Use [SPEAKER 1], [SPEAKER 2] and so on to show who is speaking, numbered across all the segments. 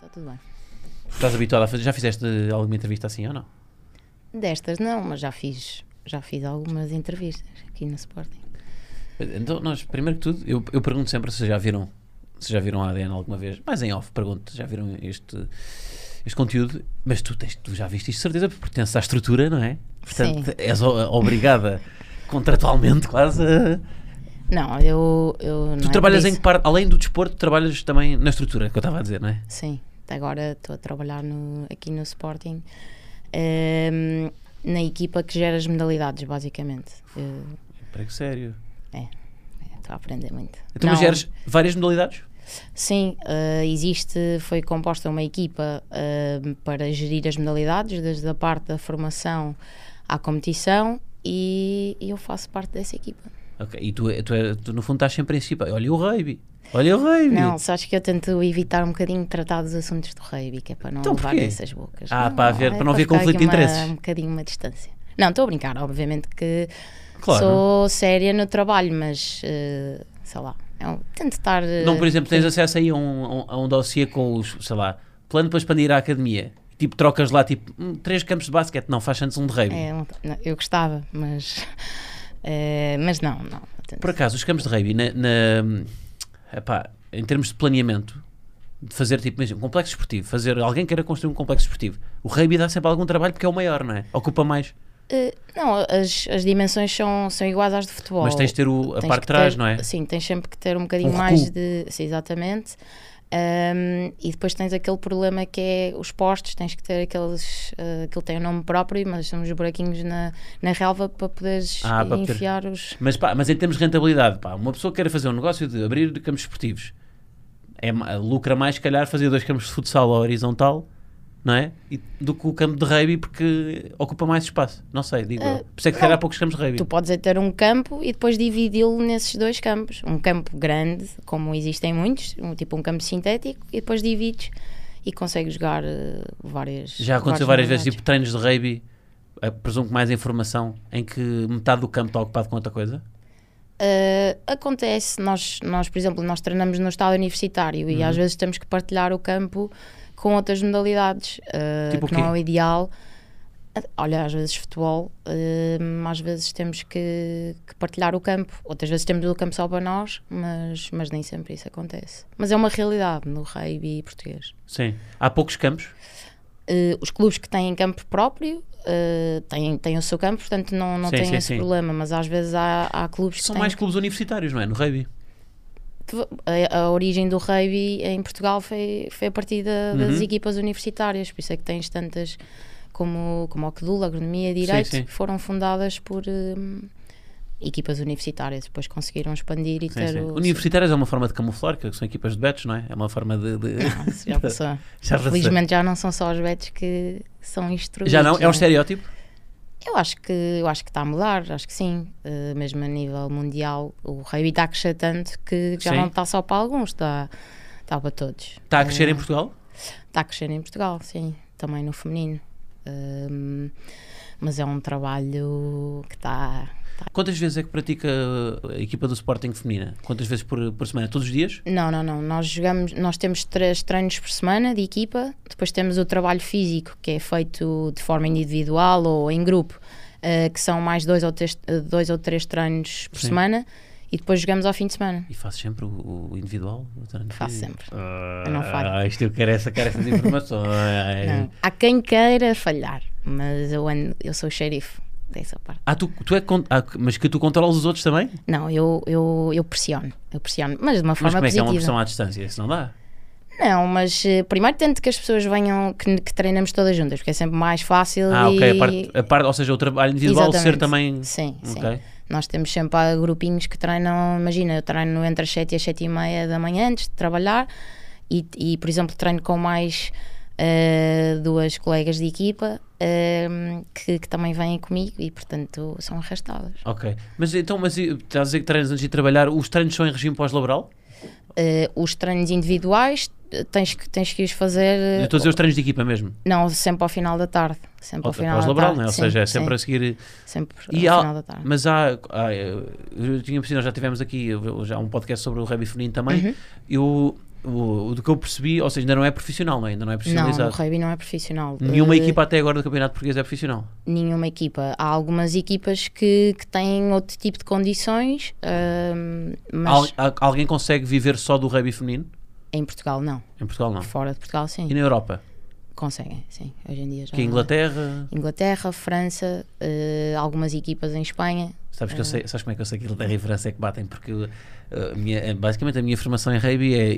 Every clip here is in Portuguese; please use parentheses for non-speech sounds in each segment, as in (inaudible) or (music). [SPEAKER 1] Tá tudo bem.
[SPEAKER 2] Estás habituado a fazer? Já fizeste alguma entrevista assim ou não?
[SPEAKER 1] Destas não, mas já fiz, já fiz algumas entrevistas aqui no Sporting.
[SPEAKER 2] Então, nós, primeiro que tudo, eu, eu pergunto sempre se já viram se já viram a ADN alguma vez, mais em off, pergunto, já viram este, este conteúdo, mas tu, tens, tu já viste isto de certeza, porque pertence à estrutura, não é? Portanto,
[SPEAKER 1] Sim.
[SPEAKER 2] és o- obrigada contratualmente quase a.
[SPEAKER 1] Não, eu, eu não
[SPEAKER 2] Tu
[SPEAKER 1] é
[SPEAKER 2] trabalhas
[SPEAKER 1] por
[SPEAKER 2] em que
[SPEAKER 1] isso.
[SPEAKER 2] parte, além do desporto, trabalhas também na estrutura, que eu estava a dizer, não é?
[SPEAKER 1] Sim, agora estou a trabalhar no, aqui no Sporting ehm, na equipa que gera as modalidades, basicamente. Eu-
[SPEAKER 2] Emprego sério.
[SPEAKER 1] é, é, estou a aprender muito.
[SPEAKER 2] Então,
[SPEAKER 1] Não,
[SPEAKER 2] mas geres várias modalidades?
[SPEAKER 1] Sim, eh, existe, foi composta uma equipa eh, para gerir as modalidades, desde a parte da formação à competição, e eu faço parte dessa equipa.
[SPEAKER 2] Ok, e tu, tu, é- tu no fundo estás sempre em cima. Olha o rugby, olha o rugby.
[SPEAKER 1] Não, só acho que eu tento evitar um bocadinho de tratar dos assuntos do rugby, que é para não
[SPEAKER 2] Então,
[SPEAKER 1] levar
[SPEAKER 2] porquê?
[SPEAKER 1] nessas bocas.
[SPEAKER 2] Ah, para haver-
[SPEAKER 1] é
[SPEAKER 2] para não haver
[SPEAKER 1] ficar aqui
[SPEAKER 2] conflito de
[SPEAKER 1] uma-
[SPEAKER 2] interesses.
[SPEAKER 1] Um bocadinho uma distância. Não, estou a brincar, obviamente que
[SPEAKER 2] Claro.
[SPEAKER 1] sou séria no trabalho, mas eh, sei lá, é um- tento estar. eh,
[SPEAKER 2] Não, por exemplo, tens
[SPEAKER 1] sim.
[SPEAKER 2] acesso aí a um, a um- a um dossiê com os, sei lá, plano para expandir a academia. Tipo, trocas lá, tipo, hum, três campos de basquete. Não, faz antes um de rugby.
[SPEAKER 1] É, não- não, eu gostava, mas. (laughs) eh, mas não, não. tento-
[SPEAKER 2] Por acaso, os campos de rugby, na, na- epá, em termos de planeamento, de fazer, tipo, imagina, um complexo esportivo, fazer, alguém queira construir um complexo esportivo, o rugby dá sempre algum trabalho porque é o maior, não é? Ocupa mais.
[SPEAKER 1] Eh, não, as, as dimensões são, são iguais às de futebol.
[SPEAKER 2] Mas tens de ter o- a
[SPEAKER 1] Tens
[SPEAKER 2] parte
[SPEAKER 1] que
[SPEAKER 2] de trás,
[SPEAKER 1] ter-
[SPEAKER 2] não é?
[SPEAKER 1] Sim, tens sempre que ter um bocadinho
[SPEAKER 2] Um
[SPEAKER 1] mais
[SPEAKER 2] recuo.
[SPEAKER 1] de. Sim, exatamente. Ahm, e depois tens aquele problema que é os postos, tens que ter aqueles. eh, aquilo tem o nome próprio, mas são os buraquinhos na, na relva para poderes
[SPEAKER 2] Ah, para poder-
[SPEAKER 1] enfiar os.
[SPEAKER 2] Mas, pá, mas em termos de rentabilidade, pá, uma pessoa que queira fazer um negócio de abrir de campos esportivos é, ma- lucra mais, se calhar, fazer dois campos de futsal à horizontal, não é? E- do que o campo de rugby porque ocupa mais espaço. Não sei, digo. eu. Por isso é que se calhar há poucos campos de rugby.
[SPEAKER 1] Tu podes é ter um campo e depois dividi-lo nesses dois campos. Um campo grande, como existem muitos, um, tipo um campo sintético, e depois divides e consegues jogar eh, várias.
[SPEAKER 2] Já aconteceu várias
[SPEAKER 1] vários modalidades.
[SPEAKER 2] vezes, tipo treinos de rugby, eh, presumo que mais informação, em que metade do campo está ocupado com outra coisa?
[SPEAKER 1] Uh, acontece, nós, nós, por exemplo, nós treinamos no estado universitário e às
[SPEAKER 2] Uhum.
[SPEAKER 1] vezes temos que partilhar o campo com outras modalidades, uh,
[SPEAKER 2] Tipo o
[SPEAKER 1] que
[SPEAKER 2] quê?
[SPEAKER 1] não é o ideal. Uh, Olha, às vezes futebol, uh, às vezes temos que, que partilhar o campo, outras vezes temos o campo só para nós, mas, mas nem sempre isso acontece. Mas é uma realidade no rugby português.
[SPEAKER 2] Sim. Há poucos campos.
[SPEAKER 1] Eh, os clubes que têm campo próprio eh, têm, têm o seu campo, portanto não, não
[SPEAKER 2] Sim,
[SPEAKER 1] têm
[SPEAKER 2] sim,
[SPEAKER 1] esse
[SPEAKER 2] sim.
[SPEAKER 1] problema, mas às vezes há, há clubes que
[SPEAKER 2] São
[SPEAKER 1] têm
[SPEAKER 2] mais clubes universitários, não é? No rugby.
[SPEAKER 1] Tu- A, a origem do rugby em Portugal foi, foi a partir da-
[SPEAKER 2] Uhum.
[SPEAKER 1] das equipas universitárias, por isso é que tens tantas como, como o CDUL, Agronomia e Direito,
[SPEAKER 2] sim.
[SPEAKER 1] foram fundadas por hum, equipas universitárias, depois conseguiram expandir e
[SPEAKER 2] Sim,
[SPEAKER 1] ter
[SPEAKER 2] sim.
[SPEAKER 1] o. (laughs)
[SPEAKER 2] Universitários é uma forma de camuflar, que são equipas de betos, não é? É uma forma de. de-
[SPEAKER 1] Sim, já passou.
[SPEAKER 2] (laughs) Já passou.
[SPEAKER 1] Felizmente já não são só os betos que são instruídos.
[SPEAKER 2] Já não? É um
[SPEAKER 1] né?
[SPEAKER 2] estereótipo?
[SPEAKER 1] Eu acho que eu acho que está a mudar, acho que sim. Eh, mesmo a nível mundial, o rugby está a crescer tanto que já
[SPEAKER 2] Sim.
[SPEAKER 1] não está só para alguns, está, está para todos.
[SPEAKER 2] Está a crescer
[SPEAKER 1] Eh,
[SPEAKER 2] em Portugal?
[SPEAKER 1] Está a crescer em Portugal, sim, também no feminino. Hum, mas é um trabalho que está. está-
[SPEAKER 2] Quantas vezes é que pratica eh, a equipa do Sporting feminina? Quantas vezes por, por semana? Todos os dias?
[SPEAKER 1] Não, não, não. Nós jogamos, nós temos três treinos por semana de equipa, depois temos o trabalho físico, que é feito de forma individual ou em grupo, eh, que são mais dois ou três, eh, dois ou três treinos por
[SPEAKER 2] Sim.
[SPEAKER 1] semana, e depois jogamos ao fim de semana.
[SPEAKER 2] E fazes sempre o, o individual? o treino
[SPEAKER 1] Faço
[SPEAKER 2] físico?
[SPEAKER 1] sempre.
[SPEAKER 2] Ah,
[SPEAKER 1] Eu não falho.
[SPEAKER 2] Isto eu quero, essa, quero essas informações.
[SPEAKER 1] Não. Há quem queira falhar, mas eu, ando, eu sou o xerife dessa parte.
[SPEAKER 2] Ah, tu, tu é que con- ah, mas que tu controlas os outros também?
[SPEAKER 1] Não, eu, eu, eu pressiono, eu pressiono, mas de uma
[SPEAKER 2] Mas
[SPEAKER 1] forma
[SPEAKER 2] como é que é uma
[SPEAKER 1] positiva.
[SPEAKER 2] pressão à distância? Isso não dá.
[SPEAKER 1] Não, mas eh, primeiro tento que as pessoas venham, que, que treinamos todas juntas, porque é sempre mais fácil.
[SPEAKER 2] Ah,
[SPEAKER 1] e...
[SPEAKER 2] ok. A parte, a parte- ou seja, o trabalho individual
[SPEAKER 1] Exatamente.
[SPEAKER 2] ser também.
[SPEAKER 1] Sim, sim.
[SPEAKER 2] Ok.
[SPEAKER 1] Nós temos sempre ah, grupinhos que treinam, imagina, eu treino entre as 7 e as 7 e meia da manhã antes de trabalhar e, e, por exemplo, treino com mais eh, duas colegas de equipa eh, que, que também vêm comigo e, portanto, são arrastadas.
[SPEAKER 2] Ok. Mas então, mas e- estás a dizer que treinas antes de trabalhar, os treinos são em regime pós-laboral?
[SPEAKER 1] Eh, os treinos individuais eh, tens que, tens que os fazer. eh,
[SPEAKER 2] Eu estou a dizer os treinos de equipa mesmo.
[SPEAKER 1] Não, sempre ao final da tarde. Sempre ao
[SPEAKER 2] Ou-
[SPEAKER 1] final da
[SPEAKER 2] Pós-laboral,
[SPEAKER 1] tarde.
[SPEAKER 2] não é? Ou
[SPEAKER 1] sim,
[SPEAKER 2] seja, é
[SPEAKER 1] sim.
[SPEAKER 2] sempre a seguir.
[SPEAKER 1] Sempre
[SPEAKER 2] E
[SPEAKER 1] ao
[SPEAKER 2] há-
[SPEAKER 1] final da tarde.
[SPEAKER 2] Mas há.
[SPEAKER 1] Uhum.
[SPEAKER 2] há, eu eu tinha percebido, nós já tivemos aqui eu- já um podcast sobre o rugby feminino também. Eu o, o do que eu percebi, ou seja, ainda não é profissional, não é? Ainda não é
[SPEAKER 1] Não, o
[SPEAKER 2] profissionalizado.
[SPEAKER 1] rugby não é profissional.
[SPEAKER 2] Nenhuma
[SPEAKER 1] Eh,
[SPEAKER 2] equipa até agora do Campeonato Português é profissional.
[SPEAKER 1] nenhuma equipa. Há algumas equipas que, que têm outro tipo de condições, ahm, mas
[SPEAKER 2] Al- al- alguém consegue viver só do rugby feminino?
[SPEAKER 1] em Portugal não.
[SPEAKER 2] Em Portugal não.
[SPEAKER 1] Fora de Portugal sim.
[SPEAKER 2] E na Europa?
[SPEAKER 1] Conseguem, sim. Hoje em dia já.
[SPEAKER 2] Que é Inglaterra.
[SPEAKER 1] Inglaterra, França, eh, algumas equipas em Espanha.
[SPEAKER 2] Sabes, que eu sei, sabes como é que eu sei que Inglaterra e França é que batem? Porque uh, a minha- basicamente a minha formação em rugby é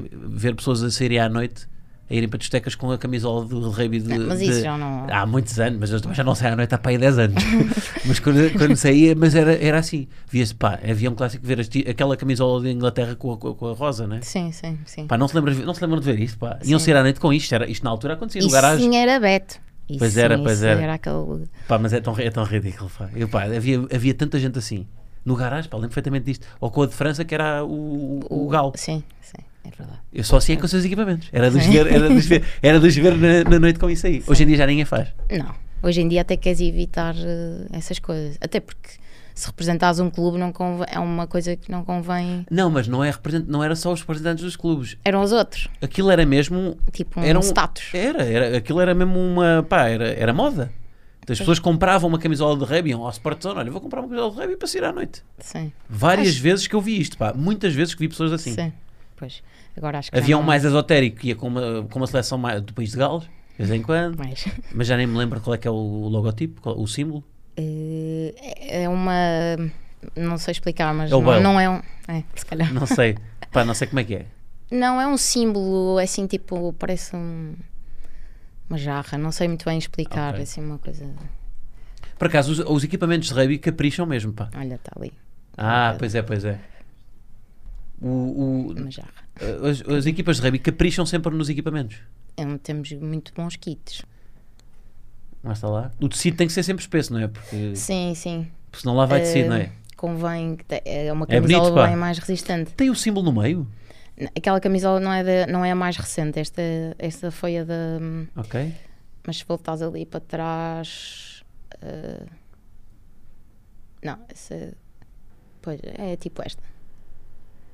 [SPEAKER 2] uh, ver pessoas a saírem à noite, a irem para discotecas com a camisola do rugby de.
[SPEAKER 1] Não, É, mas isso
[SPEAKER 2] de-
[SPEAKER 1] já não-
[SPEAKER 2] Há muitos anos, mas eu também já não saio à noite há para aí 10 anos. (laughs) mas quando, quando saía, mas era, era assim. Via-se, pá, havia um clássico ver as ti- aquela camisola de Inglaterra com a, com a- com a rosa, né?
[SPEAKER 1] Sim, sim, sim.
[SPEAKER 2] Pá, não se, lembras, não se lembram de ver isto, pá. Iam
[SPEAKER 1] Sim.
[SPEAKER 2] sair à noite com isto. Era, isto na altura acontecia no
[SPEAKER 1] Isso
[SPEAKER 2] garagem.
[SPEAKER 1] sim era Beto. Isso
[SPEAKER 2] Pois era,
[SPEAKER 1] sim,
[SPEAKER 2] pois
[SPEAKER 1] isso
[SPEAKER 2] era.
[SPEAKER 1] aquele-
[SPEAKER 2] Pá, mas é tão, é tão ridículo, pá. Eu, pá, havia, havia tanta gente assim. No garagem, pá, lembro perfeitamente disto. Ou com a de França, que era o, o, o Gal.
[SPEAKER 1] Sim, sim, é verdade.
[SPEAKER 2] Eu só assim é com os seus equipamentos. Era dos ver, era dos ver, era dos ver na, na noite com isso aí. Hoje em dia já ninguém faz.
[SPEAKER 1] Não. Hoje em dia até queres evitar eh, essas coisas. Até porque se representares um clube não convém- é uma coisa que não convém.
[SPEAKER 2] Não, mas não, é represent, não era só os representantes dos clubes.
[SPEAKER 1] Eram os outros.
[SPEAKER 2] Aquilo era mesmo.
[SPEAKER 1] Tipo um
[SPEAKER 2] era
[SPEAKER 1] status.
[SPEAKER 2] Era, era, aquilo era mesmo uma. Pá, era, era moda. Então, as pessoas compravam uma camisola de rugby, iam ao Sportzone, olha, vou comprar uma camisola de rugby para sair à noite.
[SPEAKER 1] Sim.
[SPEAKER 2] Várias
[SPEAKER 1] Acho-
[SPEAKER 2] vezes que eu vi isto, pá. Muitas vezes que vi pessoas assim.
[SPEAKER 1] Sim. Pois. Agora acho que. já
[SPEAKER 2] Havia um
[SPEAKER 1] não-
[SPEAKER 2] mais esotérico que ia com uma, com uma seleção mais, do país de Gales, de vez em quando,
[SPEAKER 1] mais. (laughs)
[SPEAKER 2] mas já nem me lembro qual é que é o logotipo, qual- o símbolo.
[SPEAKER 1] Eh, é é uma. Não sei explicar, mas
[SPEAKER 2] É o
[SPEAKER 1] não,
[SPEAKER 2] baile.
[SPEAKER 1] não é um. É, se calhar. (laughs)
[SPEAKER 2] Não sei, pá, não sei como é que é.
[SPEAKER 1] Não, é um símbolo, é assim, tipo, parece um- uma jarra, não sei muito bem explicar,
[SPEAKER 2] Ok.
[SPEAKER 1] assim, uma coisa.
[SPEAKER 2] Por acaso, os, os equipamentos de rugby capricham mesmo, pá.
[SPEAKER 1] Olha, está ali,
[SPEAKER 2] Ah, pois é, pois é. O, o-
[SPEAKER 1] uma jarra.
[SPEAKER 2] as, as equipas de rugby capricham sempre nos equipamentos.
[SPEAKER 1] É um- temos muito bons kits.
[SPEAKER 2] Mas está lá. O tecido tem que ser sempre espesso, não é? Porque
[SPEAKER 1] Sim, sim.
[SPEAKER 2] porque senão lá vai
[SPEAKER 1] Eh,
[SPEAKER 2] tecido, não é?
[SPEAKER 1] Convém que te- é uma
[SPEAKER 2] É bonito,
[SPEAKER 1] camisola
[SPEAKER 2] pá.
[SPEAKER 1] bem mais resistente.
[SPEAKER 2] Tem o símbolo no meio,
[SPEAKER 1] N- Aquela camisola não é, da- não é a mais recente, esta, esta foi a da.
[SPEAKER 2] ok?
[SPEAKER 1] Mas se voltares ali para trás. eh, não, essa. Pois é tipo esta.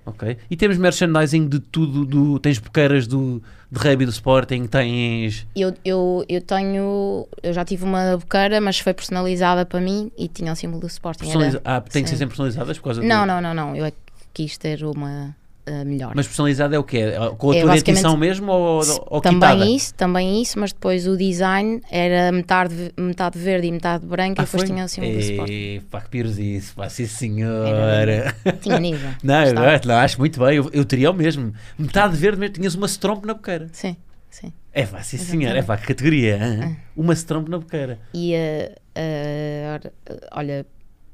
[SPEAKER 2] Ok. E temos merchandising de tudo, do, tens boqueiras do, de rugby do Sporting, tens...
[SPEAKER 1] Eu, eu, eu tenho. Eu já tive uma boqueira, mas foi personalizada para mim e tinha o símbolo do Sporting. era-
[SPEAKER 2] Personaliza ah, tem que ser
[SPEAKER 1] sim.
[SPEAKER 2] sempre personalizadas por causa do-
[SPEAKER 1] Não, não, não, não. Eu é que quis ter uma eh, melhor.
[SPEAKER 2] Mas personalizada é o quê? É, Com a
[SPEAKER 1] É,
[SPEAKER 2] tua
[SPEAKER 1] basicamente,
[SPEAKER 2] dentição mesmo ou, ou
[SPEAKER 1] também
[SPEAKER 2] quitada?
[SPEAKER 1] isso, também isso, mas depois o design era metade, ve- metade verde e metade branca
[SPEAKER 2] Ah,
[SPEAKER 1] e depois
[SPEAKER 2] foi?
[SPEAKER 1] tinha assim um o símbolo do Sporting.
[SPEAKER 2] Ei, pá, que pires isso, pá, sim senhora. (laughs)
[SPEAKER 1] Tinha nível.
[SPEAKER 2] Não, é. eu
[SPEAKER 1] Gostava.
[SPEAKER 2] gosto, não, acho muito bem, eu, eu teria o mesmo. Metade verde mesmo, tinhas uma strompe na boqueira.
[SPEAKER 1] Sim, sim.
[SPEAKER 2] É pá, sim senhora, é pá, que categoria. hã?
[SPEAKER 1] Ah.
[SPEAKER 2] Uma strompe na boqueira.
[SPEAKER 1] E eh, eh, ora, eh, olha,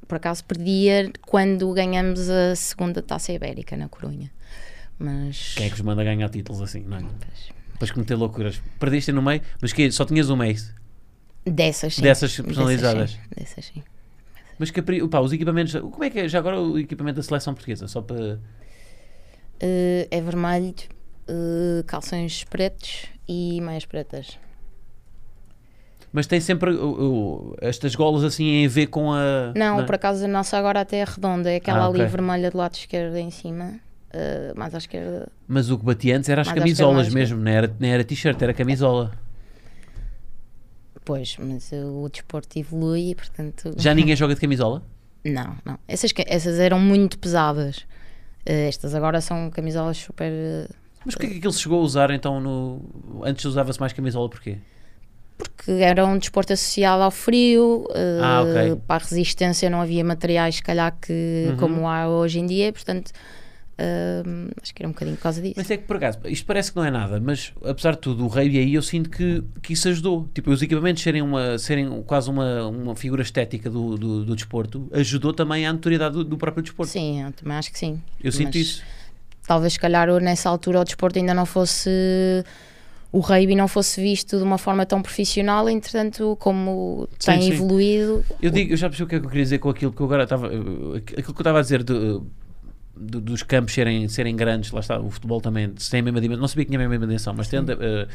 [SPEAKER 1] por acaso perdia quando ganhamos a segunda taça ibérica na Corunha. Mas.
[SPEAKER 2] Quem é que vos manda ganhar títulos assim, não é?
[SPEAKER 1] Pois.
[SPEAKER 2] Depois cometer loucuras. Perdeste no meio, mas que só tinhas uma, é isso?
[SPEAKER 1] Dessas sim.
[SPEAKER 2] Dessas personalizadas.
[SPEAKER 1] sim, Dessas sim.
[SPEAKER 2] Mas que, apri- pá, os equipamentos, como é que é já agora o equipamento da seleção portuguesa? Só para...
[SPEAKER 1] Eh, é vermelho, eh, calções pretos e meias pretas.
[SPEAKER 2] Mas tem sempre o- o- estas golas assim em ver com a.
[SPEAKER 1] Não, por acaso a nossa agora até é redonda, é aquela
[SPEAKER 2] é? Ah,
[SPEAKER 1] ali
[SPEAKER 2] ok.
[SPEAKER 1] vermelha do lado esquerdo em cima, eh, mais à esquerda.
[SPEAKER 2] Mas o que batia antes era as
[SPEAKER 1] Mas acho que era
[SPEAKER 2] camisolas
[SPEAKER 1] mais-
[SPEAKER 2] mesmo, não era, não era t-shirt, era camisola.
[SPEAKER 1] Pois, mas eh, o desporto evolui e portanto.
[SPEAKER 2] Já ninguém joga de camisola?
[SPEAKER 1] Não, não. Essas, ca- essas eram muito pesadas. Eh, estas agora são camisolas super. eh,
[SPEAKER 2] Mas o que é que aquilo se chegou a usar então no. Antes usava-se mais camisola porquê?
[SPEAKER 1] porque era um desporto associado ao frio, eh,
[SPEAKER 2] Ah, ok. Uhum.
[SPEAKER 1] para a resistência não havia materiais, se calhar, que, como há hoje em dia, portanto, eh, acho que era um bocadinho por causa disso.
[SPEAKER 2] Mas é que por acaso, isto parece que não é nada, mas apesar de tudo, o rei aí eu sinto que, que isso ajudou. Tipo, os equipamentos serem, uma, serem quase uma, uma figura estética do, do, do desporto ajudou também à notoriedade do, do próprio desporto.
[SPEAKER 1] Sim, eu também acho que sim.
[SPEAKER 2] eu
[SPEAKER 1] Mas
[SPEAKER 2] sinto isso.
[SPEAKER 1] Talvez, se calhar, eu, nessa altura o desporto ainda não fosse. O rugby não fosse visto de uma forma tão profissional, entretanto, como
[SPEAKER 2] Sim,
[SPEAKER 1] tem
[SPEAKER 2] sim.
[SPEAKER 1] evoluído,
[SPEAKER 2] Eu, digo, eu já percebi o que é que eu queria dizer com aquilo que eu agora estava. eh, Aquilo que eu estava a dizer de, do- dos campos serem, serem grandes, lá está, o futebol também se tem a mesma dimensão. Não sabia que tinha a mesma dimensão, mas tende, eh,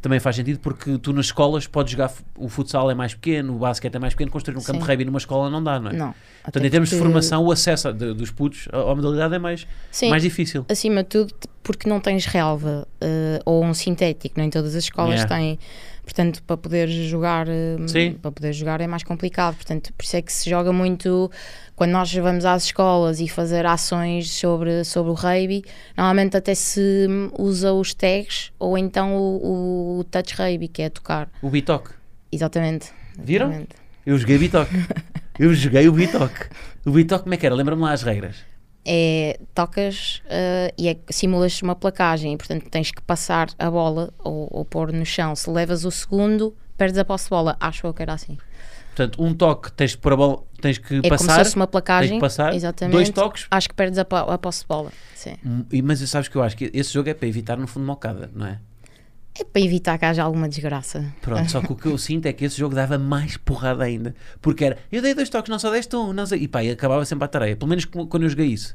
[SPEAKER 2] também faz sentido porque tu nas escolas podes jogar. fu- O futsal é mais pequeno, o basquete é mais pequeno. Construir um campo de
[SPEAKER 1] Sim.
[SPEAKER 2] rugby numa escola não dá, não é?
[SPEAKER 1] não. Até
[SPEAKER 2] Portanto, em termos de
[SPEAKER 1] porque-
[SPEAKER 2] formação, o acesso a- de- dos putos à à modalidade é mais,
[SPEAKER 1] Sim.
[SPEAKER 2] mais difícil.
[SPEAKER 1] acima de tudo, t- porque não tens relva eh, ou um sintético, nem todas as escolas
[SPEAKER 2] Yeah.
[SPEAKER 1] têm. Portanto, para poder jogar, eh,
[SPEAKER 2] Sim.
[SPEAKER 1] para poder jogar é mais complicado. Portanto, por isso é que se joga muito quando nós vamos às escolas e fazer ações sobre, sobre o rugby, normalmente até se usa os tags ou então o, o touch rugby, que é tocar.
[SPEAKER 2] O Bitoque.
[SPEAKER 1] Exatamente.
[SPEAKER 2] Viram?
[SPEAKER 1] Exatamente.
[SPEAKER 2] Eu joguei Bitoque. Eu joguei o Bitoque. O Bitoque como é que era? Lembra-me lá as regras.
[SPEAKER 1] é tocas eh, e é, simulas uma placagem, e, portanto tens que passar a bola ou, ou pôr no chão. Se levas o segundo, perdes a posse de bola. Acho eu que era assim.
[SPEAKER 2] Portanto, um toque tens de pôr a bola, tens que
[SPEAKER 1] É como se
[SPEAKER 2] passar.
[SPEAKER 1] fosse uma placagem.
[SPEAKER 2] tens que passar.
[SPEAKER 1] Exatamente.
[SPEAKER 2] Dois toques.
[SPEAKER 1] Acho que perdes a, po- a posse de bola. Sim.
[SPEAKER 2] Hum, e- Mas sabes que eu acho que esse jogo é para evitar no fundo mocada, não é?
[SPEAKER 1] É para evitar que haja alguma desgraça.
[SPEAKER 2] Pronto, só que o
[SPEAKER 1] (laughs)
[SPEAKER 2] que eu sinto é que esse jogo dava mais porrada ainda. Porque era, eu dei dois toques, não só deste um, não sei. E pá, e acabava sempre a tareia. Pelo menos com- quando eu joguei isso.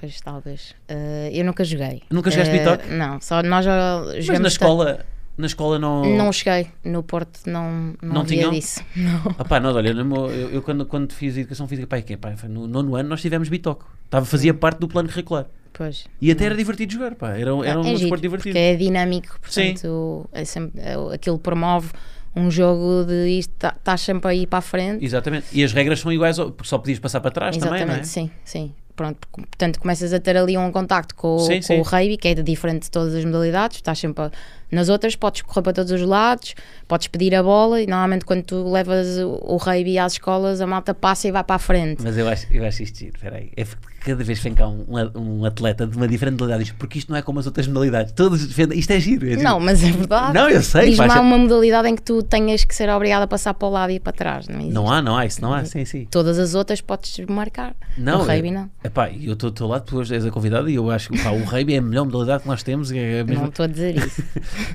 [SPEAKER 1] Pois talvez. Eh, eu nunca joguei.
[SPEAKER 2] Nunca jogaste
[SPEAKER 1] Eh,
[SPEAKER 2] bitoque?
[SPEAKER 1] Não, só nós já jogamos.
[SPEAKER 2] Mas na
[SPEAKER 1] ta-
[SPEAKER 2] escola, na escola não. Ah,
[SPEAKER 1] Não cheguei. No Porto não, não,
[SPEAKER 2] Não
[SPEAKER 1] havia
[SPEAKER 2] tinham?
[SPEAKER 1] disso. Não.
[SPEAKER 2] Ah, pá, nós, olha, no meu- eu, eu quando, quando fiz educação física, pá, e quê? Pá, foi no nono ano nós tivemos bitoque. Tava, fazia parte do plano curricular.
[SPEAKER 1] Pois.
[SPEAKER 2] E até era divertido jogar, pá. Era, um- era
[SPEAKER 1] Ah,
[SPEAKER 2] um
[SPEAKER 1] Uhum. é giro,
[SPEAKER 2] esporte divertido.
[SPEAKER 1] Porque é dinâmico,
[SPEAKER 2] Sim.
[SPEAKER 1] portanto, é sempre, é- aquilo promove um jogo de estás sempre aí para a frente.
[SPEAKER 2] Exatamente. E as regras são iguais, ao- porque só podias passar para trás
[SPEAKER 1] Exatamente,
[SPEAKER 2] também, não é?
[SPEAKER 1] sim, sim. Pronto, porque, portanto, começas a ter ali um contacto com, o-
[SPEAKER 2] Sim,
[SPEAKER 1] com
[SPEAKER 2] sim.
[SPEAKER 1] o rugby, que é diferente de todas as modalidades. Estás sempre a- nas outras, podes correr para todos os lados, podes pedir a bola. E normalmente, quando tu levas o, o rugby às escolas, a malta passa e vai para a frente.
[SPEAKER 2] Mas eu acho, eu acho isto giro, peraí. É porque cada vez vem cá um, um atleta de uma diferente modalidade, diz, porque isto não é como as outras modalidades. Todos defendem. Isto é giro. é giro.
[SPEAKER 1] Não, mas é verdade.
[SPEAKER 2] Não, eu sei,
[SPEAKER 1] Diz-me
[SPEAKER 2] pá,
[SPEAKER 1] há
[SPEAKER 2] já-
[SPEAKER 1] uma modalidade em que tu tenhas que ser obrigado a passar para o lado e para trás. Não, existe.
[SPEAKER 2] não há, não há, isso não há, sim, sim.
[SPEAKER 1] Todas as outras podes marcar.
[SPEAKER 2] Não,
[SPEAKER 1] o
[SPEAKER 2] é
[SPEAKER 1] rugby
[SPEAKER 2] eu-
[SPEAKER 1] não.
[SPEAKER 2] Epá, eu estou do teu lado, tu hoje és a convidada e eu acho que pá, o rugby é a melhor modalidade que nós temos. É a
[SPEAKER 1] Não
[SPEAKER 2] mesma...
[SPEAKER 1] estou a dizer
[SPEAKER 2] (laughs)
[SPEAKER 1] isso.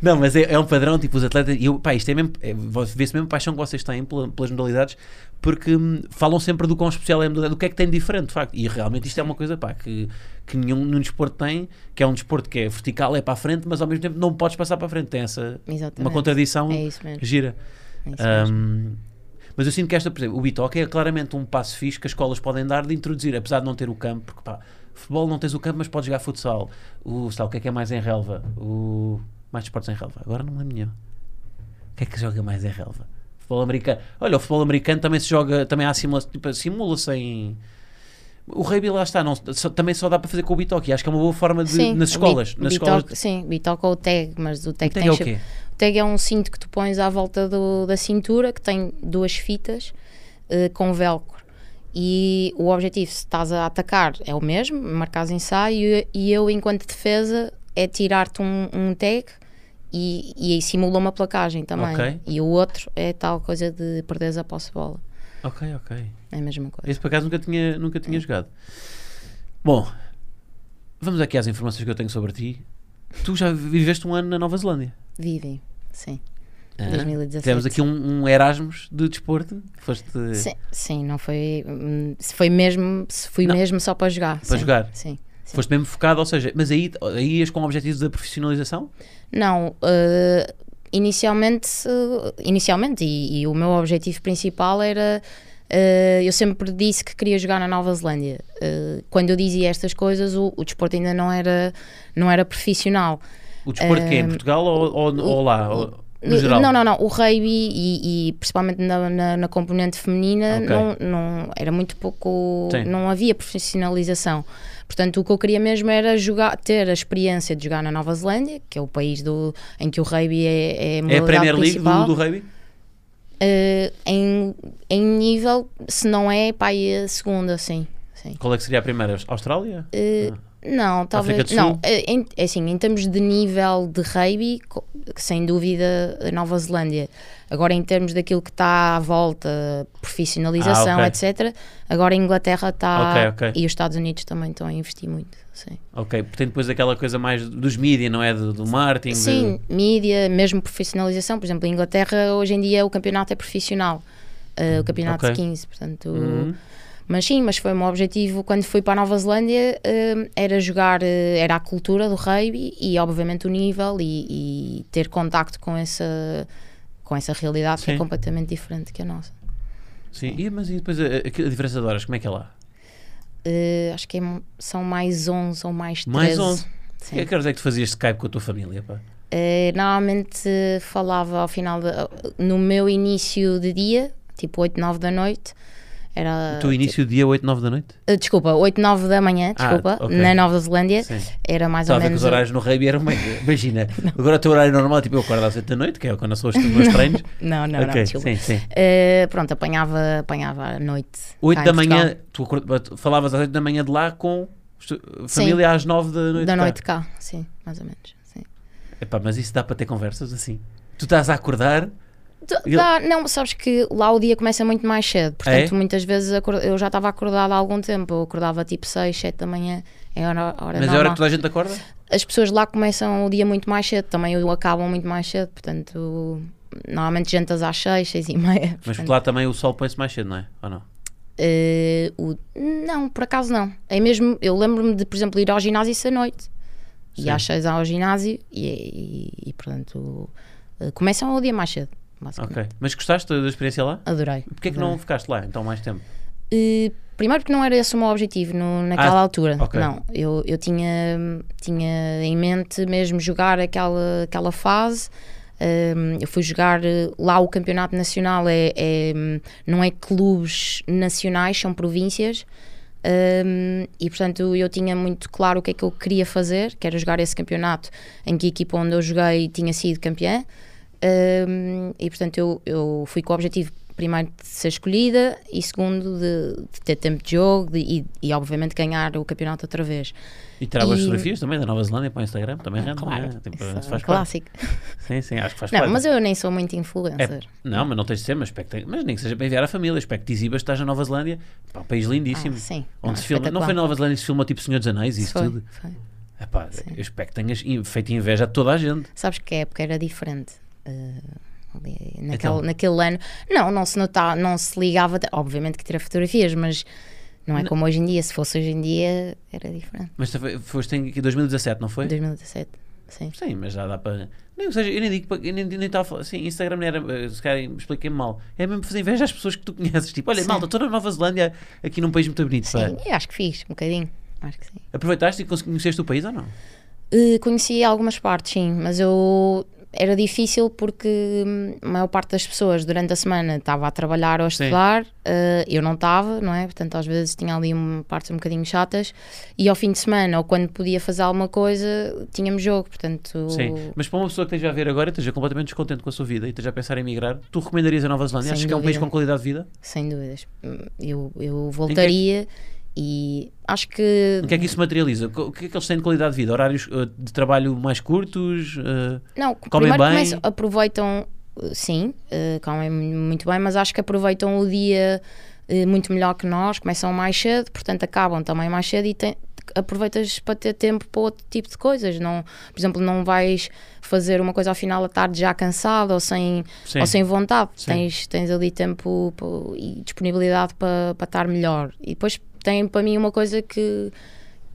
[SPEAKER 2] Não, mas é, é um padrão, tipo, os atletas. E eu, pá, isto é mesmo. É, vo- Vê-se mesmo a paixão que vocês têm pela- pelas modalidades, porque hum, falam sempre do quão especial é a modalidade, do que é que tem de diferente, de facto. E realmente isto é uma coisa, pá, que, que nenhum, nenhum desporto tem, que é um desporto que é vertical, é para a frente, mas ao mesmo tempo não podes passar para a frente. Tem essa.
[SPEAKER 1] Exatamente.
[SPEAKER 2] Uma contradição
[SPEAKER 1] É isso mesmo.
[SPEAKER 2] gira.
[SPEAKER 1] é isso mesmo.
[SPEAKER 2] Hum, mas eu sinto que esta, por exemplo, o Bitoque é claramente um passo fixe que as escolas podem dar de introduzir, apesar de não ter o campo, porque pá, futebol não tens o campo, mas podes jogar futsal. O, sei lá, o que é que é mais em relva? O, mais desportos em relva. Agora não me lembro nenhum. O que é que joga mais em relva? Futebol americano. Olha, o futebol americano também se joga, também há simula, tipo, simula-se em. O rugby lá está, não, só- também só dá para fazer com o Bitoque. e Acho que é uma boa forma de,
[SPEAKER 1] Sim,
[SPEAKER 2] nas
[SPEAKER 1] o
[SPEAKER 2] escolas.
[SPEAKER 1] bit-
[SPEAKER 2] nas
[SPEAKER 1] bitoque-
[SPEAKER 2] escolas
[SPEAKER 1] Sim, bitoca ou tag, mas o tag,
[SPEAKER 2] Então
[SPEAKER 1] tem
[SPEAKER 2] é o
[SPEAKER 1] chap-
[SPEAKER 2] quê?
[SPEAKER 1] o tag é um cinto que tu pões à volta do- da cintura que tem duas fitas eh, com velcro. E o objetivo, se estás a atacar, é o mesmo, marcas ensaio, e eu, enquanto defesa, é tirar-te um, um tag e, e aí simula uma placagem também.
[SPEAKER 2] Ok.
[SPEAKER 1] E o outro é tal coisa de perderes a posse de bola.
[SPEAKER 2] Ok, ok.
[SPEAKER 1] É a mesma coisa.
[SPEAKER 2] Esse por acaso nunca tinha, nunca
[SPEAKER 1] Ah.
[SPEAKER 2] tinha jogado. Bom, vamos aqui às informações que eu tenho sobre ti. Tu já viveste um ano na Nova Zelândia.
[SPEAKER 1] Vivem, sim.
[SPEAKER 2] Ah,
[SPEAKER 1] 2017.
[SPEAKER 2] Tivemos aqui um, um Erasmus de desporto. Foste
[SPEAKER 1] Sim, sim, não foi. hum, Se foi mesmo, se fui
[SPEAKER 2] Não.
[SPEAKER 1] mesmo só para jogar.
[SPEAKER 2] Para
[SPEAKER 1] sim,
[SPEAKER 2] jogar.
[SPEAKER 1] Sim. sim.
[SPEAKER 2] Foste mesmo focado, ou seja, mas aí, aí ias com objetivos da profissionalização?
[SPEAKER 1] Não, eh, inicialmente, eh, inicialmente e, e o meu objetivo principal era. eh, eu sempre disse que queria jogar na Nova Zelândia. Eh, quando eu dizia estas coisas, o, o desporto ainda não era, não era profissional.
[SPEAKER 2] O desporto que é
[SPEAKER 1] Ehm,
[SPEAKER 2] em Portugal ou, ou, ou lá? ou- no
[SPEAKER 1] Eh,
[SPEAKER 2] geral?
[SPEAKER 1] Não, não, não. O rugby e, e principalmente na, na- na componente feminina
[SPEAKER 2] Ok.
[SPEAKER 1] não, não- era muito pouco.
[SPEAKER 2] Sim.
[SPEAKER 1] Não havia profissionalização. Portanto, o que eu queria mesmo era jogar, ter a experiência de jogar na Nova Zelândia, que é o país do, em que o rugby é, é, a
[SPEAKER 2] É a
[SPEAKER 1] modalidade
[SPEAKER 2] Premier League
[SPEAKER 1] principal.
[SPEAKER 2] do, do rugby?
[SPEAKER 1] Eh, em, em nível, se não é, pá, é a segunda, sim. sim.
[SPEAKER 2] Qual é que seria a primeira? Austrália?
[SPEAKER 1] Eh, Não, talvez.
[SPEAKER 2] Ah. África do Sul?
[SPEAKER 1] Não, eh, em, é assim, em termos de nível de rugby, co- sem dúvida, a Nova Zelândia. Agora, em termos daquilo que está à volta, profissionalização,
[SPEAKER 2] Ah, ok.
[SPEAKER 1] etc., agora a Inglaterra está.
[SPEAKER 2] Ok, ok.
[SPEAKER 1] E os Estados Unidos também estão a investir muito. Sim,
[SPEAKER 2] Ok, porque tem depois aquela coisa mais dos mídia, não é? Do, do marketing. de-
[SPEAKER 1] sim mídia, mesmo profissionalização. Por exemplo, a Inglaterra, hoje em dia, o campeonato é profissional. eh, o campeonato
[SPEAKER 2] Ok.
[SPEAKER 1] de 15, portanto.
[SPEAKER 2] Uhum.
[SPEAKER 1] Mas sim, mas foi o meu objetivo quando fui para a Nova Zelândia eh, era jogar, eh, era a cultura do rugby e obviamente o nível e, e ter contacto com essa, com essa realidade que é
[SPEAKER 2] Sim.
[SPEAKER 1] completamente diferente que a nossa.
[SPEAKER 2] Sim, E, mas e depois a, a- a diferença de horas, como é que é lá?
[SPEAKER 1] Eh, acho que é m- são mais 11 ou mais 13.
[SPEAKER 2] Mais 11.
[SPEAKER 1] Sim.
[SPEAKER 2] E a que horas é que tu fazias Skype com a tua família, pá?
[SPEAKER 1] Eh, normalmente eh, falava ao final, de- no meu início de dia, tipo 8, 9 da noite, era.
[SPEAKER 2] O teu início do dia 8, 9 da noite?
[SPEAKER 1] Eh, Desculpa, 8, 9 da manhã,
[SPEAKER 2] Ah,
[SPEAKER 1] desculpa,
[SPEAKER 2] ok.
[SPEAKER 1] na Nova Zelândia,
[SPEAKER 2] Sim.
[SPEAKER 1] era mais
[SPEAKER 2] Estava a
[SPEAKER 1] ou
[SPEAKER 2] ver que
[SPEAKER 1] menos.
[SPEAKER 2] os horários no rugby eram
[SPEAKER 1] (laughs)
[SPEAKER 2] meio. Imagina, agora o teu horário normal, tipo eu acordo às 8 da noite, que é quando são
[SPEAKER 1] (laughs)
[SPEAKER 2] os meus treinos.
[SPEAKER 1] Não, não, não,
[SPEAKER 2] ok,
[SPEAKER 1] desculpa.
[SPEAKER 2] sim, sim.
[SPEAKER 1] Eh, pronto, apanhava, apanhava à noite.
[SPEAKER 2] 8
[SPEAKER 1] cá
[SPEAKER 2] da
[SPEAKER 1] em Portugal.
[SPEAKER 2] manhã, tu acord- falavas às 8 da manhã de lá com os tu- família às 9 da noite.
[SPEAKER 1] da
[SPEAKER 2] cá.
[SPEAKER 1] noite cá, sim, mais ou menos. Sim.
[SPEAKER 2] Epá, mas isso dá para ter conversas assim. Tu estás a
[SPEAKER 1] É
[SPEAKER 2] acordar,
[SPEAKER 1] Dá-
[SPEAKER 2] Ele-
[SPEAKER 1] dá- não, sabes que lá o dia começa muito mais cedo, portanto,
[SPEAKER 2] É?
[SPEAKER 1] muitas vezes acor- eu já estava acordada há algum tempo, eu acordava tipo 6, 7 da manhã, é hora, hora
[SPEAKER 2] mas é a hora
[SPEAKER 1] normal.
[SPEAKER 2] que toda a gente acorda?
[SPEAKER 1] As pessoas lá começam o dia muito mais cedo, também o acabam muito mais cedo, portanto, normalmente jantas às 6, 6 e meia.
[SPEAKER 2] Mas
[SPEAKER 1] portanto,
[SPEAKER 2] lá também o sol põe-se mais cedo, não é? Ou não?
[SPEAKER 1] eh, o- não, por acaso não. É mesmo, eu lembro-me de, por exemplo, ir ao ginásio essa noite.
[SPEAKER 2] Sim.
[SPEAKER 1] E às 6 ao ginásio e, e- e, portanto, eh, começam o dia mais cedo, basicamente.
[SPEAKER 2] Ok. Mas gostaste da experiência lá?
[SPEAKER 1] Adorei.
[SPEAKER 2] Porquê é que
[SPEAKER 1] adorei.
[SPEAKER 2] não ficaste lá então mais tempo?
[SPEAKER 1] Eh, primeiro porque não era esse o meu objetivo no- naquela
[SPEAKER 2] Ah,
[SPEAKER 1] altura.
[SPEAKER 2] ok.
[SPEAKER 1] Não, eu, eu tinha, tinha em mente mesmo jogar aquela, aquela fase. Ehm, eu fui jogar eh, lá o campeonato nacional é, é, hum, não é clubes nacionais são províncias Ehm, e portanto eu tinha muito claro o que é que eu queria fazer que era jogar esse campeonato em que a equipa onde eu joguei tinha sido campeã Hum, e portanto eu, eu fui com o objetivo primeiro de ser escolhida e segundo de, de ter tempo de jogo de- e, e obviamente ganhar o campeonato outra vez.
[SPEAKER 2] E tiravas
[SPEAKER 1] E-
[SPEAKER 2] fotografias também da Nova Zelândia para o Instagram? Também rende,
[SPEAKER 1] claro,
[SPEAKER 2] não é? Tipo,
[SPEAKER 1] isso
[SPEAKER 2] se
[SPEAKER 1] é um
[SPEAKER 2] faz parte.
[SPEAKER 1] clássico.
[SPEAKER 2] Sim, sim, acho que faz
[SPEAKER 1] Não,
[SPEAKER 2] parte.
[SPEAKER 1] mas eu nem sou muito
[SPEAKER 2] É,
[SPEAKER 1] influencer.
[SPEAKER 2] não, mas não tens de ser, mas, espero que tenha- mas nem que seja para enviar à família. Espero que te exibas, que estás na Nova Zelândia. Pá, um país lindíssimo.
[SPEAKER 1] Ah, sim.
[SPEAKER 2] Onde
[SPEAKER 1] Ah,
[SPEAKER 2] se filma. Não
[SPEAKER 1] espetacular.
[SPEAKER 2] foi na Nova Zelândia que se filmou tipo Senhor dos Anéis e isso
[SPEAKER 1] Foi,
[SPEAKER 2] tudo.
[SPEAKER 1] foi.
[SPEAKER 2] Epá, eu espero que tenhas in- feito inveja a toda a gente.
[SPEAKER 1] Sabes que a época era diferente. eh, ali, naquele,
[SPEAKER 2] Então?
[SPEAKER 1] naquele ano, não, não se notava, não se ligava, de- obviamente que tira fotografias, mas não é como hoje em dia. Se fosse hoje em dia, era diferente.
[SPEAKER 2] Mas tu foi- foste em 2017, não foi?
[SPEAKER 1] 2017, sim.
[SPEAKER 2] Sim, mas já dá para. Nem, ou seja, eu nem digo. para- Eu nem nem estava a falar. Sim, Instagram não era. eh, Se calhar expliquei-me mal. É mesmo fazer inveja às pessoas que tu conheces. Tipo, olha,
[SPEAKER 1] Sim.
[SPEAKER 2] malta, estou na Nova Zelândia, aqui num país muito bonito. pá.
[SPEAKER 1] Sim, eu acho que fiz, um bocadinho. Acho que sim.
[SPEAKER 2] Aproveitaste e cons- conheceste o país ou não?
[SPEAKER 1] Eh, Conheci algumas partes, sim, mas eu era difícil porque hum, a maior parte das pessoas durante a semana estava a trabalhar ou a estudar, eh, eu não estava, não é? Portanto, às vezes tinha ali um, partes um bocadinho chatas e ao fim de semana ou quando podia fazer alguma coisa, tínhamos jogo, portanto.
[SPEAKER 2] Sim. Mas para uma pessoa que esteja a ver agora e esteja completamente descontente com a sua vida e esteja a pensar em emigrar, tu recomendarias a Nova Zelândia?
[SPEAKER 1] Sem
[SPEAKER 2] Achas que é um país
[SPEAKER 1] dúvida.
[SPEAKER 2] com qualidade de vida?
[SPEAKER 1] Sem dúvidas. Hum, Eu, eu voltaria e acho que.
[SPEAKER 2] O que é que isso materializa? Co- O que é que eles têm de qualidade de vida? Horários eh, de trabalho mais curtos? eh,
[SPEAKER 1] Não,
[SPEAKER 2] Comem
[SPEAKER 1] primeiro
[SPEAKER 2] bem?
[SPEAKER 1] começam- aproveitam, eh, sim, eh, comem muito bem, mas acho que aproveitam o dia eh, muito melhor que nós, começam mais cedo, portanto acabam também mais cedo e tem- aproveitas para ter tempo para outro tipo de coisas. Não, por exemplo, não vais fazer uma coisa ao final da tarde já cansado ou sem,
[SPEAKER 2] Sim.
[SPEAKER 1] ou sem vontade.
[SPEAKER 2] Sim.
[SPEAKER 1] Tens, tens ali tempo pô, e disponibilidade para, para estar melhor. E depois tem para mim uma coisa que,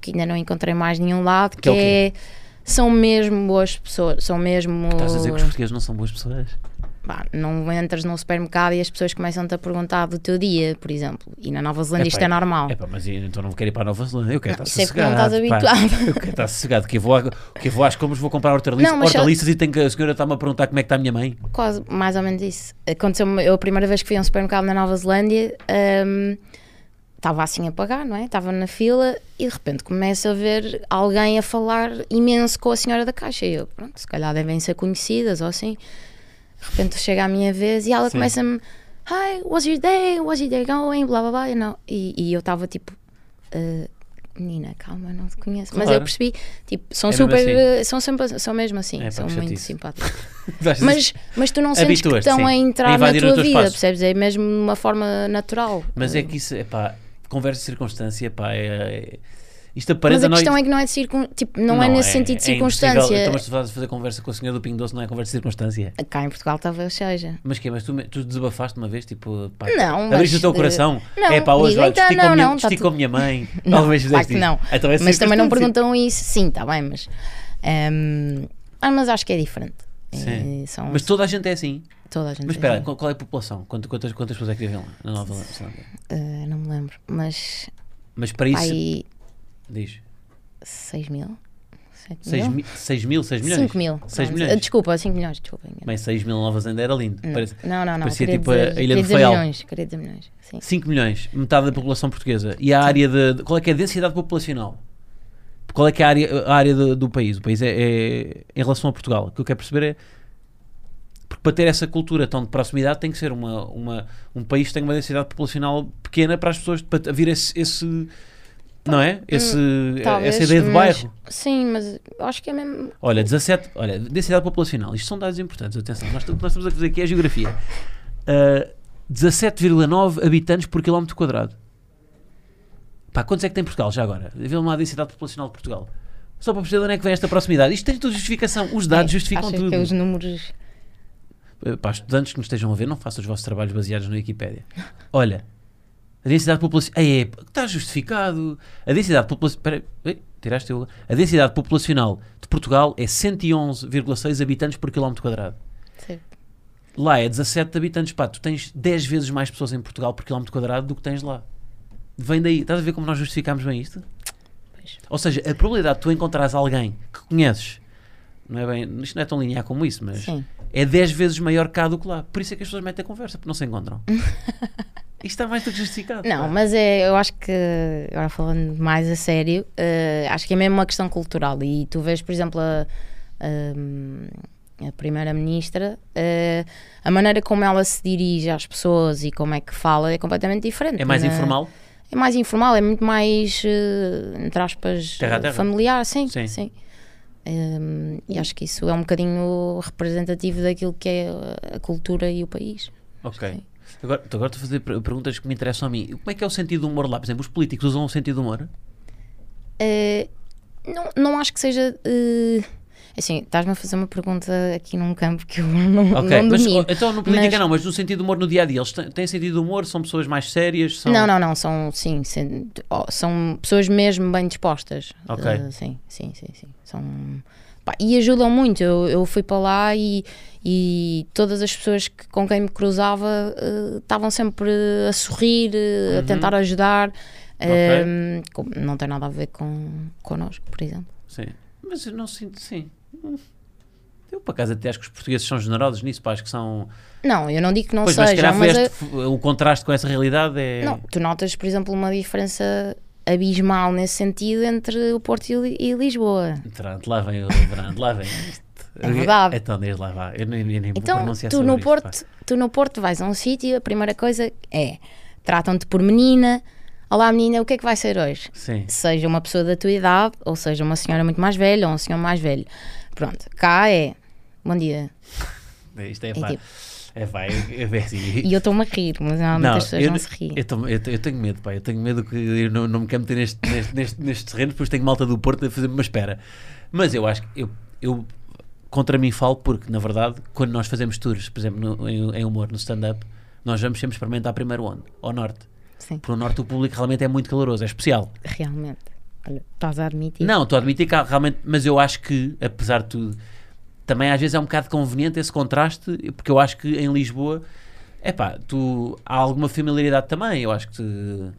[SPEAKER 1] que ainda não encontrei mais nenhum lado, que,
[SPEAKER 2] Que é o
[SPEAKER 1] é, são mesmo boas pessoas, são mesmo.
[SPEAKER 2] Estás a dizer que os portugueses não são boas pessoas?
[SPEAKER 1] (laughs) Pá, não entras num supermercado e as pessoas começam-te a perguntar do teu dia, por exemplo. E na Nova Zelândia isto é normal.
[SPEAKER 2] Epá, mas eu- então não quero ir para a Nova Zelândia. Eu quero
[SPEAKER 1] Não,
[SPEAKER 2] estar
[SPEAKER 1] isso é porque não
[SPEAKER 2] sossegado.
[SPEAKER 1] estás
[SPEAKER 2] pá.
[SPEAKER 1] habituado.
[SPEAKER 2] Eu quero estar sossegado. Que eu vou, à- que eu vou às compras, vou comprar hortaliças,
[SPEAKER 1] Não, mas só-
[SPEAKER 2] hortaliças e tenho que, a senhora está-me a perguntar como é que está a minha mãe. (laughs)
[SPEAKER 1] Quase, mais ou menos isso. Aconteceu-me, eu a primeira vez que fui a um supermercado na Nova Zelândia, hum, estava assim a pagar, não é? Estava na fila e de repente começo a ver alguém a falar imenso com a senhora da caixa. E eu, pronto, se calhar devem ser conhecidas ou assim. De repente chega a minha vez e ela
[SPEAKER 2] Sim.
[SPEAKER 1] começa-me, Hi, was your day? Was your day going? Blá blá blá. E, não, e, e eu estava tipo. "Ah, Menina, calma, não te conheço. Mas eu
[SPEAKER 2] Claro.
[SPEAKER 1] percebi, tipo, são
[SPEAKER 2] É mesmo
[SPEAKER 1] super.
[SPEAKER 2] assim.
[SPEAKER 1] eh, São, sempre, são mesmo assim,
[SPEAKER 2] É, pá,
[SPEAKER 1] são
[SPEAKER 2] que
[SPEAKER 1] muito
[SPEAKER 2] chatice.
[SPEAKER 1] simpáticos.
[SPEAKER 2] Vais dizer-
[SPEAKER 1] Mas, mas tu não sentes que
[SPEAKER 2] Habituas-te,
[SPEAKER 1] estão a
[SPEAKER 2] sim. A
[SPEAKER 1] entrar na
[SPEAKER 2] invadir o
[SPEAKER 1] tua
[SPEAKER 2] teu
[SPEAKER 1] vida,
[SPEAKER 2] espaço.
[SPEAKER 1] percebes? É mesmo de uma forma natural.
[SPEAKER 2] Mas é que isso, epá, conversa de circunstância, epá, é, é- isto
[SPEAKER 1] Mas
[SPEAKER 2] aparenta
[SPEAKER 1] a
[SPEAKER 2] nós-
[SPEAKER 1] questão é que não é, de circun... tipo, não é nesse sentido de
[SPEAKER 2] é impossível.
[SPEAKER 1] circunstância.
[SPEAKER 2] Então, mas tu vais fazer conversa com o senhor do Pingo Doce, não é conversa de circunstância.
[SPEAKER 1] Cá em Portugal talvez seja.
[SPEAKER 2] Mas que é? Mas tu, tu desabafaste uma vez, tipo, pá,
[SPEAKER 1] Não, mas
[SPEAKER 2] abriste o teu
[SPEAKER 1] de-
[SPEAKER 2] coração?
[SPEAKER 1] Não,
[SPEAKER 2] é pá, hoje,
[SPEAKER 1] digo,
[SPEAKER 2] olha,
[SPEAKER 1] então,
[SPEAKER 2] esticou a
[SPEAKER 1] não,
[SPEAKER 2] minha,
[SPEAKER 1] não, tá
[SPEAKER 2] esticou a
[SPEAKER 1] tudo-
[SPEAKER 2] minha mãe.
[SPEAKER 1] (laughs) Não,
[SPEAKER 2] Talvez
[SPEAKER 1] claro
[SPEAKER 2] fizeste
[SPEAKER 1] que não.
[SPEAKER 2] isso. Então é
[SPEAKER 1] mas também não
[SPEAKER 2] circunstância.
[SPEAKER 1] perguntam isso. Sim, está bem, mas. ehm, ah, mas acho que é diferente. É,
[SPEAKER 2] Sim.
[SPEAKER 1] são
[SPEAKER 2] Mas toda a gente é assim.
[SPEAKER 1] toda a gente.
[SPEAKER 2] Mas
[SPEAKER 1] é
[SPEAKER 2] espera,
[SPEAKER 1] assim.
[SPEAKER 2] qual qual é a população? Quanto- Quantas, quantas pessoas é que vivem lá na Nova Zelândia?
[SPEAKER 1] Eh, não me lembro. Mas
[SPEAKER 2] Mas para isso,
[SPEAKER 1] aí
[SPEAKER 2] diz,
[SPEAKER 1] 6 mil? 7
[SPEAKER 2] 6
[SPEAKER 1] mil?
[SPEAKER 2] mil, 6 mil, 6 milhões?
[SPEAKER 1] 5 mil.
[SPEAKER 2] Seis
[SPEAKER 1] pronto.
[SPEAKER 2] milhões.
[SPEAKER 1] Desculpa, 5 milhões, desculpa.
[SPEAKER 2] Bem, 6 mil na Nova Zelândia era lindo.
[SPEAKER 1] Não,
[SPEAKER 2] Parece.
[SPEAKER 1] É. não, não, não.
[SPEAKER 2] parecia
[SPEAKER 1] queria
[SPEAKER 2] tipo a
[SPEAKER 1] dizer,
[SPEAKER 2] Ilha
[SPEAKER 1] queria
[SPEAKER 2] do
[SPEAKER 1] dizer
[SPEAKER 2] Faial.
[SPEAKER 1] milhões, queria dizer milhões, sim.
[SPEAKER 2] 5 milhões, metade da população portuguesa. E a área de. de- Qual é que é a densidade populacional? Qual é que é a área, a área do, do país? O país é, é- Em relação a Portugal, o que eu quero perceber é. Porque para ter essa cultura tão de proximidade tem que ser uma, uma, um país que tem uma densidade populacional pequena para as pessoas. para vir esse. esse- não é? Esse,
[SPEAKER 1] Hum, Talvez,
[SPEAKER 2] essa ideia de
[SPEAKER 1] mas-
[SPEAKER 2] bairro.
[SPEAKER 1] Sim, mas acho que é mesmo.
[SPEAKER 2] Olha, 17. Olha, densidade populacional. Isto são dados importantes, atenção. Nós, o que nós estamos a fazer aqui é a geografia. Ah, 17,9 habitantes por quilómetro quadrado. Pá, quantos é que tem Portugal já agora? Vê-me lá a densidade populacional de Portugal. Só para perceber de onde é que vem esta proximidade. Isto tem tudo justificação. Os dados
[SPEAKER 1] é,
[SPEAKER 2] justificam
[SPEAKER 1] acho
[SPEAKER 2] tudo.
[SPEAKER 1] que os números.
[SPEAKER 2] Eh, Para os estudantes que nos estejam a ver, não façam os vossos trabalhos baseados na Wikipédia. Olha, a densidade populacional. É, está justificado. A densidade populacional. Tiraste eu. A densidade populacional de Portugal é 111,6 habitantes por quilómetro quadrado.
[SPEAKER 1] Certo.
[SPEAKER 2] Lá é 17 habitantes. Pá, tu tens 10 vezes mais pessoas em Portugal por quilómetro quadrado do que tens lá. Vem daí. Estás a ver como nós justificámos bem isto?
[SPEAKER 1] Pois.
[SPEAKER 2] Ou seja, a probabilidade de tu encontrares alguém que conheces. Não é bem, isto não é tão linear como isso, mas
[SPEAKER 1] Sim.
[SPEAKER 2] é 10 vezes maior cá do que lá. Por isso é que as pessoas metem a conversa, porque não
[SPEAKER 1] (laughs)
[SPEAKER 2] se encontram. Isto está mais do que justificado.
[SPEAKER 1] Não,
[SPEAKER 2] pá.
[SPEAKER 1] mas é, eu acho que, agora falando mais a sério, eh, acho que é mesmo uma questão cultural. E tu vês, por exemplo, a, a- a Primeira-Ministra, eh, a maneira como ela se dirige às pessoas e como é que fala é completamente diferente.
[SPEAKER 2] É mais
[SPEAKER 1] Na-
[SPEAKER 2] informal.
[SPEAKER 1] É mais informal, é muito mais, eh, entre aspas,
[SPEAKER 2] Terra a terra.
[SPEAKER 1] familiar, sim.
[SPEAKER 2] Sim.
[SPEAKER 1] sim. Eh, e acho que isso é um bocadinho representativo daquilo que é a cultura e o país.
[SPEAKER 2] Ok.
[SPEAKER 1] Sim.
[SPEAKER 2] Agora, então agora estou a fazer per- perguntas que me interessam a mim. Como é que é o sentido do humor lá? Por exemplo, os políticos usam o sentido do humor?
[SPEAKER 1] Eh, não, não acho que seja. eh, assim, estás-me a fazer uma pergunta aqui num campo que eu (laughs) não,
[SPEAKER 2] Ok,
[SPEAKER 1] não
[SPEAKER 2] mas
[SPEAKER 1] domino.
[SPEAKER 2] oh, então no política
[SPEAKER 1] mas-
[SPEAKER 2] não, mas no sentido do humor no dia a dia. Eles têm, têm sentido do humor? São pessoas mais sérias? São...
[SPEAKER 1] Não, não, não, são, sim, sim, oh, são pessoas mesmo bem dispostas.
[SPEAKER 2] Ok.
[SPEAKER 1] Eh, sim, sim, sim, sim. São, pá, e ajudam muito. Eu, eu fui para lá e, e todas as pessoas que- com quem me cruzava eh, estavam sempre a sorrir, eh,
[SPEAKER 2] Uhum.
[SPEAKER 1] a tentar ajudar. Eh, com- não tem nada a ver com connosco, por exemplo.
[SPEAKER 2] Sim. Mas eu não sinto, sim. Hum. Eu, por acaso, até acho que os portugueses são generosos nisso, pá, acho que são...
[SPEAKER 1] Não, eu não digo que não
[SPEAKER 2] pois, mas se
[SPEAKER 1] seja,
[SPEAKER 2] calhar foi
[SPEAKER 1] mas, eh,
[SPEAKER 2] este- o contraste com essa realidade é...
[SPEAKER 1] Não, tu notas, por exemplo, uma diferença abismal nesse sentido entre o Porto e, Li- e Lisboa.
[SPEAKER 2] Pronto, lá vem o Brando, lá vem isto.
[SPEAKER 1] É verdade.
[SPEAKER 2] Então desde lá vá. Eu nem, nem vou
[SPEAKER 1] Então,
[SPEAKER 2] pronunciar
[SPEAKER 1] tu
[SPEAKER 2] sobre
[SPEAKER 1] no,
[SPEAKER 2] isto,
[SPEAKER 1] Porto,
[SPEAKER 2] pá.
[SPEAKER 1] tu no Porto vais a um sítio, a primeira coisa é tratam-te por menina. Olá, menina, o que é que vai ser hoje?
[SPEAKER 2] Sim.
[SPEAKER 1] Seja uma pessoa da tua idade, ou seja uma senhora muito mais velha, ou um senhor mais velho. Pronto, cá é. Bom dia.
[SPEAKER 2] Isto é
[SPEAKER 1] É
[SPEAKER 2] pá.
[SPEAKER 1] tipo-
[SPEAKER 2] É pá, eu- eu- é assim.
[SPEAKER 1] E eu estou-me a rir, mas normalmente as pessoas
[SPEAKER 2] eu,
[SPEAKER 1] não se riem.
[SPEAKER 2] Eu, tomo- eu te- eu tenho medo, pá. Eu tenho medo que eu não, não me quero meter neste, neste, neste, neste terreno, depois tenho malta do Porto a fazer-me uma espera. Mas eu acho que eu, eu contra mim falo porque, na verdade, quando nós fazemos tours, por exemplo, no- em, em humor, no stand-up, nós vamos sempre experimentar primeiro onde? Ao norte.
[SPEAKER 1] Sim,
[SPEAKER 2] Porque o norte o público realmente é muito caloroso, é especial.
[SPEAKER 1] realmente. Olha, estás a admitir.
[SPEAKER 2] Não, estou a admitir que há realmente, mas eu acho que, apesar de tudo, também às vezes é um bocado conveniente esse contraste, porque eu acho que em Lisboa, é pá, tu há alguma familiaridade também. Eu acho que, te,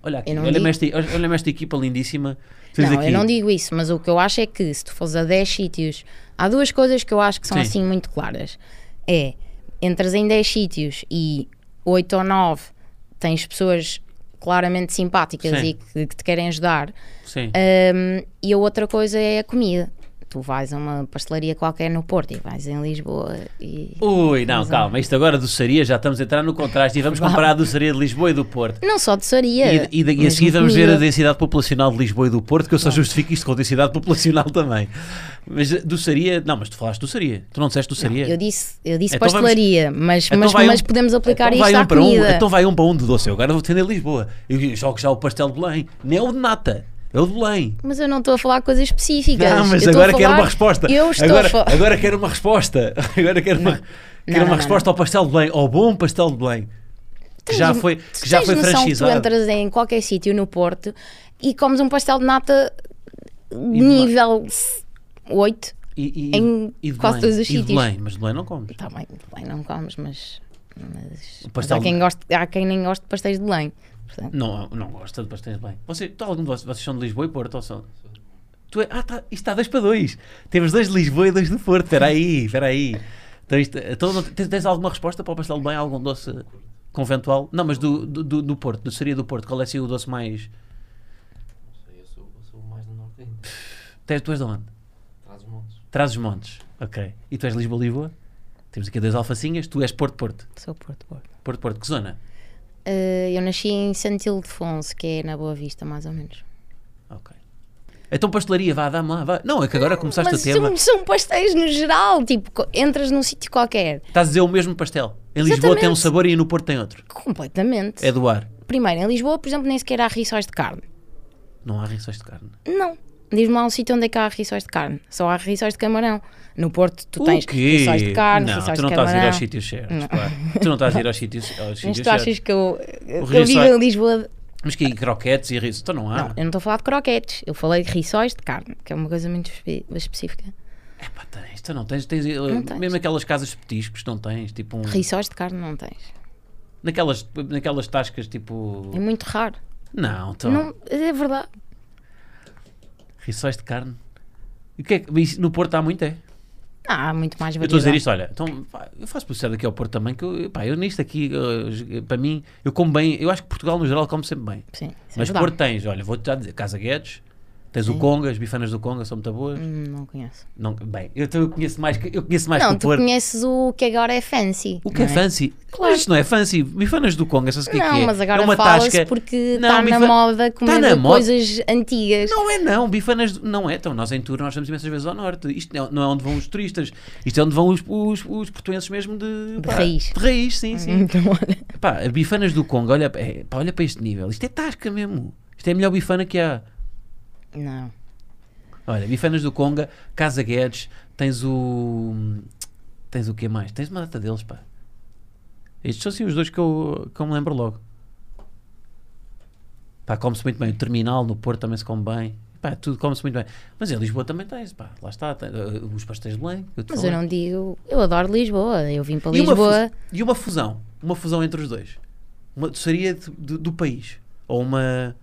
[SPEAKER 2] olha, aqui,
[SPEAKER 1] Eu não
[SPEAKER 2] olha-me
[SPEAKER 1] digo-
[SPEAKER 2] esta, olha esta equipa lindíssima. Tu
[SPEAKER 1] Não,
[SPEAKER 2] daqui,
[SPEAKER 1] eu não digo isso, mas o que eu acho é que se tu fores a 10 sítios, há duas coisas que eu acho que são
[SPEAKER 2] Sim.
[SPEAKER 1] assim muito claras. É, entras em 10 sítios e 8 ou 9 tens pessoas claramente simpáticas
[SPEAKER 2] Sim.
[SPEAKER 1] e que, que te querem ajudar.
[SPEAKER 2] Sim,
[SPEAKER 1] Ah, Ahm, e a outra coisa é a comida. Tu vais a uma pastelaria qualquer no Porto e vais em Lisboa e.
[SPEAKER 2] Ui, não, calma, isto agora do Saria já estamos a entrar no contraste e vamos comparar a doçaria de Lisboa e do Porto.
[SPEAKER 1] Não só de Saria.
[SPEAKER 2] E, e, da- e a seguir vamos ver a densidade populacional de Lisboa e do Porto, que eu só justifico isto com a densidade populacional também. Mas doçaria, não, mas tu falaste doçaria, tu não disseste doçaria.
[SPEAKER 1] Eu disse, eu disse
[SPEAKER 2] Então vamos-
[SPEAKER 1] pastelaria, mas,
[SPEAKER 2] Então
[SPEAKER 1] mas,
[SPEAKER 2] vai um-
[SPEAKER 1] mas podemos aplicar
[SPEAKER 2] então
[SPEAKER 1] isto
[SPEAKER 2] vai
[SPEAKER 1] à
[SPEAKER 2] um para
[SPEAKER 1] comida.
[SPEAKER 2] Um, então vai um para um de doce. Eu agora vou defender Lisboa. Eu jogo já o pastel de Belém. Nem é o de nata. É o de Belém.
[SPEAKER 1] Mas eu não estou a falar coisas específicas.
[SPEAKER 2] Não, mas
[SPEAKER 1] Eu estou a
[SPEAKER 2] agora quero
[SPEAKER 1] falar-
[SPEAKER 2] uma resposta.
[SPEAKER 1] Eu estou
[SPEAKER 2] agora,
[SPEAKER 1] a falar.
[SPEAKER 2] agora quero uma resposta. (laughs) Agora quero uma,
[SPEAKER 1] não,
[SPEAKER 2] quero uma
[SPEAKER 1] não,
[SPEAKER 2] resposta ao pastel de Belém. Ao bom pastel de Belém. Que já foi, que já
[SPEAKER 1] tens
[SPEAKER 2] foi
[SPEAKER 1] noção que tu
[SPEAKER 2] franchizado.
[SPEAKER 1] entras em qualquer sítio no Porto e comes um pastel de nata nível 8.
[SPEAKER 2] E, e,
[SPEAKER 1] em
[SPEAKER 2] e de
[SPEAKER 1] quase
[SPEAKER 2] Belém.
[SPEAKER 1] todos os
[SPEAKER 2] E de
[SPEAKER 1] sítios.
[SPEAKER 2] Belém, mas de Belém não comes.
[SPEAKER 1] Está Tá bem, de Belém não comes, mas. mas-
[SPEAKER 2] O
[SPEAKER 1] mas
[SPEAKER 2] pastel
[SPEAKER 1] há,
[SPEAKER 2] de-
[SPEAKER 1] quem goste, há quem nem goste de pastéis de Belém. Portanto,
[SPEAKER 2] Não, não gosta de pastéis de Belém. Você, algum de vocês, vocês são de Lisboa e Porto ou são? Tu é, ah, tá, isto está 2 para 2. Temos dois de Lisboa e dois do Porto. Espera aí, espera aí. Então, isto- então, não- tens, tens alguma resposta para o pastel de bem? Algum doce conventual? Não, mas do, do, do, do Porto, doceria do Porto. Qual é assim, o doce mais.
[SPEAKER 3] Não sei, eu sou, eu sou mais do norte ainda.
[SPEAKER 2] Tens, tu és de onde?
[SPEAKER 3] Traz os montes.
[SPEAKER 2] Trazes Montes. Ok. E tu és de Lisboa, Lisboa? Temos aqui dois alfacinhas. Tu és Porto, Porto.
[SPEAKER 1] Sou Porto Porto.
[SPEAKER 2] Porto, Porto. Que zona?
[SPEAKER 1] Eh, eu nasci em Santildefonso, que é na Boa Vista, mais ou menos.
[SPEAKER 2] Ok. Então, pastelaria, vá, dá-me lá. Vá. Não, é que agora começaste
[SPEAKER 1] Mas um-
[SPEAKER 2] o tema.
[SPEAKER 1] são, são pastéis no geral, tipo, co- entras num sítio qualquer.
[SPEAKER 2] Estás a dizer o mesmo pastel. Em Lisboa tem um
[SPEAKER 1] Exatamente.
[SPEAKER 2] sabor e no Porto tem outro.
[SPEAKER 1] Completamente.
[SPEAKER 2] É do ar.
[SPEAKER 1] Primeiro, em Lisboa, por exemplo, nem sequer há riçóis de carne.
[SPEAKER 2] Não há rissóis de carne.
[SPEAKER 1] Não. Diz-me lá um sítio onde é que há riçóis de carne. Só há riçóis de camarão. No Porto, tu
[SPEAKER 2] O
[SPEAKER 1] tens
[SPEAKER 2] quê?
[SPEAKER 1] riçóis de carne,
[SPEAKER 2] Não,
[SPEAKER 1] riçóis
[SPEAKER 2] tu não
[SPEAKER 1] de
[SPEAKER 2] estás a ir
[SPEAKER 1] camarão.
[SPEAKER 2] aos sítios certos. pá. Tu não estás a ir
[SPEAKER 1] (laughs)
[SPEAKER 2] aos sítios, aos
[SPEAKER 1] Mas
[SPEAKER 2] sítios
[SPEAKER 1] tu achas
[SPEAKER 2] certos.
[SPEAKER 1] que eu,
[SPEAKER 2] O
[SPEAKER 1] que eu vivo
[SPEAKER 2] riçóis-
[SPEAKER 1] em Lisboa.
[SPEAKER 2] Mas que é croquetes e riso. Então não há.
[SPEAKER 1] Não, eu não estou a falar de croquetes. Eu falei de riçóis de carne, que é uma coisa muito espe- específica.
[SPEAKER 2] Hum. Epá, tens, tu não tens, tens, eh,
[SPEAKER 1] tens.
[SPEAKER 2] Mesmo aquelas casas de petiscos, não tens. Tipo um,
[SPEAKER 1] Riçóis de carne não tens.
[SPEAKER 2] naquelas, naquelas tascas tipo.
[SPEAKER 1] É muito raro.
[SPEAKER 2] Não, então.
[SPEAKER 1] Não, é verdade.
[SPEAKER 2] Rissóis de carne. E o que é que- mas isso no Porto há muito, é?
[SPEAKER 1] Ah, há muito mais
[SPEAKER 2] Eu estou a dizer
[SPEAKER 1] variedade.
[SPEAKER 2] isto, olha, então, pá, eu faço publicidade aqui ao Porto também, que eu, pá, eu nisto aqui, eh, para mim, eu como bem, eu acho que Portugal no geral come sempre bem.
[SPEAKER 1] Sim, isso é
[SPEAKER 2] Mas
[SPEAKER 1] verdade.
[SPEAKER 2] Porto tens, olha, vou-te já dizer, Casa Guedes, tens o
[SPEAKER 1] Sim.
[SPEAKER 2] Conga, as bifanas do Conga são muito boas.
[SPEAKER 1] Hum, Não conheço.
[SPEAKER 2] Não, bem, eu, então eu conheço mais que, eu conheço mais
[SPEAKER 1] não,
[SPEAKER 2] que o
[SPEAKER 1] tu
[SPEAKER 2] Porto.
[SPEAKER 1] conheces o que agora é fancy.
[SPEAKER 2] O que é,
[SPEAKER 1] não
[SPEAKER 2] fancy?
[SPEAKER 1] Claro.
[SPEAKER 2] Mas isto não é fancy. Bifanas do Conga, sabes o que é que
[SPEAKER 1] Não,
[SPEAKER 2] é?
[SPEAKER 1] mas agora
[SPEAKER 2] é uma
[SPEAKER 1] fala-se
[SPEAKER 2] tasca-
[SPEAKER 1] porque
[SPEAKER 2] Não,
[SPEAKER 1] está na
[SPEAKER 2] bifa-
[SPEAKER 1] moda comer
[SPEAKER 2] na moda.
[SPEAKER 1] coisas antigas.
[SPEAKER 2] Não é não, bifanas do- não é. Então, nós em tour nós vamos imensas vezes ao norte. Isto não é- não é onde vão os turistas. Isto é onde vão os, os, os portuenses mesmo de,
[SPEAKER 1] De raiz.
[SPEAKER 2] De raiz, sim, sim.
[SPEAKER 1] Então, olha.
[SPEAKER 2] Pá, bifanas do Congo, olha, é, pá, olha para este nível. Isto é tasca mesmo. Isto é a melhor bifana que há.
[SPEAKER 1] Não.
[SPEAKER 2] Olha, bifanas do Conga, Casa Guedes, tens o. Tens o que mais? Tens uma data deles, pá. Estes são assim os dois que eu, que eu me lembro logo. Pá, come-se muito bem. O terminal no Porto também se come bem. Pá, tudo come-se muito bem. Mas em Lisboa também tens, pá. Lá está. tem, eh, os pastéis de Belém. que eu te
[SPEAKER 1] Mas eu
[SPEAKER 2] falei.
[SPEAKER 1] não digo. Eu adoro Lisboa. Eu vim para
[SPEAKER 2] E uma, fu-
[SPEAKER 1] Lisboa.
[SPEAKER 2] e uma fusão. Uma fusão entre os dois. Uma doçaria de- de- do país. Ou uma.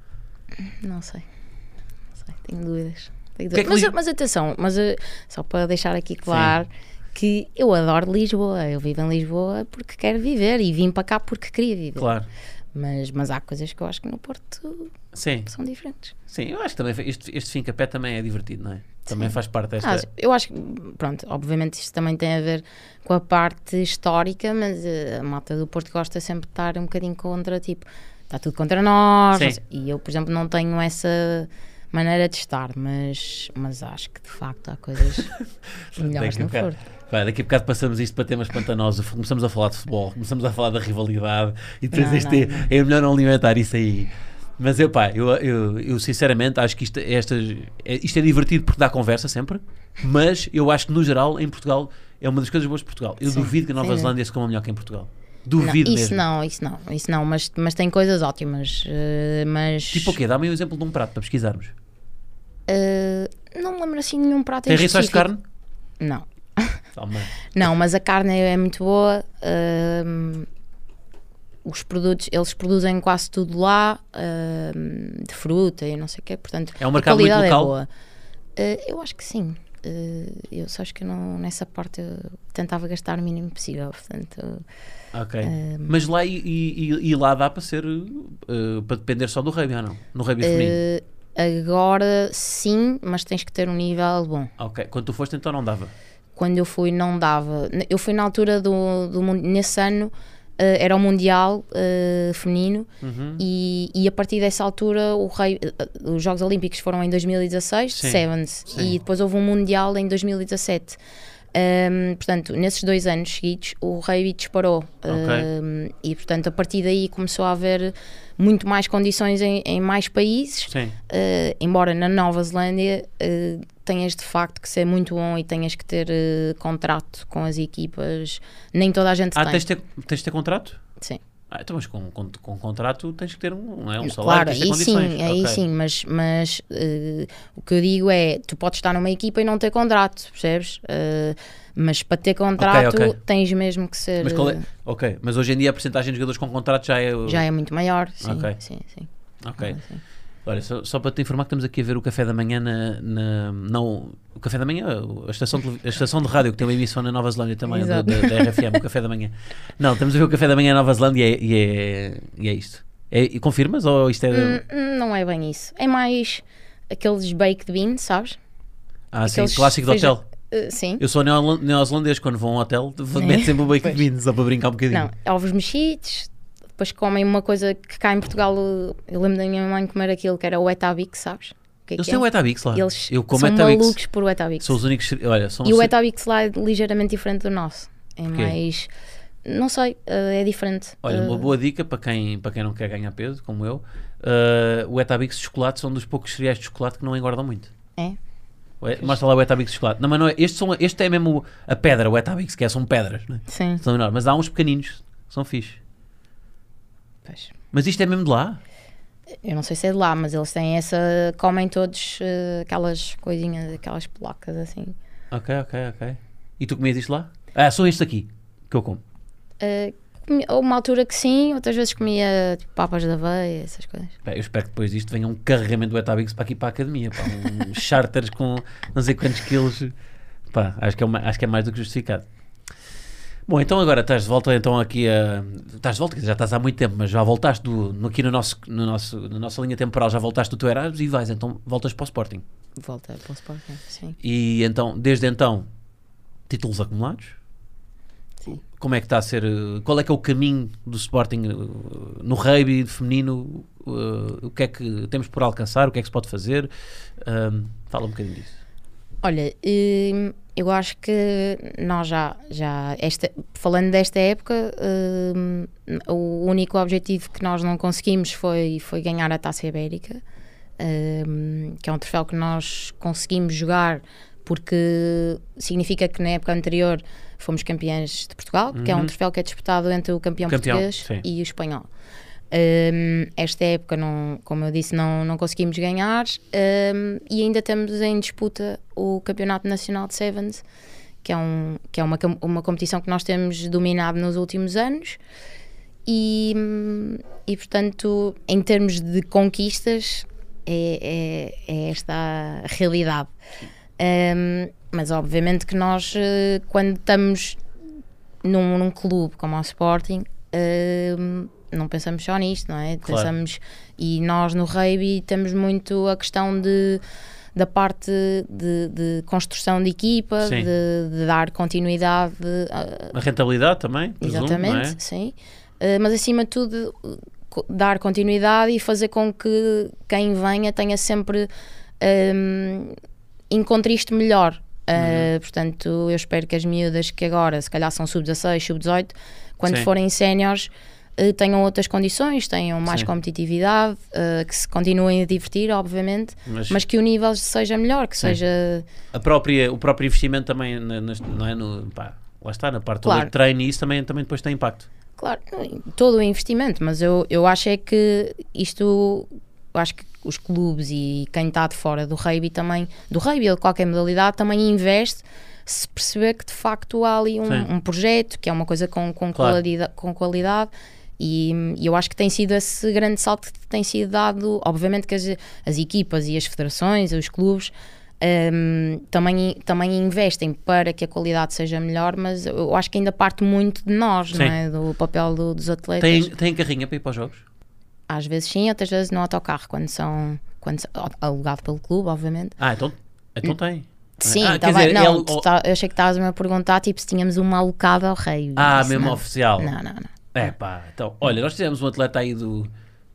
[SPEAKER 1] Não sei. Não sei. Tenho dúvidas. Tenho
[SPEAKER 2] O que é
[SPEAKER 1] dúvidas.
[SPEAKER 2] que
[SPEAKER 1] mas,
[SPEAKER 2] Lis-
[SPEAKER 1] mas atenção, mas eh, só para deixar aqui claro que eu adoro Lisboa. Eu vivo em Lisboa porque quero viver e vim para cá porque queria viver.
[SPEAKER 2] Claro.
[SPEAKER 1] Mas, mas há coisas que eu acho que no Porto
[SPEAKER 2] Sim,
[SPEAKER 1] são diferentes.
[SPEAKER 2] sim. Eu acho que também este, este fim capé também é divertido, não é? Também faz parte desta.
[SPEAKER 1] Ah, eu acho que, pronto, obviamente isto também tem a ver com a parte histórica, mas eh, a malta do Porto gosta sempre de estar um bocadinho contra, tipo, está tudo contra nós.
[SPEAKER 2] Sim.
[SPEAKER 1] não sei- E eu, por exemplo, não tenho essa maneira de estar, mas, mas acho que de facto há
[SPEAKER 2] (laughs)
[SPEAKER 1] coisas melhores
[SPEAKER 2] Daqui a
[SPEAKER 1] no
[SPEAKER 2] bocado-
[SPEAKER 1] Porto.
[SPEAKER 2] Vai, daqui a bocado passamos isto para temas pantanosos. F- Começamos a falar de futebol, começamos a falar da rivalidade e depois
[SPEAKER 1] Não,
[SPEAKER 2] este
[SPEAKER 1] não,
[SPEAKER 2] É, é melhor não alimentar isso aí. Mas eu, pá, eu, eu, eu sinceramente acho que isto, estas, é- isto é divertido porque dá conversa sempre, mas eu acho que no geral em Portugal é uma das coisas boas de Portugal. Eu
[SPEAKER 1] Sim,
[SPEAKER 2] duvido que a Nova
[SPEAKER 1] sem
[SPEAKER 2] Zelândia se coma melhor que em Portugal.
[SPEAKER 1] Não,
[SPEAKER 2] Duvido
[SPEAKER 1] isso
[SPEAKER 2] mesmo.
[SPEAKER 1] não, isso não, isso não, mas, mas tem coisas ótimas, eh, mas
[SPEAKER 2] Tipo o quê? Dá-me um exemplo de um prato para pesquisarmos.
[SPEAKER 1] eh, não me lembro assim de nenhum prato em
[SPEAKER 2] Tem rissóis de
[SPEAKER 1] específico.
[SPEAKER 2] carne?
[SPEAKER 1] Não.
[SPEAKER 2] Oh, mano.
[SPEAKER 1] Não, mas a carne é muito boa. hum, os produtos, eles produzem quase tudo lá, hum, de fruta e não sei o quê, portanto,
[SPEAKER 2] É um
[SPEAKER 1] a
[SPEAKER 2] mercado muito
[SPEAKER 1] qualidade é
[SPEAKER 2] local?
[SPEAKER 1] boa. Eh, eu acho que sim. Eh, eu só acho que eu não, nessa parte eu tentava gastar o mínimo possível, portanto,
[SPEAKER 2] Ok. Mas lá e, e- e lá dá para ser eh, para depender só do rugby ou não? No rugby feminino.
[SPEAKER 1] eh, agora sim, mas tens que ter um nível bom.
[SPEAKER 2] Ok. Quando tu foste então não dava.
[SPEAKER 1] quando eu fui não dava. N- Eu fui na altura do, do mun- nesse ano eh, era o Mundial eh, Feminino
[SPEAKER 2] Uhum.
[SPEAKER 1] e, e a partir dessa altura o rei- eh, eh, os Jogos Olímpicos foram em 2016,
[SPEAKER 2] Sim,
[SPEAKER 1] Sevens,
[SPEAKER 2] sim.
[SPEAKER 1] e depois houve um Mundial em 2017. Ahm, Ehm, portanto, nesses dois anos seguidos o rugby disparou Ahm, e portanto a partir daí começou a haver muito mais condições em, em mais países
[SPEAKER 2] Sim.
[SPEAKER 1] Uh, embora na Nova Zelândia uh, tenhas de facto que ser muito bom e tenhas que ter uh, contrato com as equipas, nem toda a gente
[SPEAKER 2] Ah,
[SPEAKER 1] tem.
[SPEAKER 2] tens de, ter, tens de ter contrato?
[SPEAKER 1] Sim.
[SPEAKER 2] Ah, então, mas com, com, com contrato tens que ter um, não é? um salário,
[SPEAKER 1] Claro,
[SPEAKER 2] tens de ter
[SPEAKER 1] aí
[SPEAKER 2] condições.
[SPEAKER 1] sim, aí
[SPEAKER 2] Ok.
[SPEAKER 1] sim, mas, mas uh, o que eu digo é: tu podes estar numa equipa e não ter contrato, percebes? Uh, mas para ter contrato
[SPEAKER 2] ok.
[SPEAKER 1] tens mesmo que ser.
[SPEAKER 2] Mas qual é?
[SPEAKER 1] uh,
[SPEAKER 2] Ok, mas hoje em dia a porcentagem de jogadores com contrato já é.
[SPEAKER 1] Já é muito maior, sim,
[SPEAKER 2] Ok.
[SPEAKER 1] sim, sim.
[SPEAKER 2] Ok.
[SPEAKER 1] sim.
[SPEAKER 2] Olha, só, só para te informar que estamos aqui a ver o café da manhã na. na- não, o café da manhã, a estação, de, a estação de rádio que tem uma emissão na Nova Zelândia também, da,
[SPEAKER 1] Exato.
[SPEAKER 2] da, da RFM, o café da manhã. Não, estamos a ver o café da manhã na Nova Zelândia e é, e é, e é isto. É- e confirmas ou isto é.
[SPEAKER 1] Hum, não é bem isso. É mais aqueles baked beans, sabes?
[SPEAKER 2] ah, sim,
[SPEAKER 1] aqueles
[SPEAKER 2] clássico de
[SPEAKER 1] feijão-
[SPEAKER 2] hotel.
[SPEAKER 1] Eh, sim.
[SPEAKER 2] Eu sou neozelan- neozelandês, quando vou a um hotel, meto sempre o bacon
[SPEAKER 1] Pois.
[SPEAKER 2] beans só para brincar um bocadinho.
[SPEAKER 1] Não, ovos mexidos. Depois comem uma coisa que cá em Portugal. eh, Eu lembro da minha mãe comer aquilo que era o etabix, sabes? O que é
[SPEAKER 2] Eles
[SPEAKER 1] que
[SPEAKER 2] têm
[SPEAKER 1] é?
[SPEAKER 2] o Etabix lá.
[SPEAKER 1] Eles
[SPEAKER 2] eu como
[SPEAKER 1] são
[SPEAKER 2] Etabix.
[SPEAKER 1] malucos por Wetabix.
[SPEAKER 2] São os únicos. Olha, são
[SPEAKER 1] E o
[SPEAKER 2] se-
[SPEAKER 1] Wetabix lá é ligeiramente diferente do nosso. É
[SPEAKER 2] Porquê?
[SPEAKER 1] mais. Não sei, eh, é diferente.
[SPEAKER 2] Olha,
[SPEAKER 1] Eh,
[SPEAKER 2] uma boa dica para quem, para quem não quer ganhar peso, como eu, eh, o Etabix de chocolate são dos poucos cereais de chocolate que não engordam muito.
[SPEAKER 1] É?
[SPEAKER 2] Ué, Mostra lá o Etabix de chocolate. Não, mas não é. Este, são, este é mesmo a pedra, o Etabix, que é, são pedras, né?
[SPEAKER 1] Sim.
[SPEAKER 2] são enormes. Mas há uns pequeninos, que são fixe.
[SPEAKER 1] Pois.
[SPEAKER 2] Mas isto é mesmo de lá?
[SPEAKER 1] Eu não sei se é de lá, mas eles têm essa. Comem todos eh, aquelas coisinhas, aquelas placas assim.
[SPEAKER 2] Ok, ok, ok. E tu comias isto lá? Ah, são estes aqui que eu como.
[SPEAKER 1] Eh, comi- houve uma altura que sim, outras vezes comia tipo, papas da aveia, essas coisas.
[SPEAKER 2] Pá, eu espero que depois disto venha um carregamento do Etabix para aqui para a academia. Pá, um charters com não sei quantos quilos. Pá, acho, que é uma- acho que é mais do que justificado. Bom, então agora estás de volta então aqui a. Estás de volta, quer dizer, já estás há muito tempo, mas já voltaste do, no- aqui no nosso, no nosso, na nossa linha temporal, já voltaste do teu Erasmus e vais, então voltas para o Sporting.
[SPEAKER 1] Volta para o Sporting, sim.
[SPEAKER 2] E então, desde então, títulos acumulados?
[SPEAKER 1] Sim.
[SPEAKER 2] Como é que está a ser? eh, Qual é que é o caminho do Sporting eh, no rugby feminino? eh, O que é que temos por alcançar? O que é que se pode fazer? Ahm, fala um bocadinho disso.
[SPEAKER 1] Olha, hum, eu acho que nós já, já esta, falando desta época, hum, o único objetivo que nós não conseguimos foi, foi ganhar a Taça Ibérica, hum, que é um troféu que nós conseguimos jogar porque significa que na época anterior fomos campeões de Portugal, que é um troféu que é disputado entre o campeão,
[SPEAKER 2] Uhum. Campeão,
[SPEAKER 1] português
[SPEAKER 2] sim.
[SPEAKER 1] e o espanhol. Um, esta época, não, como eu disse, não, não conseguimos ganhar um, e ainda temos em disputa o Campeonato Nacional de Sevens, que é, um, que é uma, cam- uma competição que nós temos dominado nos últimos anos. E, hum, e portanto, em termos de conquistas, é, é- é esta a realidade. Um, mas obviamente que nós, eh, quando estamos num, num clube como o Sporting, hum, não pensamos só nisto, não é?
[SPEAKER 2] Claro.
[SPEAKER 1] Pensamos, e nós no rugby temos muito a questão de, da parte de, de construção de equipa,
[SPEAKER 2] Sim.
[SPEAKER 1] de, de dar continuidade a-
[SPEAKER 2] A rentabilidade também? presumo, não é?
[SPEAKER 1] Exatamente, sim. Eh, mas acima de tudo, co- dar continuidade e fazer com que quem venha tenha sempre. ehm, encontre isto melhor. Eh,
[SPEAKER 2] Uhum.
[SPEAKER 1] Portanto, eu espero que as miúdas que agora, se calhar, são sub-16, sub-18, quando
[SPEAKER 2] Sim.
[SPEAKER 1] forem séniores. eh, Tenham outras condições, tenham mais
[SPEAKER 2] Sim.
[SPEAKER 1] competitividade, eh, que se continuem a divertir, obviamente,
[SPEAKER 2] Mas-
[SPEAKER 1] mas, que o nível seja melhor, que
[SPEAKER 2] Sim.
[SPEAKER 1] seja
[SPEAKER 2] A própria, o próprio investimento também, na- nas- não é? No, pá, lá está, na parte toda
[SPEAKER 1] Claro.
[SPEAKER 2] de treino e isso também, também depois tem impacto.
[SPEAKER 1] Claro, todo o investimento, mas eu, eu acho é que isto, eu acho que os clubes e quem está de fora do rugby também, do rugby ou de qualquer modalidade, também investe se perceber que de facto há ali
[SPEAKER 2] Sim.
[SPEAKER 1] um, um projeto, que é uma coisa com, com,
[SPEAKER 2] Claro.
[SPEAKER 1] qualidade, com qualidade. E, e eu acho que tem sido esse grande salto que tem sido dado, obviamente que as, as equipas e as federações, os clubes, hum, também, também investem para que a qualidade seja melhor, mas eu eu acho que ainda parte muito de nós,
[SPEAKER 2] Sim.
[SPEAKER 1] não é? Do papel do- dos atletas.
[SPEAKER 2] Tem, tem carrinha para ir para os jogos?
[SPEAKER 1] Às vezes sim, outras vezes no autocarro, quando são, quando são al- alugado pelo clube, obviamente.
[SPEAKER 2] Ah, então,
[SPEAKER 1] Hum.
[SPEAKER 2] então tem.
[SPEAKER 1] Sim,
[SPEAKER 2] ah,
[SPEAKER 1] tá
[SPEAKER 2] quer
[SPEAKER 1] bem.
[SPEAKER 2] dizer,
[SPEAKER 1] não,
[SPEAKER 2] ele-
[SPEAKER 1] tu tá- eu achei que estavas-me a perguntar tipo, se tínhamos uma alocada ao rei.
[SPEAKER 2] Ah,
[SPEAKER 1] Isso
[SPEAKER 2] mesmo
[SPEAKER 1] não.
[SPEAKER 2] oficial.
[SPEAKER 1] Não, não, não.
[SPEAKER 2] É pá, então, olha, nós tivemos um atleta aí do,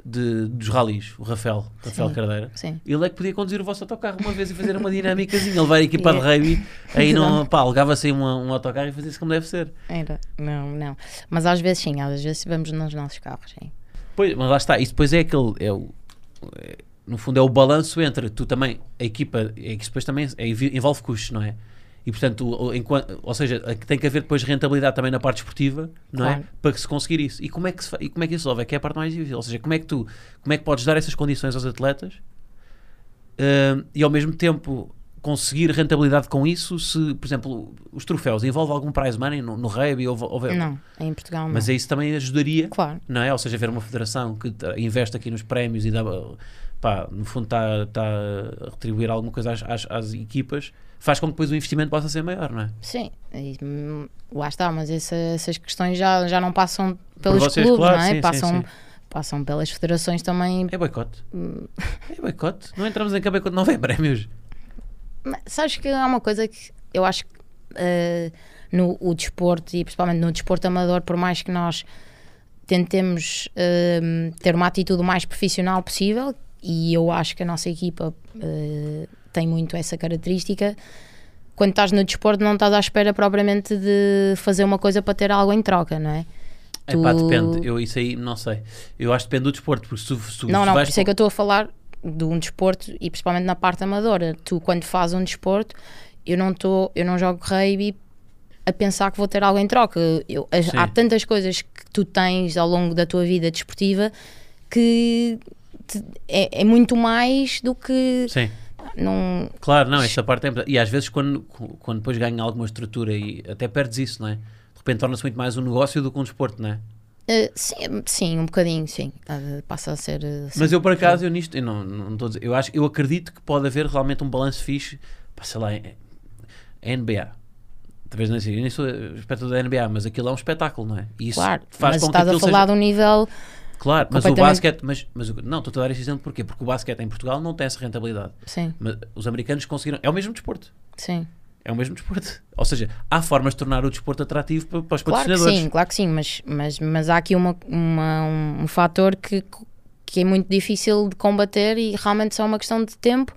[SPEAKER 2] de- dos ralis, o Rafael, Rafael
[SPEAKER 1] Sim,
[SPEAKER 2] Cardeira.
[SPEAKER 1] sim.
[SPEAKER 2] Ele é que podia conduzir o vosso autocarro uma vez e fazer uma dinâmicazinha, levar
[SPEAKER 1] (laughs)
[SPEAKER 2] a equipa de rugby, aí não, pá, alugava-se aí um, um autocarro e fazia-se como deve ser.
[SPEAKER 1] Era. Não, não. Mas às vezes sim, às vezes vamos nos nossos carros, sim.
[SPEAKER 2] Pois, mas lá está, isso depois é aquele, é o, é- no fundo é o balanço entre tu também, a equipa, é que isso depois também é- envolve custos, não é? E portanto, o- o- enquanto, ou seja, a- tem que haver depois rentabilidade também na parte esportiva, não é?
[SPEAKER 1] Claro.
[SPEAKER 2] Para que se conseguir isso. E como é que se, fa- e como é que isso se resolve? É que é a parte mais difícil. Ou seja, como é que tu, como é que podes dar essas condições aos atletas Ahm, e ao mesmo tempo conseguir rentabilidade com isso se, por exemplo, os troféus envolve algum prize money no, no rugby ou, ou
[SPEAKER 1] Não, em Portugal não.
[SPEAKER 2] mas isso também ajudaria
[SPEAKER 1] Claro.
[SPEAKER 2] não é? Ou seja, haver uma federação que t- investe aqui nos prémios e dá, pá, no fundo está tá a retribuir alguma coisa às, às- às equipas, faz com que depois o investimento possa ser maior, não é?
[SPEAKER 1] Sim, e, hum, lá está, mas essa- essas questões já, já não passam pelos
[SPEAKER 2] vocês,
[SPEAKER 1] clubes,
[SPEAKER 2] claro,
[SPEAKER 1] não é?
[SPEAKER 2] sim, sim,
[SPEAKER 1] passam,
[SPEAKER 2] sim.
[SPEAKER 1] passam pelas federações também.
[SPEAKER 2] É boicote.
[SPEAKER 1] Hum.
[SPEAKER 2] É boicote. Não entramos em que é boicote, não vem prémios.
[SPEAKER 1] Mas sabes que há uma coisa que eu acho que eh, no o desporto, e principalmente no desporto amador, por mais que nós tentemos eh, ter uma atitude o mais profissional possível, e eu acho que a nossa equipa eh, tem muito essa característica. Quando estás no desporto, não estás à espera propriamente de fazer uma coisa para ter algo em troca, não é?
[SPEAKER 2] É pá,
[SPEAKER 1] Tu-
[SPEAKER 2] depende. Eu isso aí não sei. Eu acho que depende do desporto, porque se tu, se tu
[SPEAKER 1] Não, não, por
[SPEAKER 2] vais
[SPEAKER 1] isso é que eu estou a falar de um desporto e principalmente na parte amadora. Tu, quando fazes um desporto, eu não, tô, eu não jogo rugby a pensar que vou ter algo em troca. Eu- as-
[SPEAKER 2] Sim.
[SPEAKER 1] há tantas coisas que tu tens ao longo da tua vida desportiva que te- é, é muito mais do que.
[SPEAKER 2] Sim.
[SPEAKER 1] Não,
[SPEAKER 2] Claro, não, esta parte é importante. E às vezes quando, quando depois ganha alguma estrutura e até perdes isso, não é? De repente torna-se muito mais um negócio do que um desporto, não é?
[SPEAKER 1] eh, sim, sim, um bocadinho, sim. Ah, Passa a ser. eh, sim.
[SPEAKER 2] Mas eu por acaso, eu nisto, eu não, não estou a dizer, eu, acho, eu acredito que pode haver realmente um balanço fixe, pá, sei lá, é- é NBA. Talvez não sei, eu nem sou espectador da NBA, mas aquilo é um espetáculo, não é? E isso
[SPEAKER 1] Claro,
[SPEAKER 2] faz
[SPEAKER 1] mas
[SPEAKER 2] com que
[SPEAKER 1] estás a
[SPEAKER 2] aquilo
[SPEAKER 1] falar de
[SPEAKER 2] seja...
[SPEAKER 1] um nível.
[SPEAKER 2] Claro, mas o
[SPEAKER 1] completamente-
[SPEAKER 2] basquete, mas, mas o- não, estou a dar esse exemplo porquê? Porque o basquete em Portugal não tem essa rentabilidade.
[SPEAKER 1] Sim,
[SPEAKER 2] Mas os americanos conseguiram, é o mesmo desporto.
[SPEAKER 1] sim.
[SPEAKER 2] É o mesmo desporto. (laughs) Ou seja, há formas de tornar o desporto atrativo para, para os
[SPEAKER 1] Claro que
[SPEAKER 2] patrocinadores.
[SPEAKER 1] sim, claro que sim, mas, mas, mas há aqui uma, uma- um, um fator que, que é muito difícil de combater e realmente só é uma questão de tempo,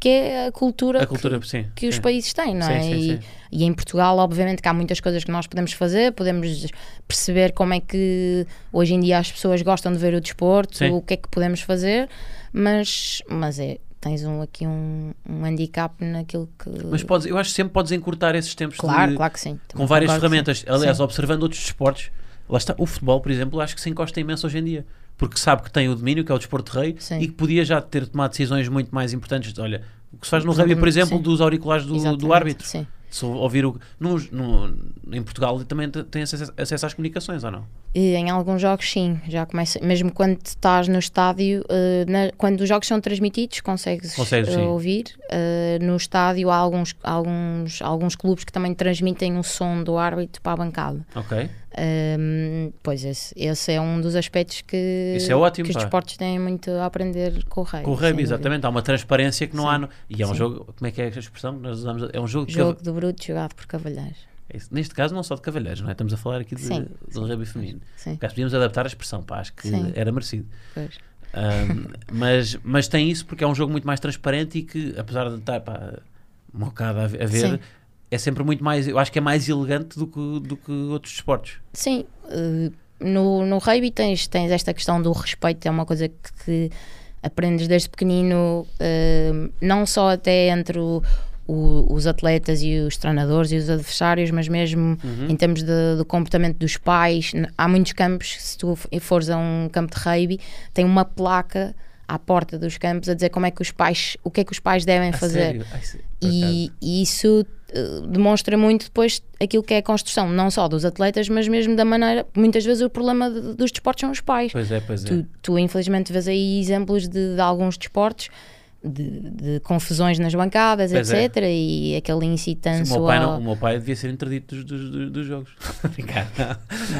[SPEAKER 1] que é a cultura,
[SPEAKER 2] A cultura, sim.
[SPEAKER 1] que, que os
[SPEAKER 2] sim.
[SPEAKER 1] países têm, não
[SPEAKER 2] Sim,
[SPEAKER 1] é?
[SPEAKER 2] sim,
[SPEAKER 1] e,
[SPEAKER 2] sim.
[SPEAKER 1] e em Portugal, obviamente, que há muitas coisas que nós podemos fazer, podemos perceber como é que hoje em dia as pessoas gostam de ver o desporto,
[SPEAKER 2] Sim.
[SPEAKER 1] o que é que podemos fazer, mas, mas é, tens um, aqui um, um handicap naquilo que.
[SPEAKER 2] Mas podes, eu acho que sempre podes encurtar esses tempos de-
[SPEAKER 1] claro, claro que sim.
[SPEAKER 2] com
[SPEAKER 1] também
[SPEAKER 2] várias
[SPEAKER 1] concordo que sim.
[SPEAKER 2] ferramentas. Aliás, observando outros desportos, lá está. O futebol, por exemplo, acho que se encosta imenso hoje em dia. Porque sabe que tem o domínio, que é o desporto de rei,
[SPEAKER 1] Sim.
[SPEAKER 2] e que podia já ter tomado decisões muito mais importantes. Olha, o que se faz no rugby, por
[SPEAKER 1] Exatamente,
[SPEAKER 2] exemplo,
[SPEAKER 1] sim.
[SPEAKER 2] dos auriculares do, do
[SPEAKER 1] Exatamente,
[SPEAKER 2] árbitro.
[SPEAKER 1] Sim.
[SPEAKER 2] Se ouvir o. nos- no- em Portugal também te- tem acesso, acesso às comunicações, ou não?
[SPEAKER 1] E em alguns jogos, sim, já começa, mesmo quando estás no estádio, eh, na- quando os jogos são transmitidos, consegues,
[SPEAKER 2] Consegues,
[SPEAKER 1] eh,
[SPEAKER 2] sim.
[SPEAKER 1] ouvir. Eh, no estádio, há alguns, alguns, alguns clubes que também transmitem o som do árbitro para a bancada.
[SPEAKER 2] Ok.
[SPEAKER 1] Ehm, pois esse, esse é um dos aspectos que,
[SPEAKER 2] Isso é ótimo,
[SPEAKER 1] que os
[SPEAKER 2] pá.
[SPEAKER 1] desportos têm muito a aprender com o rugby.
[SPEAKER 2] Com o rugby,
[SPEAKER 1] sem dúvida.
[SPEAKER 2] exatamente. Há uma transparência que não
[SPEAKER 1] Sim.
[SPEAKER 2] há. No, e é um
[SPEAKER 1] Sim.
[SPEAKER 2] jogo. Como é que é a expressão que nós usamos? É um jogo. de
[SPEAKER 1] Jogo do bruto jogado por cavalheiros.
[SPEAKER 2] cava- é isso. Neste caso, não só de cavalheiros, não é? Estamos a falar aqui de,
[SPEAKER 1] Sim,
[SPEAKER 2] de um rugby feminino.
[SPEAKER 1] Sim,
[SPEAKER 2] Por acaso podíamos adaptar a expressão, pá, acho que
[SPEAKER 1] Sim.
[SPEAKER 2] era merecido.
[SPEAKER 1] pois.
[SPEAKER 2] Ahm, mas, mas tem isso porque é um jogo muito mais transparente e que, apesar de estar pá, mocado a, ve- a ver,
[SPEAKER 1] Sim.
[SPEAKER 2] é sempre muito mais. Eu acho que é mais elegante do que, do que outros esportes.
[SPEAKER 1] Sim, eh, no, no rugby tens, tens esta questão do respeito, é uma coisa que, que aprendes desde pequenino, eh, não só até entre o- o- os atletas e os treinadores e os adversários, mas mesmo em termos de- do comportamento dos pais. N- Há muitos campos, se tu f- fores a um campo de rugby, tem uma placa à porta dos campos a dizer como é que os pais, o que é que os pais devem
[SPEAKER 2] A
[SPEAKER 1] fazer.
[SPEAKER 2] sério? Ai, se- por acaso.
[SPEAKER 1] E, e isso eh, demonstra muito depois aquilo que é a construção, não só dos atletas, mas mesmo da maneira. Muitas vezes o problema de- dos desportos são os pais.
[SPEAKER 2] Pois é, pois é.
[SPEAKER 1] Tu, tu, infelizmente, vês aí exemplos de, de alguns desportos. De, de confusões nas bancadas,
[SPEAKER 2] Pois é.
[SPEAKER 1] etc. E aquele
[SPEAKER 2] Sim,
[SPEAKER 1] incitância
[SPEAKER 2] o, meu pai
[SPEAKER 1] ao-
[SPEAKER 2] não- o meu pai devia ser interdito dos, dos, dos- dos jogos. (laughs) Brincar.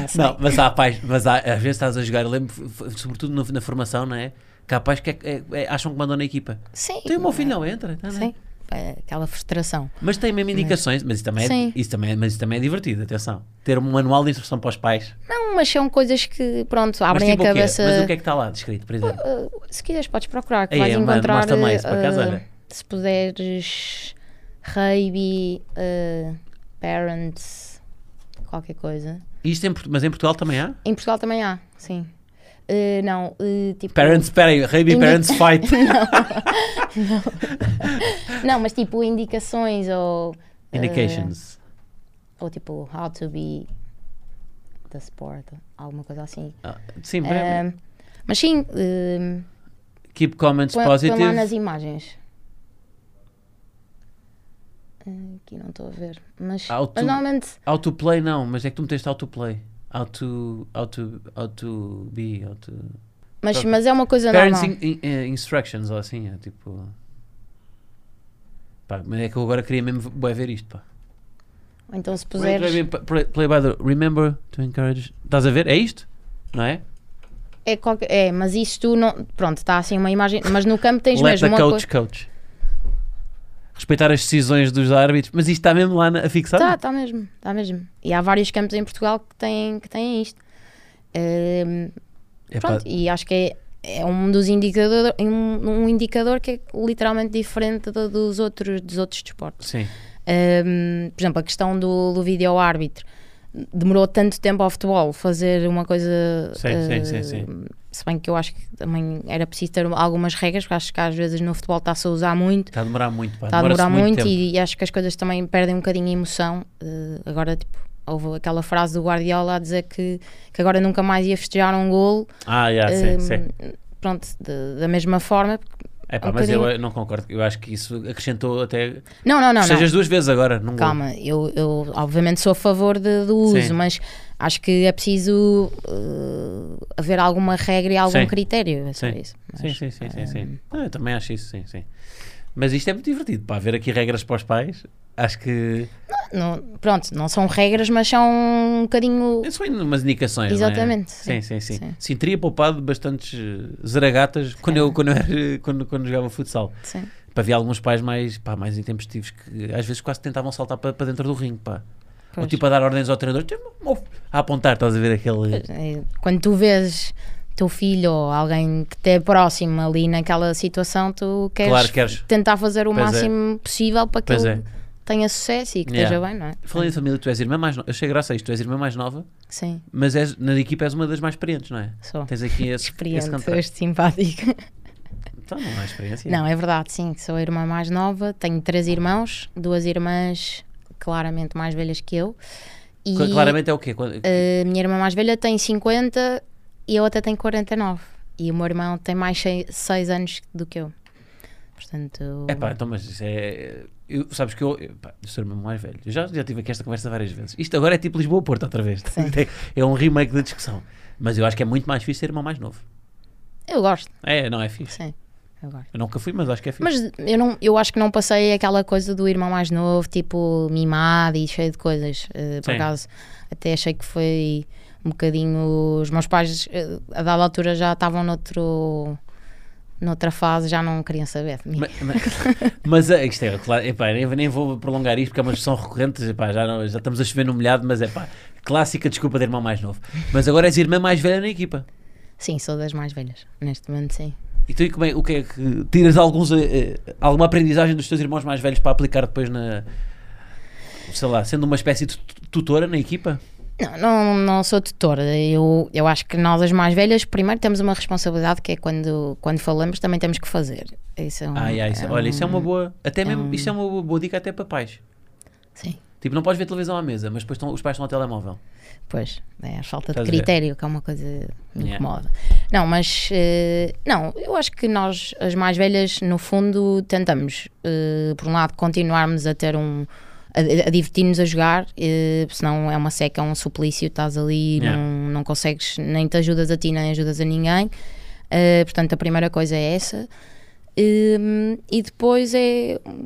[SPEAKER 1] sei.
[SPEAKER 2] Não, mas há pais, mas há- às vezes estás a jogar, eu lembro, f- f- sobretudo no- na formação, não é? Que há pais que é- é- é- acham que mandam na equipa.
[SPEAKER 1] Sim,
[SPEAKER 2] Tem né? o meu filho, não entra. tá, não, não.
[SPEAKER 1] sim. É, Aquela frustração.
[SPEAKER 2] Mas tem mesmo indicações, mas isso também, é,
[SPEAKER 1] Sim.
[SPEAKER 2] isso também é- mas isso também é divertido, atenção. Ter um manual de instrução para os pais.
[SPEAKER 1] Não, mas são coisas que, pronto,
[SPEAKER 2] mas,
[SPEAKER 1] abrem
[SPEAKER 2] tipo,
[SPEAKER 1] a
[SPEAKER 2] o quê?
[SPEAKER 1] cabeça.
[SPEAKER 2] mas o que é que está lá descrito, por exemplo?
[SPEAKER 1] Uh, se quiseres, podes procurar, que
[SPEAKER 2] Aí,
[SPEAKER 1] vais
[SPEAKER 2] é, ma-
[SPEAKER 1] encontrar.
[SPEAKER 2] mostra-me isso, por acaso,
[SPEAKER 1] uh,
[SPEAKER 2] olha.
[SPEAKER 1] se puderes, Raby, uh, Parents, qualquer coisa.
[SPEAKER 2] Isto em Port- mas em Portugal também há?
[SPEAKER 1] Em Portugal também há, sim. Uh, não, uh, tipo.
[SPEAKER 2] Parents, espera aí, Raby
[SPEAKER 1] Indi-
[SPEAKER 2] Parents
[SPEAKER 1] (laughs)
[SPEAKER 2] Fight.
[SPEAKER 1] Não, mas tipo indicações ou. uh,
[SPEAKER 2] (laughs) Indications.
[SPEAKER 1] ou tipo, how to be the sport, alguma coisa assim.
[SPEAKER 2] Ah, sim,
[SPEAKER 1] Um, mas sim, um,
[SPEAKER 2] keep comments
[SPEAKER 1] põe, põe lá nas
[SPEAKER 2] positive.
[SPEAKER 1] imagens. Uh, Aqui não estou a ver. Mas,
[SPEAKER 2] Ah, o tu-
[SPEAKER 1] mas normalmente
[SPEAKER 2] Autoplay não, mas é que tu meteste autoplay. Auto, auto, auto be, auto.
[SPEAKER 1] Mas,
[SPEAKER 2] Tá.
[SPEAKER 1] mas é uma coisa
[SPEAKER 2] Parents
[SPEAKER 1] normal.
[SPEAKER 2] in- in- eh, instructions ou assim, é tipo. Pá, mas é que eu agora queria mesmo bué ver isto, pá.
[SPEAKER 1] Ou Então se
[SPEAKER 2] Play,
[SPEAKER 1] puseres.
[SPEAKER 2] play- play by the. Remember to encourage. Estás a ver? É isto? Não é?
[SPEAKER 1] É, qualquer- é, mas isso tu não. Pronto, está assim uma imagem. Mas no campo
[SPEAKER 2] (laughs)
[SPEAKER 1] tens
[SPEAKER 2] Let
[SPEAKER 1] mesmo
[SPEAKER 2] the
[SPEAKER 1] uma
[SPEAKER 2] coach
[SPEAKER 1] coisa.
[SPEAKER 2] coach. Respeitar as decisões dos árbitros, mas isto está mesmo lá na, a fixar?
[SPEAKER 1] Está, está Tá, mesmo, está mesmo. E há vários campos em Portugal que têm, que têm isto. Ehm,
[SPEAKER 2] É pá,
[SPEAKER 1] pronto, e acho que é, é um dos indicadores, um, um indicador que é literalmente diferente do- dos outros, dos outros desportos.
[SPEAKER 2] sim.
[SPEAKER 1] Ehm, por exemplo, a questão do, do vídeo árbitro. Demorou tanto tempo ao futebol fazer uma coisa.
[SPEAKER 2] Sim,
[SPEAKER 1] eh,
[SPEAKER 2] sim, sim, sim.
[SPEAKER 1] Se bem que eu acho que também era preciso ter algumas regras, porque acho que às vezes no futebol está-se a usar muito.
[SPEAKER 2] Está a demorar muito, pá.
[SPEAKER 1] Está Tá a
[SPEAKER 2] Demora-se
[SPEAKER 1] demorar muito,
[SPEAKER 2] tempo.
[SPEAKER 1] e, e acho que as coisas também perdem um bocadinho a emoção. Eh, agora, tipo, houve aquela frase do Guardiola a dizer que, que agora nunca mais ia festejar um golo.
[SPEAKER 2] Ah, já,
[SPEAKER 1] Eh,
[SPEAKER 2] sim, sim.
[SPEAKER 1] Pronto, de- da mesma forma. porque-
[SPEAKER 2] É pá,
[SPEAKER 1] um
[SPEAKER 2] mas eu
[SPEAKER 1] bocadinho-
[SPEAKER 2] eh, não concordo. Eu acho que isso acrescentou até.
[SPEAKER 1] Não, não, não.
[SPEAKER 2] que
[SPEAKER 1] não.
[SPEAKER 2] seja as duas vezes agora. Não
[SPEAKER 1] Calma, eu, eu obviamente sou a favor de- do uso,
[SPEAKER 2] Sim.
[SPEAKER 1] mas acho que é preciso eh, haver alguma regra e algum
[SPEAKER 2] Sim.
[SPEAKER 1] critério. É só
[SPEAKER 2] Sim.
[SPEAKER 1] isso. Mas,
[SPEAKER 2] Sim, sim, sim, sim,
[SPEAKER 1] eh,
[SPEAKER 2] sim. Ah, eu também acho isso, sim, sim. Mas isto é muito divertido, pá, ver aqui regras para os pais. Acho que.
[SPEAKER 1] não- pronto, não são regras, mas são um bocadinho.
[SPEAKER 2] São ainda umas indicações, Não é?
[SPEAKER 1] Exatamente,
[SPEAKER 2] Sim,
[SPEAKER 1] sim,
[SPEAKER 2] sim, sim.
[SPEAKER 1] sim.
[SPEAKER 2] Sim, teria poupado bastantes eh, zaragatas quando eu, quando, eu era- (laughs) quando, quando jogava futsal.
[SPEAKER 1] Sim.
[SPEAKER 2] Pá, havia alguns pais mais, pá, mais intempestivos que às vezes quase tentavam saltar para, para dentro do ringue, pá. Ou
[SPEAKER 1] Pois.
[SPEAKER 2] tipo a dar ordens ao treinador, "Tem- move", a apontar, estás a ver aquele.
[SPEAKER 1] Eh, quando tu vês teu filho ou alguém que te é próximo ali naquela situação, tu queres,
[SPEAKER 2] Claro, queres.
[SPEAKER 1] tentar fazer o
[SPEAKER 2] Pois é.
[SPEAKER 1] máximo possível para que
[SPEAKER 2] Pois é.
[SPEAKER 1] ele tenha sucesso e que
[SPEAKER 2] Yeah.
[SPEAKER 1] esteja bem, não é?
[SPEAKER 2] Falei da família, tu és irmã mais nova. Eu achei graça a isto, tu és irmã mais nova,
[SPEAKER 1] Sim,
[SPEAKER 2] mas és, na equipa és uma das mais experientes, não é?
[SPEAKER 1] sou
[SPEAKER 2] Tens aqui esse, esse
[SPEAKER 1] (laughs) experiente,
[SPEAKER 2] contraste.
[SPEAKER 1] este simpático.
[SPEAKER 2] Então, não há experiência.
[SPEAKER 1] Não, é verdade, sim, que sou a irmã mais nova, tenho três irmãos, duas irmãs claramente mais velhas que eu. E eh,
[SPEAKER 2] Cla- Claramente é o quê? Quando-
[SPEAKER 1] a minha irmã mais velha tem 50 e a outra tem 49. E o meu irmão tem mais 6 anos do que eu. Portanto,
[SPEAKER 2] É pá, então, mas isso é. eu- sabes que eu. eu, Pá, eu sou o irmão mais velho. Eu já, já tive aqui esta conversa várias vezes. Isto agora é tipo Lisboa-Porto, outra vez.
[SPEAKER 1] Sim.
[SPEAKER 2] (laughs) É um remake da discussão. Mas eu acho que é muito mais fixe ser irmão mais novo.
[SPEAKER 1] Eu gosto,
[SPEAKER 2] É, não é fixe.
[SPEAKER 1] sim. Eu gosto.
[SPEAKER 2] Eu nunca fui, mas acho que é fixe.
[SPEAKER 1] Mas eu, não, eu acho que não passei aquela coisa do irmão mais novo, tipo mimado e cheio de coisas. Eh, por
[SPEAKER 2] Sim.
[SPEAKER 1] acaso, até achei que foi um bocadinho. Os meus pais, eh, a dada altura, já estavam noutro. Noutra fase já não queriam saber de mim.
[SPEAKER 2] Ma- ma- mas é, isto é claro, epá, nem, nem vou prolongar isto porque é uma discussão recorrente, epá, já, não- já estamos a chover no molhado, mas é pá, clássica desculpa de irmão mais novo. Mas agora és irmã mais velha na equipa.
[SPEAKER 1] (laughs) Sim, sou das mais velhas. Neste momento, sim.
[SPEAKER 2] E tu e como é, o que é que tiras alguns, eh, eh, alguma aprendizagem dos teus irmãos mais velhos para aplicar depois na sei lá, sendo uma espécie de tu- tutora na equipa?
[SPEAKER 1] Não, não, não sou tutora. Eu, eu acho que nós, as mais velhas, primeiro temos uma responsabilidade que é quando, quando falamos também temos que fazer. Isso é um,
[SPEAKER 2] Ai, ai, isso-
[SPEAKER 1] é
[SPEAKER 2] olha, isso é uma
[SPEAKER 1] um-
[SPEAKER 2] boa, até
[SPEAKER 1] é
[SPEAKER 2] mesmo,
[SPEAKER 1] um-
[SPEAKER 2] isso é uma boa, boa dica até para pais.
[SPEAKER 1] Sim.
[SPEAKER 2] Tipo, não podes ver televisão à mesa, mas depois estão- os pais estão ao telemóvel.
[SPEAKER 1] Pois, é a falta
[SPEAKER 2] Estás a
[SPEAKER 1] de
[SPEAKER 2] ver?
[SPEAKER 1] critério, que é uma coisa que me
[SPEAKER 2] Yeah.
[SPEAKER 1] incomoda. Não, mas eh, não, eu acho que nós, as mais velhas, no fundo, tentamos, eh, por um lado, continuarmos a ter um. a, a divertir-nos a jogar, eh, porque senão é uma seca, é um suplício, estás ali,
[SPEAKER 2] Yeah.
[SPEAKER 1] não, não consegues, nem te ajudas a ti, nem ajudas a ninguém. Eh, portanto, a primeira coisa é essa. Hum, e depois é um-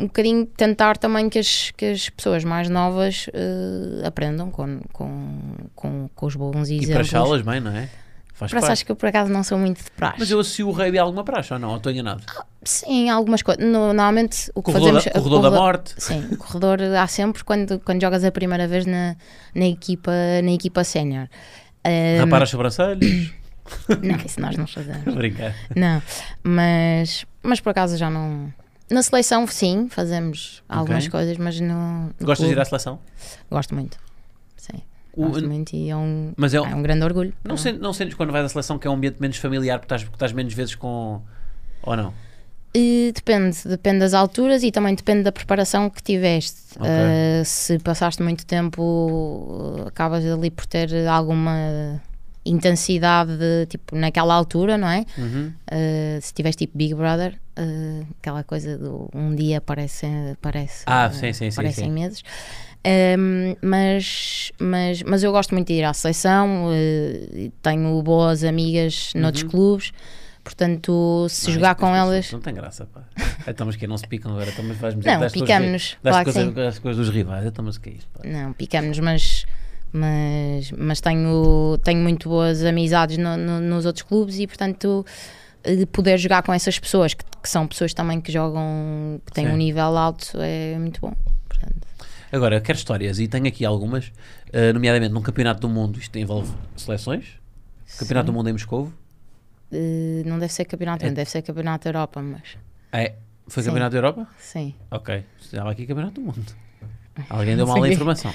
[SPEAKER 1] um bocadinho tentar também que as, que as pessoas mais novas eh, aprendam com, com, com, com os bons
[SPEAKER 2] E
[SPEAKER 1] exemplos.
[SPEAKER 2] para chalas, bem, não é? Faz
[SPEAKER 1] Praça,
[SPEAKER 2] parte.
[SPEAKER 1] acho que eu por acaso não sou muito de praxe.
[SPEAKER 2] Mas eu associo o rei a alguma praxe ou não? Ou estou enganado?
[SPEAKER 1] Sim, algumas coisas. No- Normalmente o que
[SPEAKER 2] Corredor,
[SPEAKER 1] Ah, fazemos. eh, ah,
[SPEAKER 2] da, corredor da morte.
[SPEAKER 1] Sim, o corredor há sempre quando, quando jogas a primeira vez na, na equipa, na equipa sénior. Hum,
[SPEAKER 2] Rapar
[SPEAKER 1] (coughs)
[SPEAKER 2] as sobrancelhas.
[SPEAKER 1] não, isso nós não fazemos.
[SPEAKER 2] Estou a brincar.
[SPEAKER 1] Não, mas, mas por acaso já não. Na seleção, sim, fazemos algumas
[SPEAKER 2] Ok.
[SPEAKER 1] coisas, mas não. no
[SPEAKER 2] Gostas de ir
[SPEAKER 1] clube,
[SPEAKER 2] à seleção?
[SPEAKER 1] Gosto muito. Sim,
[SPEAKER 2] O-
[SPEAKER 1] gosto muito e é um,
[SPEAKER 2] mas é, um-
[SPEAKER 1] é um grande orgulho.
[SPEAKER 2] não, sen- não sentes quando vais à seleção que é um ambiente menos familiar porque estás, porque estás menos vezes com. Ou não?
[SPEAKER 1] E depende, depende das alturas e também depende da preparação que tiveste.
[SPEAKER 2] Ok.
[SPEAKER 1] Eh, se passaste muito tempo, eh, acabas ali por ter alguma intensidade, de, tipo, naquela altura, não é?
[SPEAKER 2] Uhum.
[SPEAKER 1] Uh, se tiveres tipo Big Brother, uh, aquela coisa do um dia parece, parece,
[SPEAKER 2] Ah,
[SPEAKER 1] uh,
[SPEAKER 2] sim, sim, sim,
[SPEAKER 1] parecem
[SPEAKER 2] sim.
[SPEAKER 1] meses. Um, mas, mas, mas eu gosto muito de ir à seleção, uh, tenho boas amigas
[SPEAKER 2] Uhum.
[SPEAKER 1] noutros clubes, portanto, se
[SPEAKER 2] Não, é
[SPEAKER 1] jogar
[SPEAKER 2] isso-
[SPEAKER 1] com
[SPEAKER 2] isso-
[SPEAKER 1] elas.
[SPEAKER 2] isso Não tem graça, pá. Então, mas que não se picam agora. Então, mas vais-me
[SPEAKER 1] Não, picamos-nos, claro que sim.
[SPEAKER 2] As coisas dos rivais. Então, mas o que é isto, pá?
[SPEAKER 1] Não, picamos, mas, mas, mas tenho, tenho muito boas amizades no- no- nos outros clubes e, portanto, eh, poder jogar com essas pessoas, que, que são pessoas também que jogam, que têm
[SPEAKER 2] Sim.
[SPEAKER 1] um nível alto, é muito bom. Portanto,
[SPEAKER 2] Agora, eu quero histórias e tenho aqui algumas, eh, nomeadamente num campeonato do mundo, isto envolve seleções. Campeonato do mundo em Moscovo.
[SPEAKER 1] eh, não deve ser campeonato,
[SPEAKER 2] É-
[SPEAKER 1] não deve ser campeonato da Europa, mas
[SPEAKER 2] É, foi
[SPEAKER 1] Sim.
[SPEAKER 2] campeonato da Europa?
[SPEAKER 1] sim.
[SPEAKER 2] Ok. Estava aqui campeonato do mundo. Alguém deu
[SPEAKER 1] Não
[SPEAKER 2] mal a
[SPEAKER 1] sabia.
[SPEAKER 2] informação.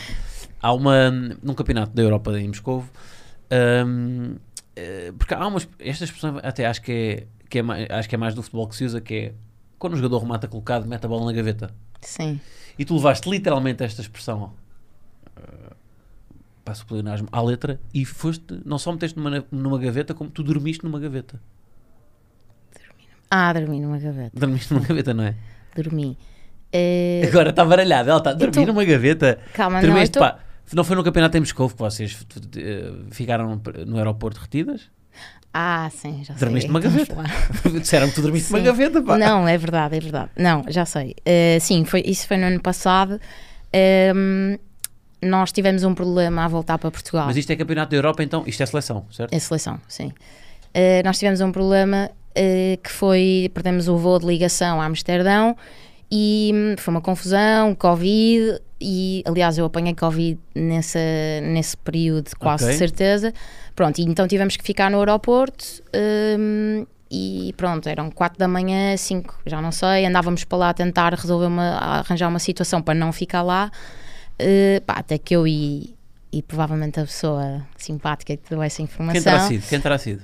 [SPEAKER 2] Há uma, num campeonato da Europa em Moscovo, hum, eh, porque há umas, esta expressão até acho que é, que é mais, acho que é mais do futebol que se usa, que é quando o jogador remata colocado, mete a bola na gaveta.
[SPEAKER 1] Sim,
[SPEAKER 2] E tu levaste literalmente esta expressão eh, passo pelo pleonasmo à letra e foste, não só meteste numa, numa gaveta, como tu dormiste numa gaveta.
[SPEAKER 1] ah, dormi numa gaveta,
[SPEAKER 2] Dormiste numa gaveta, não é?
[SPEAKER 1] dormi. Eh,
[SPEAKER 2] (laughs) Agora está baralhada, ela está a
[SPEAKER 1] Eu
[SPEAKER 2] dormir
[SPEAKER 1] tô-
[SPEAKER 2] numa gaveta.
[SPEAKER 1] calma, não, eu
[SPEAKER 2] Dormiste,
[SPEAKER 1] tô-
[SPEAKER 2] pá. Não foi no campeonato em Moscou que vocês f- t- eh, ficaram p- no aeroporto retidas?
[SPEAKER 1] Ah, sim, já sei.
[SPEAKER 2] Dormiste numa
[SPEAKER 1] Vamos
[SPEAKER 2] gaveta.
[SPEAKER 1] falar.
[SPEAKER 2] (laughs) Disseram que tu dormiste numa
[SPEAKER 1] Sim.
[SPEAKER 2] gaveta, pá.
[SPEAKER 1] Não, é verdade, é verdade. Não, já sei. Eh, sim, foi, isso foi no ano passado. Ehm, nós tivemos um problema a voltar para Portugal.
[SPEAKER 2] Mas isto é campeonato da Europa, então isto é seleção, certo?
[SPEAKER 1] A seleção, sim. Eh, nós tivemos um problema eh, que foi perdemos o voo de ligação a Amsterdão e hum, foi uma confusão, Covid e aliás eu apanhei Covid nessa, nesse período quase
[SPEAKER 2] Ok.
[SPEAKER 1] de certeza. Pronto, e então tivemos que ficar no aeroporto hum, e pronto, eram 4 da manhã, 5, já não sei, andávamos para lá a tentar resolver uma, a arranjar uma situação para não ficar lá. Eh, pá, até que eu e, e provavelmente a pessoa simpática que deu essa
[SPEAKER 2] Quem terá
[SPEAKER 1] informação
[SPEAKER 2] sido? Quem terá sido?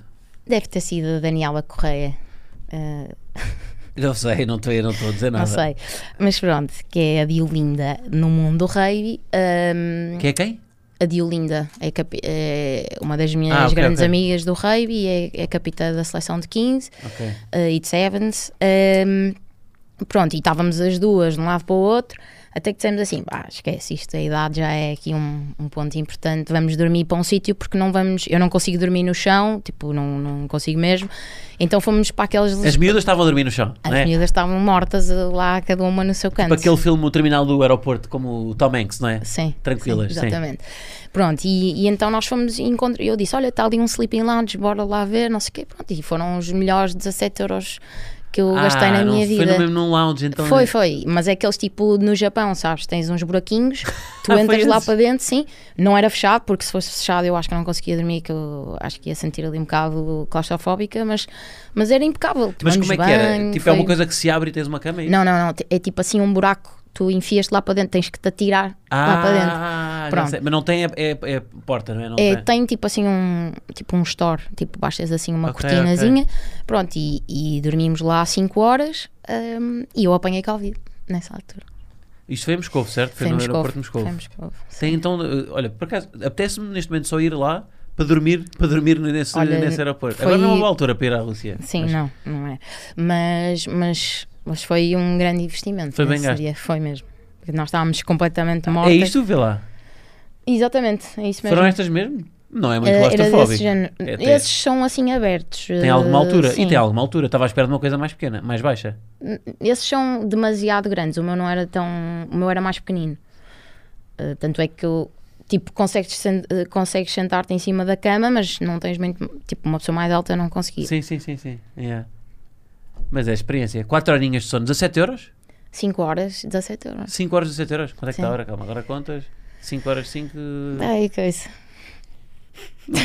[SPEAKER 1] deve ter sido a Daniela Correia. Eh,
[SPEAKER 2] Não sei, não estou não estou a dizer nada.
[SPEAKER 1] não sei, mas pronto, que é a Diolinda no mundo do rugby. Ahm,
[SPEAKER 2] Quem é quem?
[SPEAKER 1] a Diolinda é, capi- é uma das minhas
[SPEAKER 2] Ah, ok,
[SPEAKER 1] grandes
[SPEAKER 2] ok.
[SPEAKER 1] amigas do rugby, é, é capitã da seleção de 15
[SPEAKER 2] Ok.
[SPEAKER 1] eh, e de Sevens. Ahm, pronto, e estávamos as duas de um lado para o outro, até que dissemos assim: pá, esquece, isto a idade já é aqui um, um ponto importante, vamos dormir para um sítio porque não vamos, eu não consigo dormir no chão, tipo, não, não consigo mesmo. Então fomos para aquelas.
[SPEAKER 2] As miúdas estavam a dormir no chão,
[SPEAKER 1] As
[SPEAKER 2] É não é?
[SPEAKER 1] miúdas estavam mortas eh, lá, cada uma no seu canto.
[SPEAKER 2] Tipo aquele filme, o Terminal do Aeroporto, como o Tom Hanks, não é?
[SPEAKER 1] Sim.
[SPEAKER 2] Tranquilas,
[SPEAKER 1] sim,
[SPEAKER 2] sim.
[SPEAKER 1] Exatamente. Pronto, e, e então nós fomos encontrar. Eu disse: Olha, está ali um sleeping lounge, bora lá ver, não sei o quê. Pronto, e foram os melhores 17 euros que eu gastei na
[SPEAKER 2] Ah, não
[SPEAKER 1] minha
[SPEAKER 2] Foi no
[SPEAKER 1] vida.
[SPEAKER 2] mesmo num lounge, então.
[SPEAKER 1] Foi, foi, mas é aqueles tipo no Japão, sabes? Tens uns
[SPEAKER 2] (laughs)
[SPEAKER 1] buraquinhos, tu
[SPEAKER 2] Ah, foi
[SPEAKER 1] entras lá
[SPEAKER 2] esse?
[SPEAKER 1] para dentro, sim. Não era fechado, porque se fosse fechado eu acho que não conseguia dormir, que eu acho que ia sentir ali um bocado claustrofóbica, mas, mas era impecável.
[SPEAKER 2] Mas
[SPEAKER 1] Tomamos
[SPEAKER 2] como é que era?
[SPEAKER 1] banho,
[SPEAKER 2] tipo, é
[SPEAKER 1] foi-
[SPEAKER 2] uma coisa que se abre e tens uma cama? e-
[SPEAKER 1] Não, não, não, é tipo assim um buraco, tu enfias-te lá para dentro, tens que te atirar
[SPEAKER 2] ah,
[SPEAKER 1] lá para dentro.
[SPEAKER 2] já
[SPEAKER 1] Pronto.
[SPEAKER 2] sei. Mas não tem é, é- é porta, não é? Não
[SPEAKER 1] É,
[SPEAKER 2] tem.
[SPEAKER 1] tem tipo assim um tipo um store, tipo baixas assim uma
[SPEAKER 2] Ok,
[SPEAKER 1] cortinazinha, pronto, e, e dormimos lá 5 horas hum, e eu apanhei Covid nessa altura.
[SPEAKER 2] Isto foi em Moscou, certo?
[SPEAKER 1] Foi
[SPEAKER 2] Foi,
[SPEAKER 1] em
[SPEAKER 2] no
[SPEAKER 1] Moscovo,
[SPEAKER 2] aeroporto de Moscou.
[SPEAKER 1] foi em Moscovo.
[SPEAKER 2] Tem então, eh, olha, por acaso, apetece-me neste momento só ir lá para dormir, para dormir nesse,
[SPEAKER 1] Olha,
[SPEAKER 2] nesse aeroporto.
[SPEAKER 1] foi-
[SPEAKER 2] Agora não é uma boa altura para ir à Rússia.
[SPEAKER 1] Sim,
[SPEAKER 2] mas
[SPEAKER 1] não, não é. Mas, mas, mas foi um grande investimento.
[SPEAKER 2] Foi bem
[SPEAKER 1] esse
[SPEAKER 2] gasto.
[SPEAKER 1] dia, Foi mesmo. Porque nós estávamos completamente
[SPEAKER 2] É
[SPEAKER 1] mortos.
[SPEAKER 2] isto, vê lá.
[SPEAKER 1] Exatamente, é isso mesmo.
[SPEAKER 2] Foram estas mesmo? Não é muito
[SPEAKER 1] Eh, era desse
[SPEAKER 2] claustrofóbico.
[SPEAKER 1] género.
[SPEAKER 2] É, tem-
[SPEAKER 1] Esses são assim abertos.
[SPEAKER 2] Tem alguma altura. E tem
[SPEAKER 1] algo.
[SPEAKER 2] alguma altura. Estava à espera de uma coisa mais pequena, mais baixa.
[SPEAKER 1] Esses são demasiado grandes. O meu não era tão. O meu era mais pequenino. Uh, tanto é que eu. Tipo, consegues, sen- uh, consegues sentar-te em cima da cama, mas não tens muito. Tipo, uma pessoa mais alta não conseguia.
[SPEAKER 2] Sim, sim, sim, sim. Yeah. Mas é experiência. 4 horinhas de sono, 17 euros?
[SPEAKER 1] 5 horas, 17 euros.
[SPEAKER 2] 5 horas, 17 euros? Quanto
[SPEAKER 1] Ah.
[SPEAKER 2] é que
[SPEAKER 1] Sim.
[SPEAKER 2] está a hora? Calma, agora contas. 5 horas, 5. Não
[SPEAKER 1] Ai, que isso.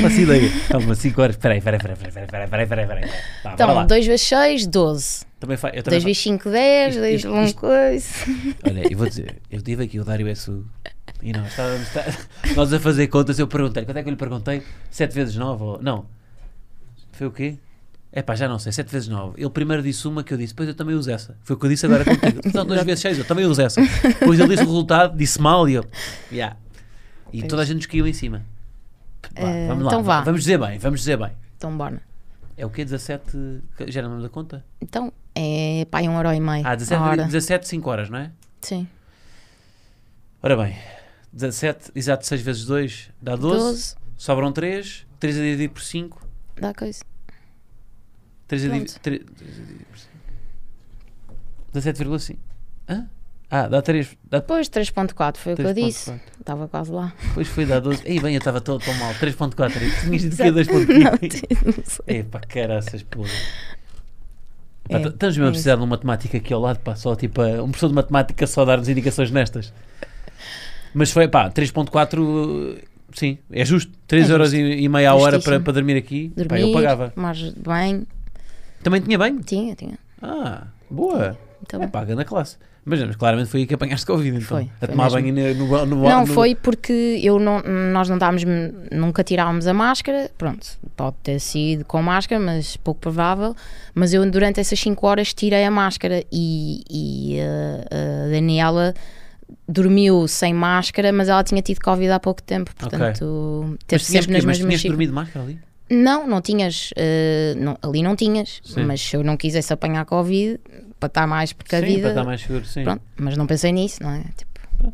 [SPEAKER 2] faço ideia. Calma, 5 horas. Espera aí, espera aí, espera aí, espera aí, espera aí, espera aí, espera aí, espera aí. Vá, Ah, bora lá.
[SPEAKER 1] Então, 2 vezes 6, 12.
[SPEAKER 2] Também fa... eu também
[SPEAKER 1] 2
[SPEAKER 2] fa-
[SPEAKER 1] vezes 5, 10.
[SPEAKER 2] Isto-
[SPEAKER 1] 2
[SPEAKER 2] isto-
[SPEAKER 1] uma
[SPEAKER 2] isto-
[SPEAKER 1] coisa.
[SPEAKER 2] (laughs) Olha, eu vou dizer, eu tive aqui o Dário Essu e nós estávamos tá- (laughs) nós a fazer contas. Eu perguntei, quanto é que eu lhe perguntei? 7 vezes 9? Ou, não, foi o quê? É pá, já não sei, 7 vezes 9. Ele primeiro disse uma que eu disse, depois eu também uso essa. Foi o que eu disse agora contigo.
[SPEAKER 1] (laughs)
[SPEAKER 2] Não, 2 vezes 6, eu também uso essa. Depois ele disse o resultado, disse mal e eu. Yeah. E toda a gente nos caiu em cima. Vá,
[SPEAKER 1] Eh,
[SPEAKER 2] vamos lá.
[SPEAKER 1] então vá.
[SPEAKER 2] Vamos dizer bem, vamos dizer bem.
[SPEAKER 1] Então bora.
[SPEAKER 2] É o quê? 17. Já era o nome da conta?
[SPEAKER 1] Então é pá, é um euro e meio.
[SPEAKER 2] Ah,
[SPEAKER 1] a
[SPEAKER 2] 17,
[SPEAKER 1] hora.
[SPEAKER 2] 17 5 horas, não é?
[SPEAKER 1] Sim.
[SPEAKER 2] Ora bem, 17, exato, 6 vezes 2 dá 12,
[SPEAKER 1] 12,
[SPEAKER 2] sobram 3, 3 a dividir por 5,
[SPEAKER 1] dá coisa.
[SPEAKER 2] 3 a dividir
[SPEAKER 1] Pronto.
[SPEAKER 2] 3, a dividir por 5. 17,5. Hã? Ah, dá 3. Dá
[SPEAKER 1] Depois 3.4 foi o que eu disse.
[SPEAKER 2] 3.4.
[SPEAKER 1] Estava quase lá.
[SPEAKER 2] Pois foi, dá 12. Ei, bem, eu estava tão, tão mal. 3.4. e Tinhas dito que
[SPEAKER 1] (laughs)
[SPEAKER 2] é
[SPEAKER 1] Não,
[SPEAKER 2] 2.5.
[SPEAKER 1] não sei.
[SPEAKER 2] Epá, caraças, porra.
[SPEAKER 1] É,
[SPEAKER 2] Pá, t- Estamos mesmo
[SPEAKER 1] é
[SPEAKER 2] a precisar de um matemático aqui ao lado, pá, só tipo, eh, um professor de matemática só dar-nos indicações nestas. Mas foi, pá, 3.4, eh, sim, é justo. 3
[SPEAKER 1] É
[SPEAKER 2] euros e, e meia à hora para,
[SPEAKER 1] Justíssimo.
[SPEAKER 2] para dormir aqui,
[SPEAKER 1] Dormir,
[SPEAKER 2] pá, eu pagava.
[SPEAKER 1] Mas bem,
[SPEAKER 2] Também tinha banho?
[SPEAKER 1] tinha, tinha.
[SPEAKER 2] Ah, boa.
[SPEAKER 1] Então,
[SPEAKER 2] é, pá, grande classe. Mas, mas claramente foi aí que apanhaste Covid, então.
[SPEAKER 1] Foi,
[SPEAKER 2] a
[SPEAKER 1] foi
[SPEAKER 2] tomar
[SPEAKER 1] mesmo.
[SPEAKER 2] banho no, no, no
[SPEAKER 1] Não,
[SPEAKER 2] no-
[SPEAKER 1] foi porque eu não, nós não estávamos, nunca tirávamos a máscara, pronto, pode ter sido com máscara, mas pouco provável, mas eu durante essas 5 horas tirei a máscara e, e, eh, a Daniela dormiu sem máscara, mas ela tinha tido Covid há pouco tempo, portanto teve
[SPEAKER 2] Mas tinhas,
[SPEAKER 1] sempre nas
[SPEAKER 2] que,
[SPEAKER 1] mesmas
[SPEAKER 2] mas tinhas
[SPEAKER 1] circun-
[SPEAKER 2] dormido máscara ali?
[SPEAKER 1] Não, não tinhas, eh, não- ali não tinhas,
[SPEAKER 2] Sim.
[SPEAKER 1] mas se eu não quisesse apanhar Covid, para estar mais
[SPEAKER 2] Sim, para
[SPEAKER 1] precavida,
[SPEAKER 2] estar mais seguro, sim.
[SPEAKER 1] pronto, mas não pensei nisso, não é? Tipo,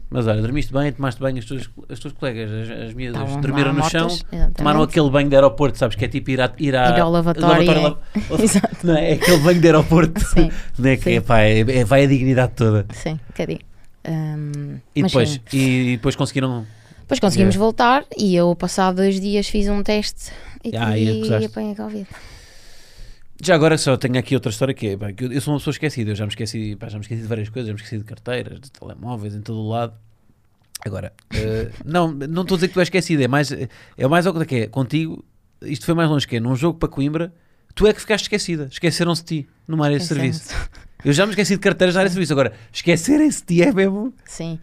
[SPEAKER 2] Mas olha, dormiste bem, tomaste banho, as tuas, as tuas colegas, as, as miúdas,
[SPEAKER 1] estavam lá
[SPEAKER 2] dormiram no chão,
[SPEAKER 1] mortas, exatamente.
[SPEAKER 2] tomaram aquele banho de aeroporto, sabes? Que é tipo ir, a, ir, a,
[SPEAKER 1] Ir ao lavatório,
[SPEAKER 2] lava-
[SPEAKER 1] (laughs) Exato.
[SPEAKER 2] Não é? É aquele banho de aeroporto.
[SPEAKER 1] Sim,
[SPEAKER 2] (laughs) Não é que,
[SPEAKER 1] sim.
[SPEAKER 2] epá, é, é- vai a dignidade toda.
[SPEAKER 1] sim, um bocadinho. Ahm,
[SPEAKER 2] E
[SPEAKER 1] mas
[SPEAKER 2] depois, É.
[SPEAKER 1] sim.
[SPEAKER 2] e, e depois conseguiram.
[SPEAKER 1] depois conseguimos
[SPEAKER 2] Yeah.
[SPEAKER 1] voltar e eu, passado dois dias, fiz um teste e,
[SPEAKER 2] Ah, e
[SPEAKER 1] e,
[SPEAKER 2] acusaste.
[SPEAKER 1] apanhei Covid.
[SPEAKER 2] Já agora só tenho aqui outra história que é. pá, que eu, eu sou uma pessoa esquecida, eu já me esqueci, pá, já me esqueci de várias coisas, já me esqueci de carteiras, de telemóveis, em todo o lado. Agora, eh, não, não estou a dizer que tu és esquecido, é mais, é mais ao que é. Contigo, isto foi mais longe que é. Num jogo para Coimbra, tu é que ficaste esquecida, esqueceram-se de ti numa área de serviço. Eu já me esqueci de carteiras na área de serviço. Agora, esquecerem-se de ti é mesmo.
[SPEAKER 1] Sim.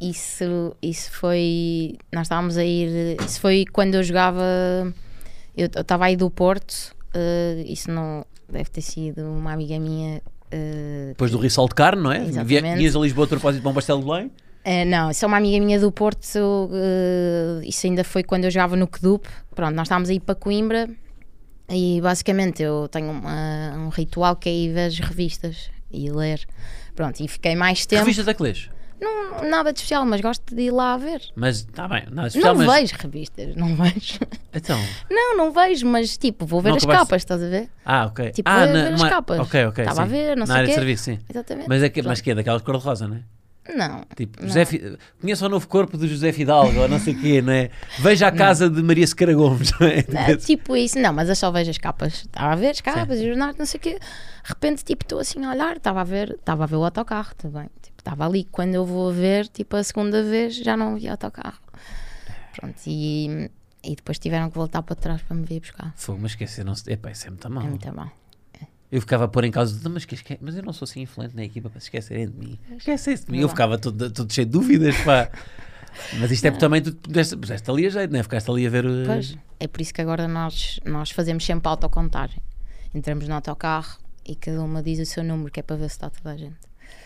[SPEAKER 1] Isso, isso foi. Nós estávamos a ir. Isso foi quando eu jogava. Eu eu estava aí do Porto. eh, isso não. Deve ter sido uma amiga minha. eh,
[SPEAKER 2] Depois do Rissal de Carne, não é?
[SPEAKER 1] Exatamente.
[SPEAKER 2] Vie- Vinhas a Lisboa a propósito de um pastel de Belém.
[SPEAKER 1] Eh, não, isso é uma amiga minha do Porto. eh, isso ainda foi quando eu jogava no Kedup. Pronto, nós estávamos a ir para Coimbra e basicamente eu tenho uma- um ritual que é ir ver as revistas e ler. Pronto, e fiquei mais tempo.
[SPEAKER 2] Revistas da Clês.
[SPEAKER 1] Não, nada de especial, mas gosto de ir lá ver.
[SPEAKER 2] Mas está bem, nada especial,
[SPEAKER 1] Não
[SPEAKER 2] mas.
[SPEAKER 1] vejo revistas, não (laughs) vejo.
[SPEAKER 2] Então.
[SPEAKER 1] Não, não vejo, mas tipo, vou ver
[SPEAKER 2] Não
[SPEAKER 1] as
[SPEAKER 2] acabaste-
[SPEAKER 1] capas, estás a ver?
[SPEAKER 2] Ah, ok.
[SPEAKER 1] Tipo,
[SPEAKER 2] ah,
[SPEAKER 1] a ver as
[SPEAKER 2] numa-
[SPEAKER 1] capas.
[SPEAKER 2] Ok, ok.
[SPEAKER 1] Estava a
[SPEAKER 2] sim.
[SPEAKER 1] ver, não
[SPEAKER 2] na
[SPEAKER 1] sei
[SPEAKER 2] área
[SPEAKER 1] quê.
[SPEAKER 2] de serviço, sim.
[SPEAKER 1] Exatamente.
[SPEAKER 2] Mas, é que,
[SPEAKER 1] Pronto.
[SPEAKER 2] mas que é daquelas cor-de-rosa, não é?
[SPEAKER 1] Não.
[SPEAKER 2] Tipo,
[SPEAKER 1] Não. é.
[SPEAKER 2] José Fi- conheça o novo corpo do José Fidalgo, ou não sei o quê, não é? Veja a casa de Maria Sequeira Gomes, não é?
[SPEAKER 1] Não, tipo isso, não, mas eu só vejo as capas. Estava a ver as capas, os jornais, não sei o quê. De repente, tipo, estou assim a olhar, estava a ver, estava a ver o autocarro também. Tipo, estava ali. Quando eu vou ver, tipo, a segunda vez já não vi autocarro. Pronto, e, e depois tiveram que voltar para trás para me vir buscar.
[SPEAKER 2] Fogo, mas esqueceram-se. Epá, isso é muito
[SPEAKER 1] É
[SPEAKER 2] mal.
[SPEAKER 1] muito bom.
[SPEAKER 2] Eu ficava a pôr em causa de, mas, que esque... mas eu não sou assim influente na equipa para se esquecerem de mim. Esquecem-se de mim. Eu ficava todo, todo cheio de dúvidas, pá. Mas isto é porque também tu puseste, puseste ali a jeito, não é? Ficaste ali a ver. uh, (laughs)
[SPEAKER 1] Pois, é por isso que agora nós, nós fazemos sempre autocontagem. Entramos no autocarro e cada uma diz o seu número, que é para ver se está toda a gente.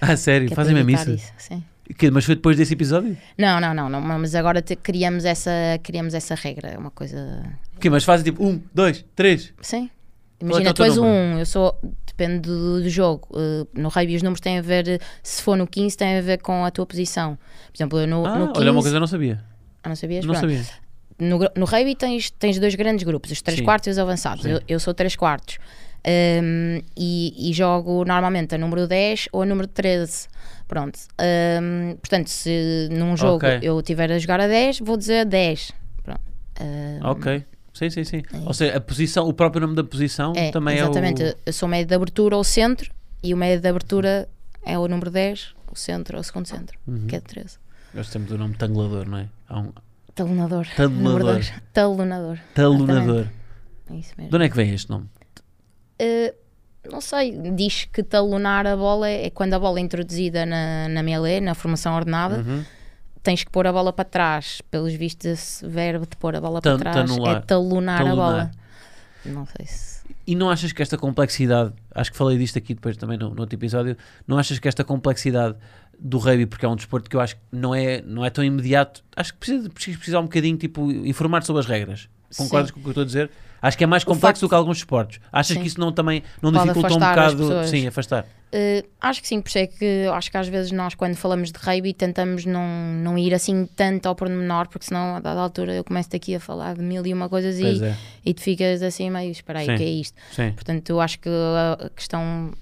[SPEAKER 2] Ah, sério,
[SPEAKER 1] Que é
[SPEAKER 2] fazem
[SPEAKER 1] para
[SPEAKER 2] mesmo
[SPEAKER 1] evitar
[SPEAKER 2] isso.
[SPEAKER 1] Sim.
[SPEAKER 2] Que- mas foi depois desse episódio?
[SPEAKER 1] Não, não, não, não, mas agora te- criamos, essa, criamos essa regra, é uma coisa.
[SPEAKER 2] Que, mas fazem tipo um, dois, três.
[SPEAKER 1] Sim.
[SPEAKER 2] Qual é que é
[SPEAKER 1] Imagina,
[SPEAKER 2] o
[SPEAKER 1] tu
[SPEAKER 2] teu
[SPEAKER 1] és
[SPEAKER 2] número?
[SPEAKER 1] um, eu sou. Depende do, do jogo. Uh, no rugby os números têm a ver, eh, se for no 15, tem a ver com a tua posição. Por exemplo, eu no,
[SPEAKER 2] Ah,
[SPEAKER 1] no 15.
[SPEAKER 2] olha, uma coisa eu não sabia.
[SPEAKER 1] Ah, não sabias?
[SPEAKER 2] não
[SPEAKER 1] Pronto.
[SPEAKER 2] sabia.
[SPEAKER 1] No, gr- no rugby tens, tens dois grandes grupos, os 3
[SPEAKER 2] Sim.
[SPEAKER 1] quartos e os avançados. Eu, eu sou 3 quartos. Um, e, e jogo normalmente a número 10 ou a número 13. Pronto. Um, portanto, se num jogo
[SPEAKER 2] Ok.
[SPEAKER 1] eu estiver a jogar a 10, vou dizer 10. Pronto. Um,
[SPEAKER 2] Ok. Sim, sim, sim. Ou seja, a posição, o próprio nome da posição
[SPEAKER 1] É,
[SPEAKER 2] também
[SPEAKER 1] exatamente.
[SPEAKER 2] é o...
[SPEAKER 1] Eu sou médio de abertura ou centro e o médio de abertura é o número 10, o centro ou o segundo centro,
[SPEAKER 2] Uhum.
[SPEAKER 1] que é de 13.
[SPEAKER 2] Nós temos o nome tangulador, não é? Há um
[SPEAKER 1] Talunador.
[SPEAKER 2] Talunador.
[SPEAKER 1] Número dois. Talunador.
[SPEAKER 2] talunador.
[SPEAKER 1] É isso mesmo.
[SPEAKER 2] De onde é que vem este nome?
[SPEAKER 1] Eh, não sei, diz que talunar a bola é quando a bola é introduzida na, na melee, na formação ordenada.
[SPEAKER 2] Uhum.
[SPEAKER 1] Tens que pôr a bola para trás. Pelos vistos, esse verbo de pôr a bola
[SPEAKER 2] Tan-
[SPEAKER 1] para trás
[SPEAKER 2] tanular.
[SPEAKER 1] é talunar, a
[SPEAKER 2] Talunar.
[SPEAKER 1] bola. Não sei se.
[SPEAKER 2] E não achas que esta complexidade, acho que falei disto aqui depois também no, no outro episódio, não achas que esta complexidade do rugby, porque é um desporto que eu acho que não é, não é tão imediato, acho que precisa, precisa precisar um bocadinho, tipo, informar sobre as regras. Concordas
[SPEAKER 1] Sim.
[SPEAKER 2] com o que eu estou a dizer? Acho que é mais
[SPEAKER 1] O
[SPEAKER 2] complexo
[SPEAKER 1] facto-
[SPEAKER 2] do que alguns desportos. Achas
[SPEAKER 1] Sim.
[SPEAKER 2] que isso não também não
[SPEAKER 1] Pode
[SPEAKER 2] dificulta um
[SPEAKER 1] afastar as
[SPEAKER 2] bocado?
[SPEAKER 1] pessoas.
[SPEAKER 2] Sim, afastar.
[SPEAKER 1] Eh, acho que sim, por isso é que eu acho que às vezes nós, quando falamos de rugby, tentamos não, não ir assim tanto ao pormenor, porque senão a dada altura eu começo daqui a falar de mil e uma coisas
[SPEAKER 2] Pois
[SPEAKER 1] e,
[SPEAKER 2] é.
[SPEAKER 1] e tu ficas assim meio, espera aí,
[SPEAKER 2] Sim.
[SPEAKER 1] o que é isto?
[SPEAKER 2] Sim.
[SPEAKER 1] Portanto, eu acho que a a questão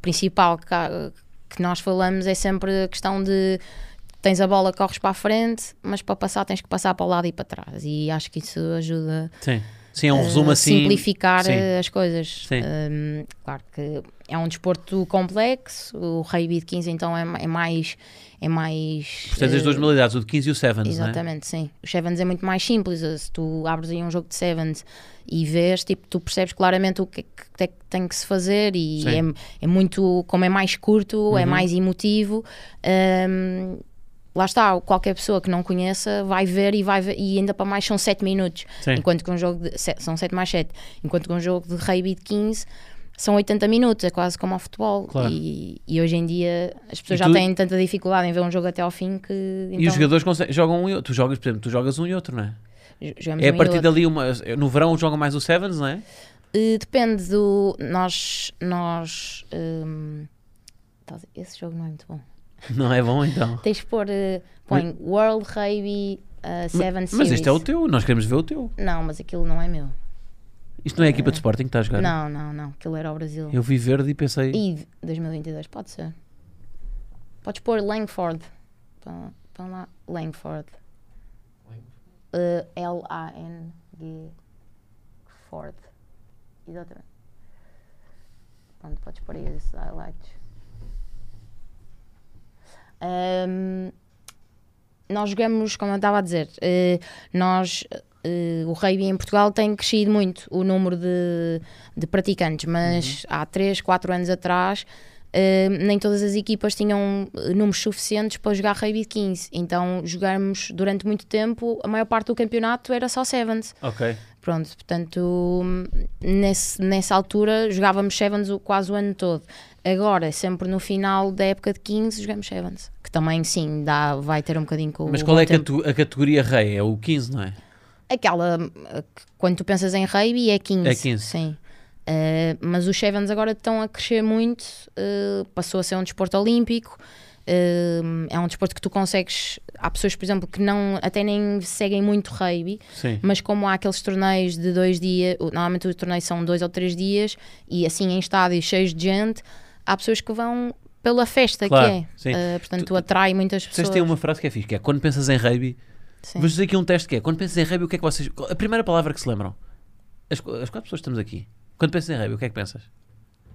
[SPEAKER 1] principal que, há- que nós falamos é sempre a questão de tens a bola, corres para a frente, mas para passar tens que passar para o lado e para trás. E acho que isso ajuda
[SPEAKER 2] Sim. Sim, é um resumo
[SPEAKER 1] a
[SPEAKER 2] assim.
[SPEAKER 1] Eh, simplificar
[SPEAKER 2] sim.
[SPEAKER 1] eh, as coisas.
[SPEAKER 2] Sim.
[SPEAKER 1] Um, claro que é um desporto complexo, o rugby de 15 então é, ma- é mais é mais
[SPEAKER 2] Portanto, as
[SPEAKER 1] eh,
[SPEAKER 2] duas modalidades, o de 15 e o 7, não é?
[SPEAKER 1] Exatamente, sim. Os Sevens é muito mais simples. Se tu abres aí um jogo de Sevens e vês, tipo, tu percebes claramente o que é que te- que tem que se fazer e
[SPEAKER 2] Sim. Uhum.
[SPEAKER 1] é, é muito, como é mais curto, é mais emotivo. hum, lá está, qualquer pessoa que não conheça vai ver e vai ver, e ainda para mais são 7 minutos.
[SPEAKER 2] Sim.
[SPEAKER 1] Enquanto que um jogo de, se- são 7 mais 7, enquanto que um jogo de rugby de 15 são 80 minutos, é quase como ao futebol.
[SPEAKER 2] Claro.
[SPEAKER 1] E, e hoje em dia as pessoas
[SPEAKER 2] E
[SPEAKER 1] já
[SPEAKER 2] tu-
[SPEAKER 1] têm tanta dificuldade em ver um jogo até ao fim que.
[SPEAKER 2] E
[SPEAKER 1] então,
[SPEAKER 2] os jogadores conse- jogam um e outro. Tu jogas, por exemplo, tu jogas um e outro, não é?
[SPEAKER 1] Jo- jogamos
[SPEAKER 2] É a
[SPEAKER 1] um e
[SPEAKER 2] partir
[SPEAKER 1] outro.
[SPEAKER 2] dali, uma, no verão jogam mais o Sevens, não é? (laughs)
[SPEAKER 1] Eh, depende do. Nós. nós hum, tá- esse jogo não é muito bom.
[SPEAKER 2] Não é bom então.
[SPEAKER 1] Tens de pôr. eh, põe World Rugby eh, Seven
[SPEAKER 2] Mas,
[SPEAKER 1] Series.
[SPEAKER 2] este é o teu, nós queremos ver o teu.
[SPEAKER 1] Não, mas aquilo não é meu.
[SPEAKER 2] Isto não é a equipa de Sporting que está a jogar?
[SPEAKER 1] Eh, Não, não, não. Aquilo era o Brasil.
[SPEAKER 2] Eu vi verde e pensei.
[SPEAKER 1] E 2022, pode ser. Podes pôr Langford. Põe põe lá Langford. Eh, L-A-N-G Ford. Exatamente. Pronto, podes pôr aí esses highlights. Ahm, nós jogamos, como eu estava a dizer, eh, nós. eh, o rugby em Portugal tem crescido muito o número de, de praticantes, mas
[SPEAKER 2] Uhum.
[SPEAKER 1] há 3, 4 anos atrás eh, nem todas as equipas tinham eh, números suficientes para jogar rugby de 15. Então jogámos durante muito tempo, a maior parte do campeonato era só sevens.
[SPEAKER 2] Ok.
[SPEAKER 1] Pronto, portanto, nesse- nessa altura jogávamos Sevens o- quase o ano todo. Agora, sempre no final da época de 15, jogamos Sevens. Que também, sim, dá, vai ter um bocadinho com
[SPEAKER 2] Mas
[SPEAKER 1] o
[SPEAKER 2] qual é a,
[SPEAKER 1] bom tempo.
[SPEAKER 2] catu- a categoria rei? É o 15, não é?
[SPEAKER 1] Aquela, eh, que quando tu pensas em rugby, é 15.
[SPEAKER 2] É 15.
[SPEAKER 1] Sim. Eh, mas os Sevens agora estão a crescer muito, eh, passou a ser um desporto olímpico. eh, é um desporto que tu consegues. Há pessoas, por exemplo, que não até nem seguem muito rugby,
[SPEAKER 2] Sim.
[SPEAKER 1] mas como há aqueles torneios de dois dias, o- normalmente os torneios são dois ou três dias, e assim em estádios cheios de gente, há pessoas que vão pela festa
[SPEAKER 2] Claro,
[SPEAKER 1] que é.
[SPEAKER 2] sim.
[SPEAKER 1] Ah, portanto,
[SPEAKER 2] Tu-
[SPEAKER 1] tu, atrai muitas pessoas.
[SPEAKER 2] Vocês têm uma frase que é fixe, que é quando pensas em rugby.
[SPEAKER 1] Sim.
[SPEAKER 2] Vou fazer aqui um teste que é quando pensas em rugby, o que é que vocês. A primeira palavra que se lembram? As, qu- as quatro pessoas que estamos aqui. Quando pensas em rugby, o que é que pensas?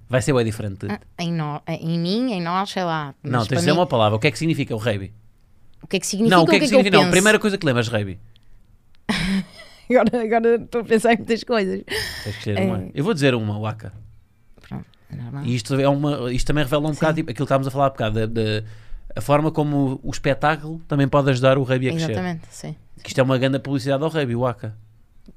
[SPEAKER 2] Vai ser bem diferente.
[SPEAKER 1] Ah, Em, nó- em mim, em nós, sei lá. mas
[SPEAKER 2] não, tens de
[SPEAKER 1] para
[SPEAKER 2] dizer
[SPEAKER 1] mim,
[SPEAKER 2] uma palavra. O que é que significa o rugby?
[SPEAKER 1] O que é que significa?
[SPEAKER 2] não, o que é que, significa?
[SPEAKER 1] eu
[SPEAKER 2] Não, a
[SPEAKER 1] penso?
[SPEAKER 2] primeira coisa que lembras, rugby.
[SPEAKER 1] Agora, agora estou a pensar em muitas coisas.
[SPEAKER 2] Tens que
[SPEAKER 1] É.
[SPEAKER 2] escolher uma. Eu vou dizer uma, Waka.
[SPEAKER 1] Pronto, é normal.
[SPEAKER 2] E isto, é uma, isto também revela um bocado tipo, aquilo que estávamos a falar há bocado, da- da- a forma como o espetáculo também pode ajudar o rugby a crescer.
[SPEAKER 1] Exatamente, sim.
[SPEAKER 2] Que isto é uma grande publicidade ao rugby, o Aka.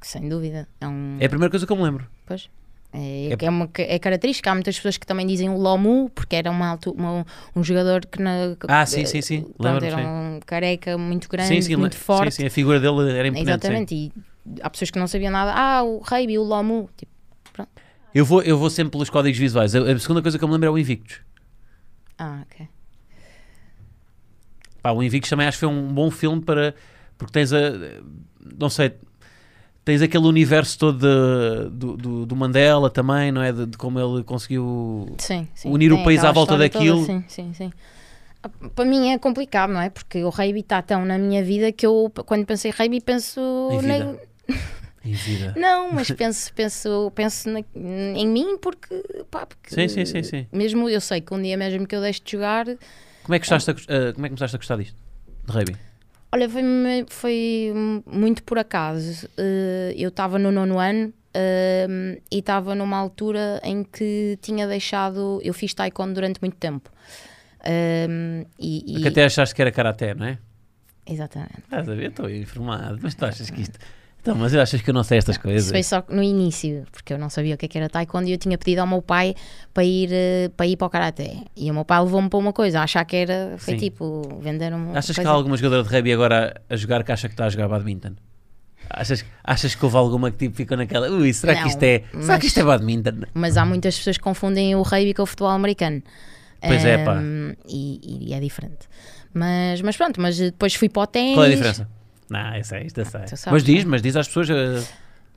[SPEAKER 1] Sem dúvida. É um.
[SPEAKER 2] É a primeira coisa que eu me lembro.
[SPEAKER 1] Pois. É,
[SPEAKER 2] É-
[SPEAKER 1] é, uma, ca- é característica. Há muitas pessoas que também dizem o Lomu, porque era uma, altu- uma- um jogador que na.
[SPEAKER 2] Ah, sim, sim, sim.
[SPEAKER 1] pronto,
[SPEAKER 2] Lembro-me,
[SPEAKER 1] era
[SPEAKER 2] sim.
[SPEAKER 1] um careca muito grande,
[SPEAKER 2] sim, sim,
[SPEAKER 1] muito
[SPEAKER 2] le-
[SPEAKER 1] forte.
[SPEAKER 2] Sim, sim, a figura dele era imponente. Exatamente.
[SPEAKER 1] Exatamente. E há pessoas que não sabiam nada. Ah, o Reiby, o Lomu. Tipo,
[SPEAKER 2] Eu vou, eu vou sempre pelos códigos visuais. A, a segunda coisa que eu me lembro é o Invictus.
[SPEAKER 1] ah, ok.
[SPEAKER 2] Pá, o Invictus também acho que foi um bom filme para. Porque tens a. Não sei. Tens aquele universo todo de- do, do, do Mandela também, não é? De, de como ele conseguiu.
[SPEAKER 1] Sim, sim.
[SPEAKER 2] Unir o
[SPEAKER 1] Tem
[SPEAKER 2] país à
[SPEAKER 1] aquela
[SPEAKER 2] volta
[SPEAKER 1] história toda,
[SPEAKER 2] daquilo.
[SPEAKER 1] Sim, sim, sim. Ah, Para mim é complicado, não é? Porque o Reiby está tão na minha vida que eu, p- quando penso em Reiby, penso.
[SPEAKER 2] Em vida.
[SPEAKER 1] na-
[SPEAKER 2] Em vida.
[SPEAKER 1] Não, mas penso, penso, penso na- em mim porque, pá, porque.
[SPEAKER 2] Sim, sim, sim, sim.
[SPEAKER 1] Mesmo eu sei que um dia mesmo que eu deixe de jogar,
[SPEAKER 2] Como é que, gostaste a gos- ah, como é que começaste a gostar disto? De rugby?
[SPEAKER 1] olha, foi, foi muito por acaso. Eh, Eu estava no nono ano eh, e estava numa altura em que tinha deixado. Eu fiz taekwondo durante muito tempo. Eh, e, e-
[SPEAKER 2] Que até achaste que era karaté, não é?
[SPEAKER 1] Exatamente.
[SPEAKER 2] Estás a ver? Estou informado. Mas tu achas que isto. Então, mas eu achas que eu não sei estas coisas?
[SPEAKER 1] Isso foi só no início, porque eu não sabia o que, é que era taekwondo e eu tinha pedido ao meu pai para ir eh, para, ir para o karaté. E o meu pai levou-me para uma coisa, a achar que era, foi
[SPEAKER 2] Sim.
[SPEAKER 1] tipo, venderam-me. uma
[SPEAKER 2] Achas que
[SPEAKER 1] coisa.
[SPEAKER 2] há alguma jogadora de rugby agora a jogar que acha que está a jogar badminton? Achas, achas que houve alguma que tipo ficou naquela ui, será que
[SPEAKER 1] Não,
[SPEAKER 2] isto é será
[SPEAKER 1] mas-
[SPEAKER 2] que isto é badminton?
[SPEAKER 1] Mas há muitas pessoas que confundem o rugby com o futebol americano.
[SPEAKER 2] Pois é, pá.
[SPEAKER 1] Ahm, E, e é diferente. Mas, mas pronto, mas depois fui para o ténis.
[SPEAKER 2] Qual é a diferença? Não, é, eu sei, isto eu sei.
[SPEAKER 1] Ah, tu sabes, né?
[SPEAKER 2] Mas diz,
[SPEAKER 1] não
[SPEAKER 2] mas diz às pessoas eh,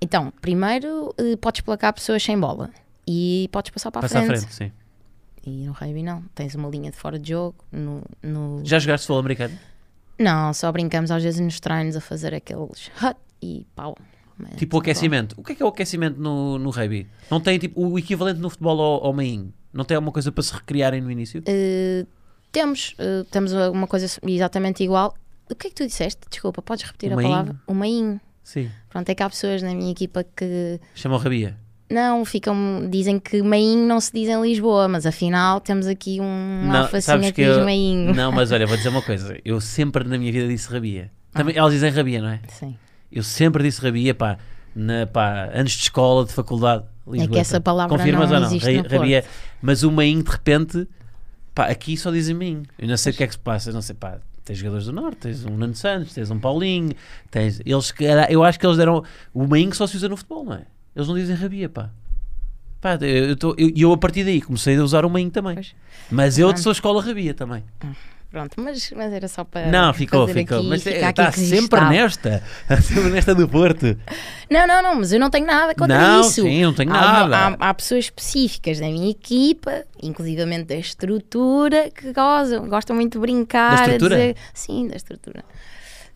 [SPEAKER 1] Então, primeiro eh, podes placar pessoas sem bola e podes passar para a
[SPEAKER 2] passa à
[SPEAKER 1] frente.
[SPEAKER 2] frente, sim.
[SPEAKER 1] E no rugby não, tens uma linha de fora de jogo. No, no...
[SPEAKER 2] Já jogaste futebol americano?
[SPEAKER 1] Não, só brincamos às vezes nos treinos a fazer aqueles hut e pau. Mas
[SPEAKER 2] Tipo o aquecimento. O que é que é o aquecimento no, no rugby? Não tem tipo o equivalente no futebol ao, ao mainho? Não tem alguma coisa para se recriarem no início?
[SPEAKER 1] Eh, temos, eh, temos uma coisa exatamente igual. O que é que tu disseste? Desculpa, podes repetir
[SPEAKER 2] O
[SPEAKER 1] a
[SPEAKER 2] meinho.
[SPEAKER 1] palavra? O mainho.
[SPEAKER 2] Sim.
[SPEAKER 1] Pronto, é que há pessoas na minha equipa que
[SPEAKER 2] Chama o rabia.
[SPEAKER 1] não ficam, dizem que mainho não se diz em Lisboa, mas afinal temos aqui um
[SPEAKER 2] Não, sabes
[SPEAKER 1] alfacinha que,
[SPEAKER 2] que
[SPEAKER 1] diz
[SPEAKER 2] eu-
[SPEAKER 1] mainho.
[SPEAKER 2] Não, mas olha, vou dizer uma coisa. Eu sempre na minha vida disse rabia. Também,
[SPEAKER 1] Ah.
[SPEAKER 2] Elas dizem rabia, não é?
[SPEAKER 1] Sim.
[SPEAKER 2] Eu sempre disse rabia, pá, na, pá antes de escola, de faculdade.
[SPEAKER 1] É que essa palavra
[SPEAKER 2] Confirmas
[SPEAKER 1] não
[SPEAKER 2] ou não?
[SPEAKER 1] existe no
[SPEAKER 2] rabia. Mas o mainho, de repente, pá, aqui só dizem mainho. Eu não sei o que é que se passa, eu não sei, pá. Tens jogadores do Norte, tens um Nuno Santos, tens um Paulinho, tens. Eles, que era- eu acho que eles deram. O mainho só se usa no futebol, não é? Eles não dizem rabia, pá. Pá, eu, eu, tô- eu, eu a partir daí comecei a usar o mainho também.
[SPEAKER 1] Pois. Ah.
[SPEAKER 2] Mas eu
[SPEAKER 1] Pronto.
[SPEAKER 2] sou escola rabia também.
[SPEAKER 1] Pronto, mas, mas era só para.
[SPEAKER 2] não, ficou,
[SPEAKER 1] fazer
[SPEAKER 2] ficou.
[SPEAKER 1] Ah, aqui-
[SPEAKER 2] Mas
[SPEAKER 1] ficar aqui
[SPEAKER 2] está sempre
[SPEAKER 1] registado.
[SPEAKER 2] nesta. (laughs) Sempre nesta do Porto.
[SPEAKER 1] Não, não, não, mas eu não tenho nada contra
[SPEAKER 2] Não,
[SPEAKER 1] isso.
[SPEAKER 2] sim, não tenho
[SPEAKER 1] Há uma-
[SPEAKER 2] nada.
[SPEAKER 1] Há, há pessoas específicas da minha equipa, inclusivamente da estrutura, que gozam, gostam muito de brincar.
[SPEAKER 2] Da estrutura?
[SPEAKER 1] a dizer- Sim, da estrutura.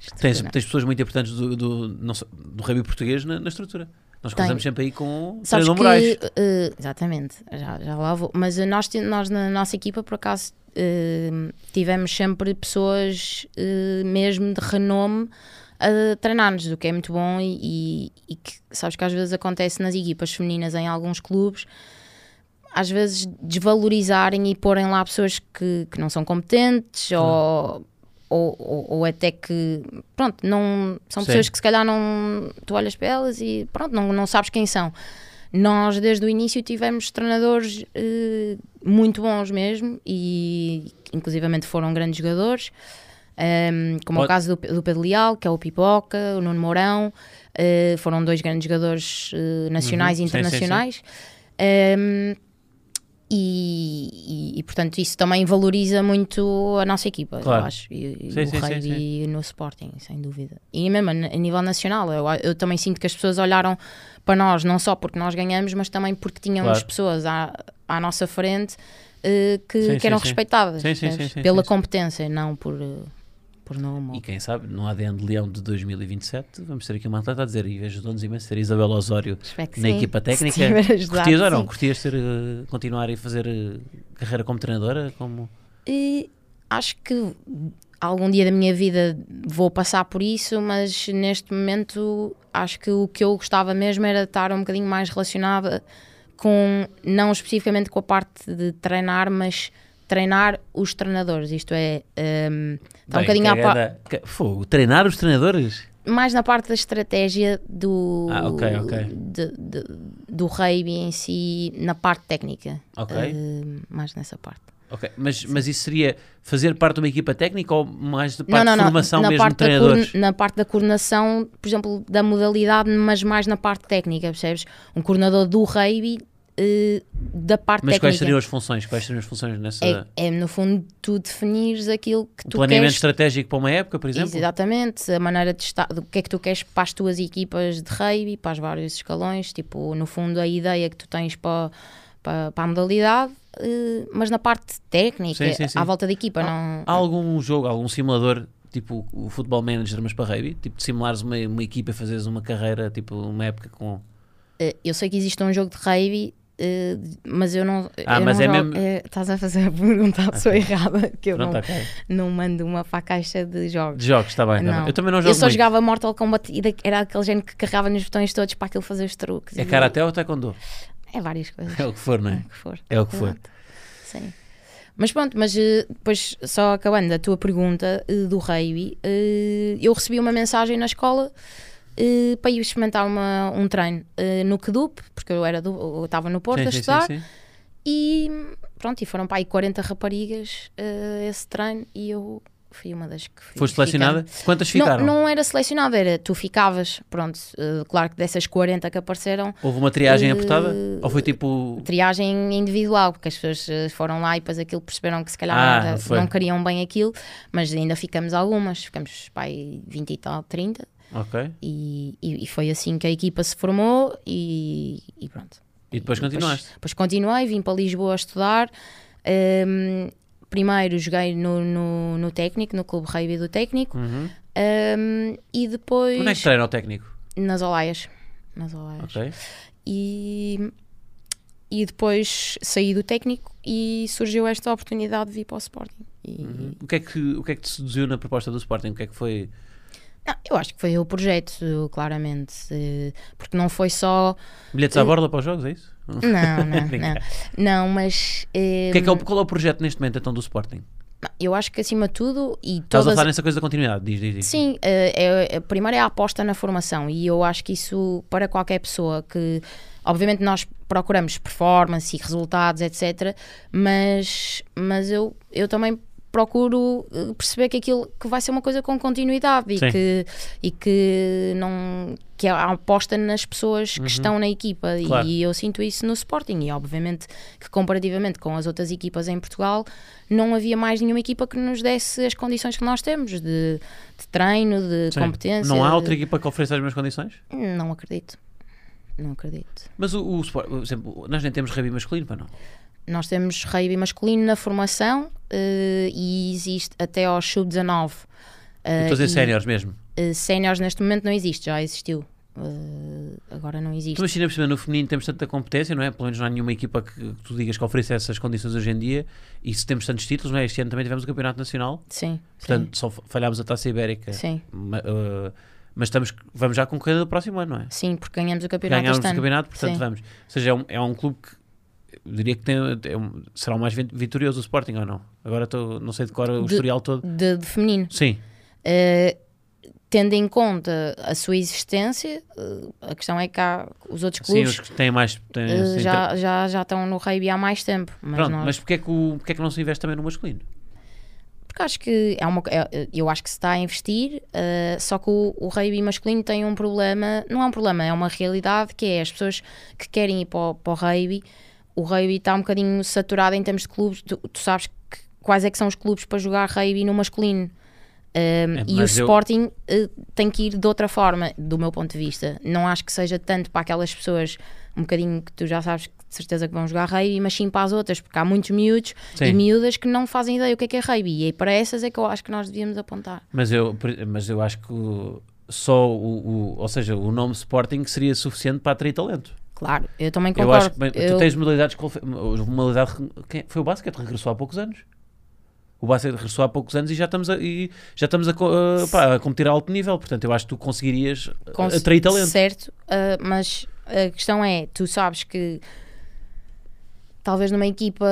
[SPEAKER 2] Tens,
[SPEAKER 1] Estrutura.
[SPEAKER 2] tens pessoas muito importantes do, do, não só- do rugby português na, na estrutura. Nós
[SPEAKER 1] Tenho.
[SPEAKER 2] cruzamos sempre aí com
[SPEAKER 1] Sabes
[SPEAKER 2] Fernando
[SPEAKER 1] que,
[SPEAKER 2] Moraes.
[SPEAKER 1] eh, exatamente, já, já lá vou. Mas eh, nós, te- nós na nossa equipa, por acaso, eh, tivemos sempre pessoas eh, mesmo de renome a treinar-nos, o que é muito bom e, e- e que sabes que às vezes acontece nas equipas femininas em alguns clubes. Às vezes desvalorizarem e porem lá pessoas que, que não são competentes ou, ou, ou- ou até que, pronto, não, são
[SPEAKER 2] Sim.
[SPEAKER 1] pessoas que se calhar não. Tu olhas para elas e pronto, não, não sabes quem são. Nós, desde o início, tivemos treinadores eh, muito bons mesmo e, inclusivamente, foram grandes jogadores, ehm, como é o
[SPEAKER 2] Pode-
[SPEAKER 1] caso do, Pe- do Pedro Leal, que é o Pipoca, o Nuno Mourão, eh, foram dois grandes jogadores eh, nacionais
[SPEAKER 2] Uhum,
[SPEAKER 1] e
[SPEAKER 2] sim, sim, sim.
[SPEAKER 1] internacionais. Ehm, e, e- e, portanto, isso também valoriza muito a nossa equipa,
[SPEAKER 2] Claro.
[SPEAKER 1] eu acho. E, e
[SPEAKER 2] Sim,
[SPEAKER 1] o
[SPEAKER 2] sim, sim,
[SPEAKER 1] rugby no Sporting, sem dúvida. E mesmo a, a nível nacional, eu, eu também sinto que as pessoas olharam para nós, não só porque nós ganhamos, mas também porque tínhamos
[SPEAKER 2] Claro.
[SPEAKER 1] pessoas à, à nossa frente eh, que,
[SPEAKER 2] Sim,
[SPEAKER 1] que
[SPEAKER 2] sim,
[SPEAKER 1] eram
[SPEAKER 2] sim.
[SPEAKER 1] respeitadas
[SPEAKER 2] Sim, sim,
[SPEAKER 1] percebes?
[SPEAKER 2] sim, sim,
[SPEAKER 1] pela
[SPEAKER 2] sim, sim.
[SPEAKER 1] competência, não por, eh, por nome.
[SPEAKER 2] E quem sabe, no ADN de Leão de 2027, vamos ter aqui uma atleta a dizer e ajudou-nos imenso ter Isabel Osório
[SPEAKER 1] Espero que
[SPEAKER 2] na
[SPEAKER 1] sim. (laughs)
[SPEAKER 2] equipa
[SPEAKER 1] Se
[SPEAKER 2] técnica.
[SPEAKER 1] tiver ajudado,
[SPEAKER 2] curtias ou não?
[SPEAKER 1] sim.
[SPEAKER 2] Curtias ter, eh, continuar e fazer eh, carreira como treinadora? Como...
[SPEAKER 1] E acho que algum dia da minha vida vou passar por isso, mas neste momento acho que o que eu gostava mesmo era estar um bocadinho mais relacionada com, não especificamente com a parte de treinar, mas treinar os treinadores. Isto é, ehm, está um
[SPEAKER 2] Bem, é
[SPEAKER 1] bocadinho à
[SPEAKER 2] que
[SPEAKER 1] pa-
[SPEAKER 2] era- que- Fogo, treinar os treinadores?
[SPEAKER 1] mais na parte da estratégia do,
[SPEAKER 2] Ah, ok, ok.
[SPEAKER 1] de- de- do rugby em si, na parte técnica.
[SPEAKER 2] Ok.
[SPEAKER 1] Ehm, mais nessa parte.
[SPEAKER 2] Ok, mas, mas isso seria fazer parte de uma equipa técnica ou mais de parte
[SPEAKER 1] não, não,
[SPEAKER 2] de
[SPEAKER 1] não.
[SPEAKER 2] formação
[SPEAKER 1] na
[SPEAKER 2] mesmo de
[SPEAKER 1] parte da
[SPEAKER 2] treinadores?
[SPEAKER 1] coorden- na parte da coordenação, por exemplo, da modalidade, mas mais na parte técnica, percebes? Um coordenador do rugby eh, da parte
[SPEAKER 2] Mas quais
[SPEAKER 1] técnica.
[SPEAKER 2] seriam as funções? Quais seriam as funções nessa...
[SPEAKER 1] é, é, no fundo, tu definires aquilo que tu
[SPEAKER 2] Planeamento
[SPEAKER 1] queres.
[SPEAKER 2] estratégico para uma época, por exemplo?
[SPEAKER 1] Isso, exatamente, a maneira de estar, do que é que tu queres para as tuas equipas de rugby, para os vários escalões, tipo, no fundo, a ideia que tu tens para, para, para a modalidade, eh, mas na parte técnica,
[SPEAKER 2] Sim, Ah, sim, sim.
[SPEAKER 1] à volta da equipa, não.
[SPEAKER 2] Há algum jogo, algum simulador, tipo o Football Manager, mas para rugby? Tipo, de simulares uma, uma equipa e fazeres uma carreira, tipo uma época com...
[SPEAKER 1] Eh, eu sei que existe um jogo de rugby, eh, mas eu não.
[SPEAKER 2] Ah,
[SPEAKER 1] eu
[SPEAKER 2] mas
[SPEAKER 1] não
[SPEAKER 2] é
[SPEAKER 1] jogo-
[SPEAKER 2] mesmo- Ah,
[SPEAKER 1] eh, estás a fazer a pergunta à pessoa errada, que eu
[SPEAKER 2] Pronto, tá.
[SPEAKER 1] não,
[SPEAKER 2] ok.
[SPEAKER 1] não mando uma para a caixa de jogos.
[SPEAKER 2] De jogos, está bem, tá bem.
[SPEAKER 1] Não.
[SPEAKER 2] Eu também não
[SPEAKER 1] Eu,
[SPEAKER 2] jogo
[SPEAKER 1] só
[SPEAKER 2] muito.
[SPEAKER 1] jogava Mortal Kombat e da- era aquele género que carregava nos botões todos para aquilo fazer os truques.
[SPEAKER 2] É
[SPEAKER 1] e-
[SPEAKER 2] Karaté ou Taekwondo?
[SPEAKER 1] É várias coisas.
[SPEAKER 2] É o que for, não
[SPEAKER 1] é
[SPEAKER 2] é?
[SPEAKER 1] o (laughs) que for.
[SPEAKER 2] É o que for.
[SPEAKER 1] Exato. Sim. Mas pronto, mas eh, depois, só acabando a tua pergunta eh, do rugby, eh, eu recebi uma mensagem na escola eh, eh, para ir experimentar uma- um treino eh, no Kedup, porque eu era do- eu estava no Porto
[SPEAKER 2] Sim,
[SPEAKER 1] a
[SPEAKER 2] sim,
[SPEAKER 1] estudar,
[SPEAKER 2] sim, sim.
[SPEAKER 1] e pronto, e foram para aí 40 raparigas eh, esse treino e eu fui uma das que fui
[SPEAKER 2] Foste selecionada?
[SPEAKER 1] ficando.
[SPEAKER 2] Quantas
[SPEAKER 1] Não,
[SPEAKER 2] ficaram?
[SPEAKER 1] não era selecionada, era tu ficavas, pronto, eh, claro que dessas 40 que apareceram,
[SPEAKER 2] Houve uma triagem
[SPEAKER 1] Eh,
[SPEAKER 2] apertada? Ou foi tipo.
[SPEAKER 1] triagem individual, porque as pessoas eh, foram lá e depois aquilo perceberam que se calhar
[SPEAKER 2] Ah,
[SPEAKER 1] não era-
[SPEAKER 2] não foi.
[SPEAKER 1] não queriam bem aquilo, mas ainda ficamos algumas, ficamos pai 20 e tal, 30,
[SPEAKER 2] Ok.
[SPEAKER 1] e, e- e foi assim que a equipa se formou e, e pronto.
[SPEAKER 2] E depois continuaste?
[SPEAKER 1] Depois, continuei, vim para Lisboa estudar. Hum, primeiro joguei no, no, no técnico, no Clube Rugby do Técnico.
[SPEAKER 2] Uhum.
[SPEAKER 1] Hum, e depois
[SPEAKER 2] Onde é que treina o técnico?
[SPEAKER 1] nas Olaias. Nas Olaias.
[SPEAKER 2] Ok.
[SPEAKER 1] E, e depois saí do técnico e surgiu esta oportunidade de vir para o Sporting. E-
[SPEAKER 2] Uhum. O, que é que, o que é que te seduziu na proposta do Sporting? O que é que foi.
[SPEAKER 1] Não, eu acho que foi o projeto, claramente. eh, Porque não foi só.
[SPEAKER 2] Bilhetes
[SPEAKER 1] Eh,
[SPEAKER 2] à borda para os jogos, é isso? O
[SPEAKER 1] Não, não, não.
[SPEAKER 2] (laughs) Brincar.
[SPEAKER 1] Não, mas.
[SPEAKER 2] que é que é o,
[SPEAKER 1] hum,
[SPEAKER 2] qual é o projeto neste momento então do Sporting?
[SPEAKER 1] Eu acho que acima de tudo e
[SPEAKER 2] Estás a
[SPEAKER 1] todas
[SPEAKER 2] falar nessa coisa da continuidade, diz, diz, diz.
[SPEAKER 1] Sim, eh, é, é- primeiro é a aposta na formação e eu acho que isso para qualquer pessoa que obviamente nós procuramos performance e resultados, etc. Mas, mas eu, eu também procuro eh, perceber que aquilo que vai ser uma coisa com continuidade e
[SPEAKER 2] Sim.
[SPEAKER 1] que, e que não que é a aposta nas pessoas que estão na equipa E-
[SPEAKER 2] Claro.
[SPEAKER 1] e eu sinto isso no Sporting e obviamente que comparativamente com as outras equipas em Portugal não havia mais nenhuma equipa que nos desse as condições que nós temos de, de treino, de
[SPEAKER 2] Sim.
[SPEAKER 1] competência.
[SPEAKER 2] Não há
[SPEAKER 1] de- Hum,
[SPEAKER 2] outra equipa que ofereça as mesmas condições?
[SPEAKER 1] Não acredito. Não acredito.
[SPEAKER 2] Mas o, o Sport- por exemplo, nós nem temos rugby masculino, para não.
[SPEAKER 1] Nós temos rugby masculino na formação eh, e existe até ao sub-19.
[SPEAKER 2] Eu
[SPEAKER 1] Eh,
[SPEAKER 2] Estou a dizer
[SPEAKER 1] e,
[SPEAKER 2] séniores mesmo.
[SPEAKER 1] eh, séniores neste momento não existe, já existiu. Eh, agora não existe.
[SPEAKER 2] Tu imagina por cima, no feminino temos tanta competência, não é? Pelo menos não há nenhuma equipa que, que tu digas que ofereça essas condições hoje em dia. E se temos tantos títulos, não é? Este ano também tivemos o Campeonato Nacional,
[SPEAKER 1] Sim,
[SPEAKER 2] portanto só fa- falhámos a Taça Ibérica.
[SPEAKER 1] sim, sim,
[SPEAKER 2] Ma- eh, mas estamos, vamos já concorrer do próximo ano, não é?
[SPEAKER 1] sim, porque ganhamos o campeonato
[SPEAKER 2] Ganhámos o
[SPEAKER 1] este ano.
[SPEAKER 2] campeonato, portanto
[SPEAKER 1] Sim.
[SPEAKER 2] vamos. Ou seja, é um, é um clube que eu diria que tem, é um- será o mais vit- vitorioso o Sporting ou não? Agora estou- não sei de cor o
[SPEAKER 1] De-
[SPEAKER 2] historial todo.
[SPEAKER 1] De- de feminino.
[SPEAKER 2] Sim,
[SPEAKER 1] Uh, tendo em conta a sua existência, uh, a questão é que há os outros
[SPEAKER 2] sim,
[SPEAKER 1] clubes
[SPEAKER 2] os que têm mais. Têm, assim,
[SPEAKER 1] uh,
[SPEAKER 2] têm
[SPEAKER 1] já,
[SPEAKER 2] tra-
[SPEAKER 1] já, já estão no rugby há mais tempo. Mas
[SPEAKER 2] Pronto,
[SPEAKER 1] nós-
[SPEAKER 2] mas porque é, que o, porque é que não se investe também no masculino?
[SPEAKER 1] Porque acho que é uma, co- é- eu acho que se está a investir, uh, só que o, o rugby masculino tem um problema, não é um problema, é uma realidade que é as pessoas que querem ir para o, para o rugby, o rugby está um bocadinho saturado em termos de clubes, tu, tu sabes que- quais é que são os clubes para jogar rugby no masculino. Um,
[SPEAKER 2] É,
[SPEAKER 1] e o
[SPEAKER 2] mas eu-
[SPEAKER 1] Sporting eh, tem que ir de outra forma, do meu ponto de vista. Não acho que seja tanto para aquelas pessoas, um bocadinho que tu já sabes que de certeza que vão jogar rugby, mas sim para as outras, porque há muitos miúdos
[SPEAKER 2] Sim.
[SPEAKER 1] e miúdas que não fazem ideia o que é que é rugby. E aí para essas é que eu acho que nós devíamos apontar.
[SPEAKER 2] Mas eu, por- mas eu acho que o- só o, o- Ou seja, o nome Sporting seria suficiente para atrair talento.
[SPEAKER 1] Claro, eu também
[SPEAKER 2] eu acho
[SPEAKER 1] concordo.
[SPEAKER 2] que bem, tu
[SPEAKER 1] Eu-
[SPEAKER 2] tens modalidades. qual foi- Modalidade, quem- foi o basquete que regressou há poucos anos. O basquete regressou há poucos anos e já estamos a, e já estamos a, co- a, pá, a competir a alto nível. Portanto, eu acho que tu conseguirias eh,
[SPEAKER 1] com-
[SPEAKER 2] atrair talento.
[SPEAKER 1] Certo, ah, mas a questão é, tu sabes que talvez numa equipa,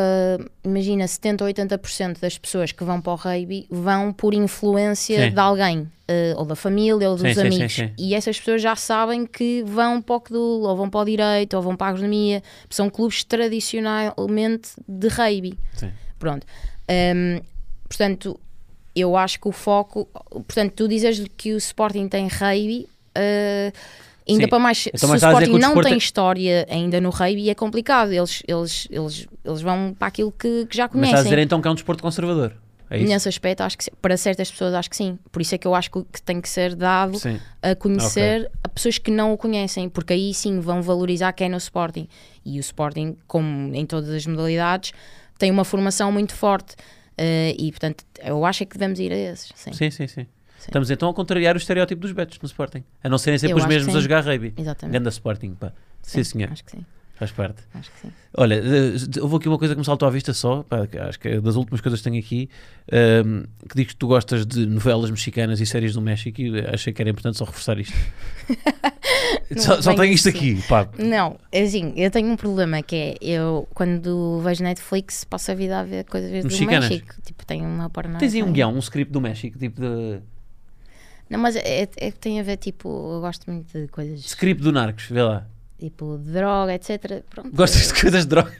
[SPEAKER 1] imagina, 70 ou 80% das pessoas que vão para o rugby vão por influência
[SPEAKER 2] Sim.
[SPEAKER 1] de alguém, ah, ou da família, ou dos
[SPEAKER 2] Sim, sim, sim,
[SPEAKER 1] amigos.
[SPEAKER 2] sim.
[SPEAKER 1] E essas pessoas já sabem que vão para o CDUL, ou vão para o Direito, ou vão para a Agronomia, são clubes tradicionalmente de rugby.
[SPEAKER 2] Sim.
[SPEAKER 1] Pronto. Hum, portanto, eu acho que o foco. Portanto, tu dizes que o Sporting tem rugby. uh, ainda
[SPEAKER 2] Sim.
[SPEAKER 1] para mais. Se
[SPEAKER 2] Então,
[SPEAKER 1] o
[SPEAKER 2] mas estás a dizer
[SPEAKER 1] Sporting
[SPEAKER 2] que o
[SPEAKER 1] não
[SPEAKER 2] desporto
[SPEAKER 1] tem
[SPEAKER 2] é-
[SPEAKER 1] história ainda no rugby, é complicado. Eles, eles, eles, eles vão para aquilo que, que já
[SPEAKER 2] Mas estás a dizer
[SPEAKER 1] conhecem.
[SPEAKER 2] então que é um desporto conservador. É isso?
[SPEAKER 1] Nesse aspecto, acho que sim. para certas pessoas, acho que sim. Por isso é que eu acho que, que tem que ser dado
[SPEAKER 2] Sim.
[SPEAKER 1] a conhecer a pessoas que não o conhecem, porque aí sim vão valorizar quem é no Sporting. E o Sporting, como em todas as modalidades, tem uma formação muito forte. eh, e portanto, eu acho é que devemos ir a esses. Sim,
[SPEAKER 2] Sim, sim, sim. Estamos então a contrariar o estereótipo dos betos no Sporting. A não serem sempre
[SPEAKER 1] Eu
[SPEAKER 2] os
[SPEAKER 1] acho que
[SPEAKER 2] mesmos a
[SPEAKER 1] sim.
[SPEAKER 2] jogar rugby.
[SPEAKER 1] Exatamente.
[SPEAKER 2] Ganda Sporting, pá. Sim, senhor.
[SPEAKER 1] Acho que sim.
[SPEAKER 2] Faz parte.
[SPEAKER 1] Acho que sim.
[SPEAKER 2] Olha, eh, houve aqui uma coisa que me saltou à vista só, pá, que acho que é das últimas coisas que tenho aqui, ehm, que diz que tu gostas de novelas mexicanas e séries do México e eh, achei que era importante só
[SPEAKER 1] (laughs)
[SPEAKER 2] reforçar isto. só
[SPEAKER 1] Não
[SPEAKER 2] só
[SPEAKER 1] venho
[SPEAKER 2] tenho isto
[SPEAKER 1] disso.
[SPEAKER 2] aqui, pá.
[SPEAKER 1] Não, é assim, eu tenho um problema que é eu, quando vejo Netflix, passo a vida a ver coisas do
[SPEAKER 2] Mexicanas. um
[SPEAKER 1] México. Tipo, tenho uma pornada.
[SPEAKER 2] Tens aí um guião, um script do México, tipo de...
[SPEAKER 1] Não, mas é, é que tem a ver, tipo, eu gosto muito de coisas
[SPEAKER 2] Script do Narcos, vê lá.
[SPEAKER 1] tipo de droga, etc. Pronto.
[SPEAKER 2] Gostas de coisas de droga?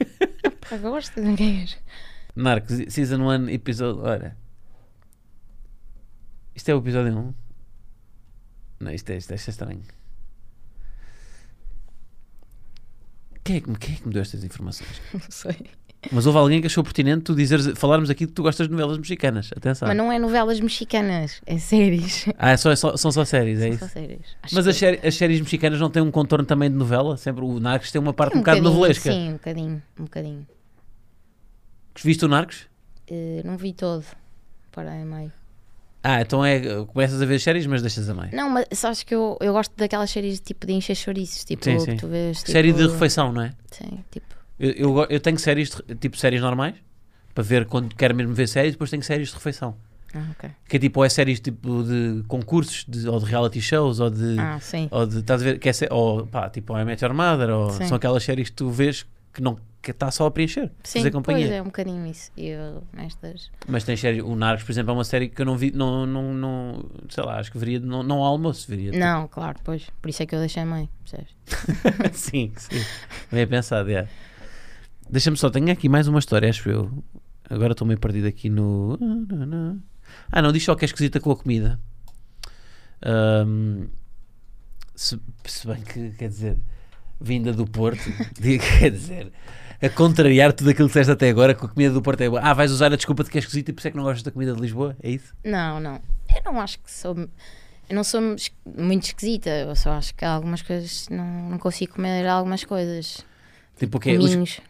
[SPEAKER 1] (laughs) Pá, gosto, não queres?
[SPEAKER 2] Narcos, Season 1, episódio. Olha. Isto é o episódio 1. Não, isto é, isto é, isto é estranho. Quem é, que me, quem é que me deu estas informações?
[SPEAKER 1] (laughs) Não sei.
[SPEAKER 2] Mas houve alguém que achou pertinente tu dizeres, falarmos aqui que tu gostas de novelas mexicanas. Atenção.
[SPEAKER 1] Mas não é novelas mexicanas, é séries.
[SPEAKER 2] Ah, é só, é só- são só séries, é
[SPEAKER 1] (laughs) São
[SPEAKER 2] isso?
[SPEAKER 1] só séries. Acho
[SPEAKER 2] Mas
[SPEAKER 1] que- é
[SPEAKER 2] as, séri- as séries mexicanas não têm um contorno também de novela? Sempre o Narcos tem uma parte um, bocado
[SPEAKER 1] bocadinho,
[SPEAKER 2] novelesca.
[SPEAKER 1] Sim, um bocadinho, um bocadinho.
[SPEAKER 2] Viste o Narcos?
[SPEAKER 1] Eh, não vi todo. Para aí, meio.
[SPEAKER 2] Ah, então é. Começas a ver as séries, mas deixas a meio.
[SPEAKER 1] Não, mas sabes que eu, eu gosto daquelas séries tipo de encher chouriços, tipo,
[SPEAKER 2] Sim, sim.
[SPEAKER 1] que tu vês. Tipo,
[SPEAKER 2] Série de refeição, não é?
[SPEAKER 1] Sim, tipo.
[SPEAKER 2] Eu, eu, go- eu tenho séries, de- tipo séries normais, para ver quando quero mesmo ver séries, depois tenho séries de refeição.
[SPEAKER 1] Ah, ok.
[SPEAKER 2] Que é tipo, ou é séries tipo de concursos, de- ou de reality shows, ou de.
[SPEAKER 1] Ah, sim.
[SPEAKER 2] Ou de. Estás a ver? Que é, sé- ou pá, tipo, é Met Your Mother, ou
[SPEAKER 1] Sim.
[SPEAKER 2] são aquelas séries que tu vês que não que está só a preencher,
[SPEAKER 1] Sim,
[SPEAKER 2] fazer
[SPEAKER 1] pois
[SPEAKER 2] companhia.
[SPEAKER 1] é um bocadinho isso. E Eu, nestas.
[SPEAKER 2] Mas tem séries, o Narcos, por exemplo, é uma série que eu não vi, não, não, não sei lá, acho que veria, de- não, não ao almoço, veria. tipo,
[SPEAKER 1] Não, claro, pois. Por isso é que eu deixei a mãe, percebes?
[SPEAKER 2] (laughs) sim, sim. Bem pensado, é. Deixa-me só, tenho aqui mais uma história, acho eu. Agora estou meio perdido aqui no. Ah, não, diz só que é esquisita com a comida. Ahm, se, se bem que, quer dizer, vinda do Porto, (laughs) digo, quer dizer, a contrariar tudo aquilo que disseste até agora, que a comida do Porto é boa. Ah, vais usar a desculpa de que é esquisita e por isso é que não gostas da comida de Lisboa? É isso?
[SPEAKER 1] Não, não. Eu não acho que sou. Eu não sou es- muito esquisita. Eu só acho que há algumas coisas. Não, não consigo comer algumas coisas.
[SPEAKER 2] Tipo, o que é? Os-
[SPEAKER 1] Cominhos.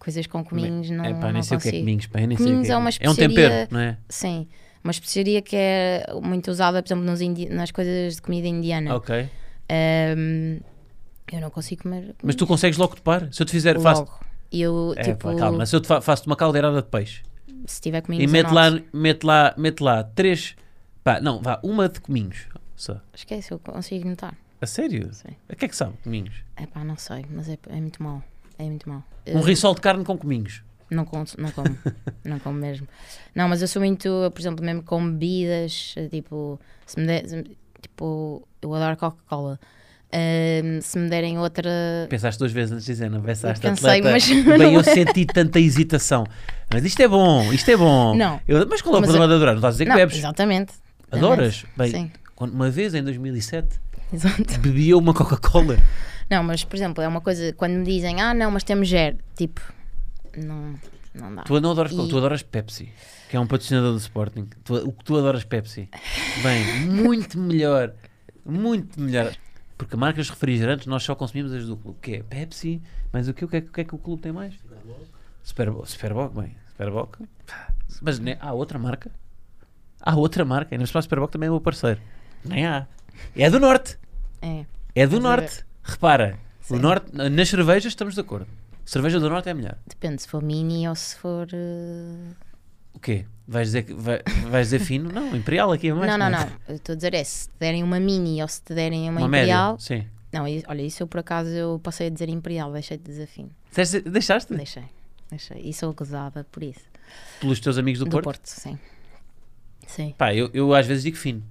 [SPEAKER 1] Coisas com cominhos. Não,
[SPEAKER 2] Epá, nem
[SPEAKER 1] não
[SPEAKER 2] sei o que é
[SPEAKER 1] consigo.
[SPEAKER 2] cominhos, pá, eu nem sei o
[SPEAKER 1] Cominhos
[SPEAKER 2] que é,
[SPEAKER 1] é uma
[SPEAKER 2] cominhos. É um
[SPEAKER 1] especiaria-
[SPEAKER 2] tempero, não é?
[SPEAKER 1] Sim. Uma especiaria que é muito usada, por exemplo, nos indi- nas coisas de comida indiana.
[SPEAKER 2] Ok.
[SPEAKER 1] Ahm, eu não consigo comer.
[SPEAKER 2] Mas tu consegues logo topar? Se eu te fizer,
[SPEAKER 1] comigo
[SPEAKER 2] faço.
[SPEAKER 1] logo. Eu,
[SPEAKER 2] É,
[SPEAKER 1] tipo,
[SPEAKER 2] pá, calma, se eu te fa faço uma caldeirada de peixe
[SPEAKER 1] se tiver comigo.
[SPEAKER 2] e mete lá, mete lá, mete lá três, pá, não, vá, uma de cominhos só.
[SPEAKER 1] Esquece, eu consigo notar.
[SPEAKER 2] A sério?
[SPEAKER 1] Sim.
[SPEAKER 2] A que é que sabe cominhos?
[SPEAKER 1] É pá, não sei, mas é, é muito mau. É muito mau.
[SPEAKER 2] Um
[SPEAKER 1] Eu
[SPEAKER 2] risol de carne com cominhos.
[SPEAKER 1] Não, conto, não
[SPEAKER 2] (laughs)
[SPEAKER 1] como. não como mesmo. Não, mas eu sou muito, por exemplo, mesmo com bebidas, eh, tipo, se me der, se me- tipo, eu adoro Coca-Cola. Ahm, se me derem outra.
[SPEAKER 2] Pensaste duas vezes antes de dizer, não pensaste
[SPEAKER 1] Eu pensei,
[SPEAKER 2] atleta.
[SPEAKER 1] mas- (laughs) é.
[SPEAKER 2] Bem, eu senti tanta hesitação. Mas isto é bom, isto é bom.
[SPEAKER 1] Não.
[SPEAKER 2] Eu- mas qual é o
[SPEAKER 1] Mas
[SPEAKER 2] problema de adorar? Não estás a dizer
[SPEAKER 1] Não,
[SPEAKER 2] que bebes?
[SPEAKER 1] exatamente.
[SPEAKER 2] Adoras? Bem,
[SPEAKER 1] Sim,
[SPEAKER 2] quando, uma vez em 2007
[SPEAKER 1] exato.
[SPEAKER 2] bebi eu uma Coca-Cola.
[SPEAKER 1] Não, mas por exemplo, é uma coisa, quando me dizem, ah não, mas temos gel, tipo, não, não dá.
[SPEAKER 2] Tu não adoras,
[SPEAKER 1] E-
[SPEAKER 2] tu adoras Pepsi, que é um patrocinador do Sporting. Tu- o que tu adoras Pepsi?
[SPEAKER 1] (laughs)
[SPEAKER 2] Bem, muito melhor. Muito melhor. Porque marcas refrigerantes nós só consumimos as do clube. Que é Pepsi, mas o que, o que, é, que- o que é que o clube tem mais? Superboc. Superboc, bem. Superboc. pá, Mas nem, há outra marca? Há outra marca. E no espaço Superboc também é meu parceiro. Nem há. É do Norte.
[SPEAKER 1] É.
[SPEAKER 2] É
[SPEAKER 1] Estás a
[SPEAKER 2] do
[SPEAKER 1] ver?
[SPEAKER 2] Norte. Repara. O
[SPEAKER 1] Sim.
[SPEAKER 2] norte, nas cervejas estamos de acordo. Cerveja do Norte é a melhor.
[SPEAKER 1] Depende se for mini ou se for. eh,
[SPEAKER 2] O quê? Vais dizer, que- vai- vais dizer fino? Não, Imperial aqui é mais.
[SPEAKER 1] não, não,
[SPEAKER 2] né?
[SPEAKER 1] não. Eu Estou a dizer é se te derem uma mini ou se te derem uma,
[SPEAKER 2] Uma
[SPEAKER 1] imperial.
[SPEAKER 2] média. Sim.
[SPEAKER 1] Não, i- olha, isso eu por acaso eu passei a dizer imperial, deixei de dizer fino.
[SPEAKER 2] Disseste- Deixaste?
[SPEAKER 1] Deixei, deixei. E sou gozada por isso.
[SPEAKER 2] Pelos teus amigos do,
[SPEAKER 1] Do,
[SPEAKER 2] Porto?
[SPEAKER 1] Porto? sim. Sim,
[SPEAKER 2] Pá, eu, eu às vezes digo fino.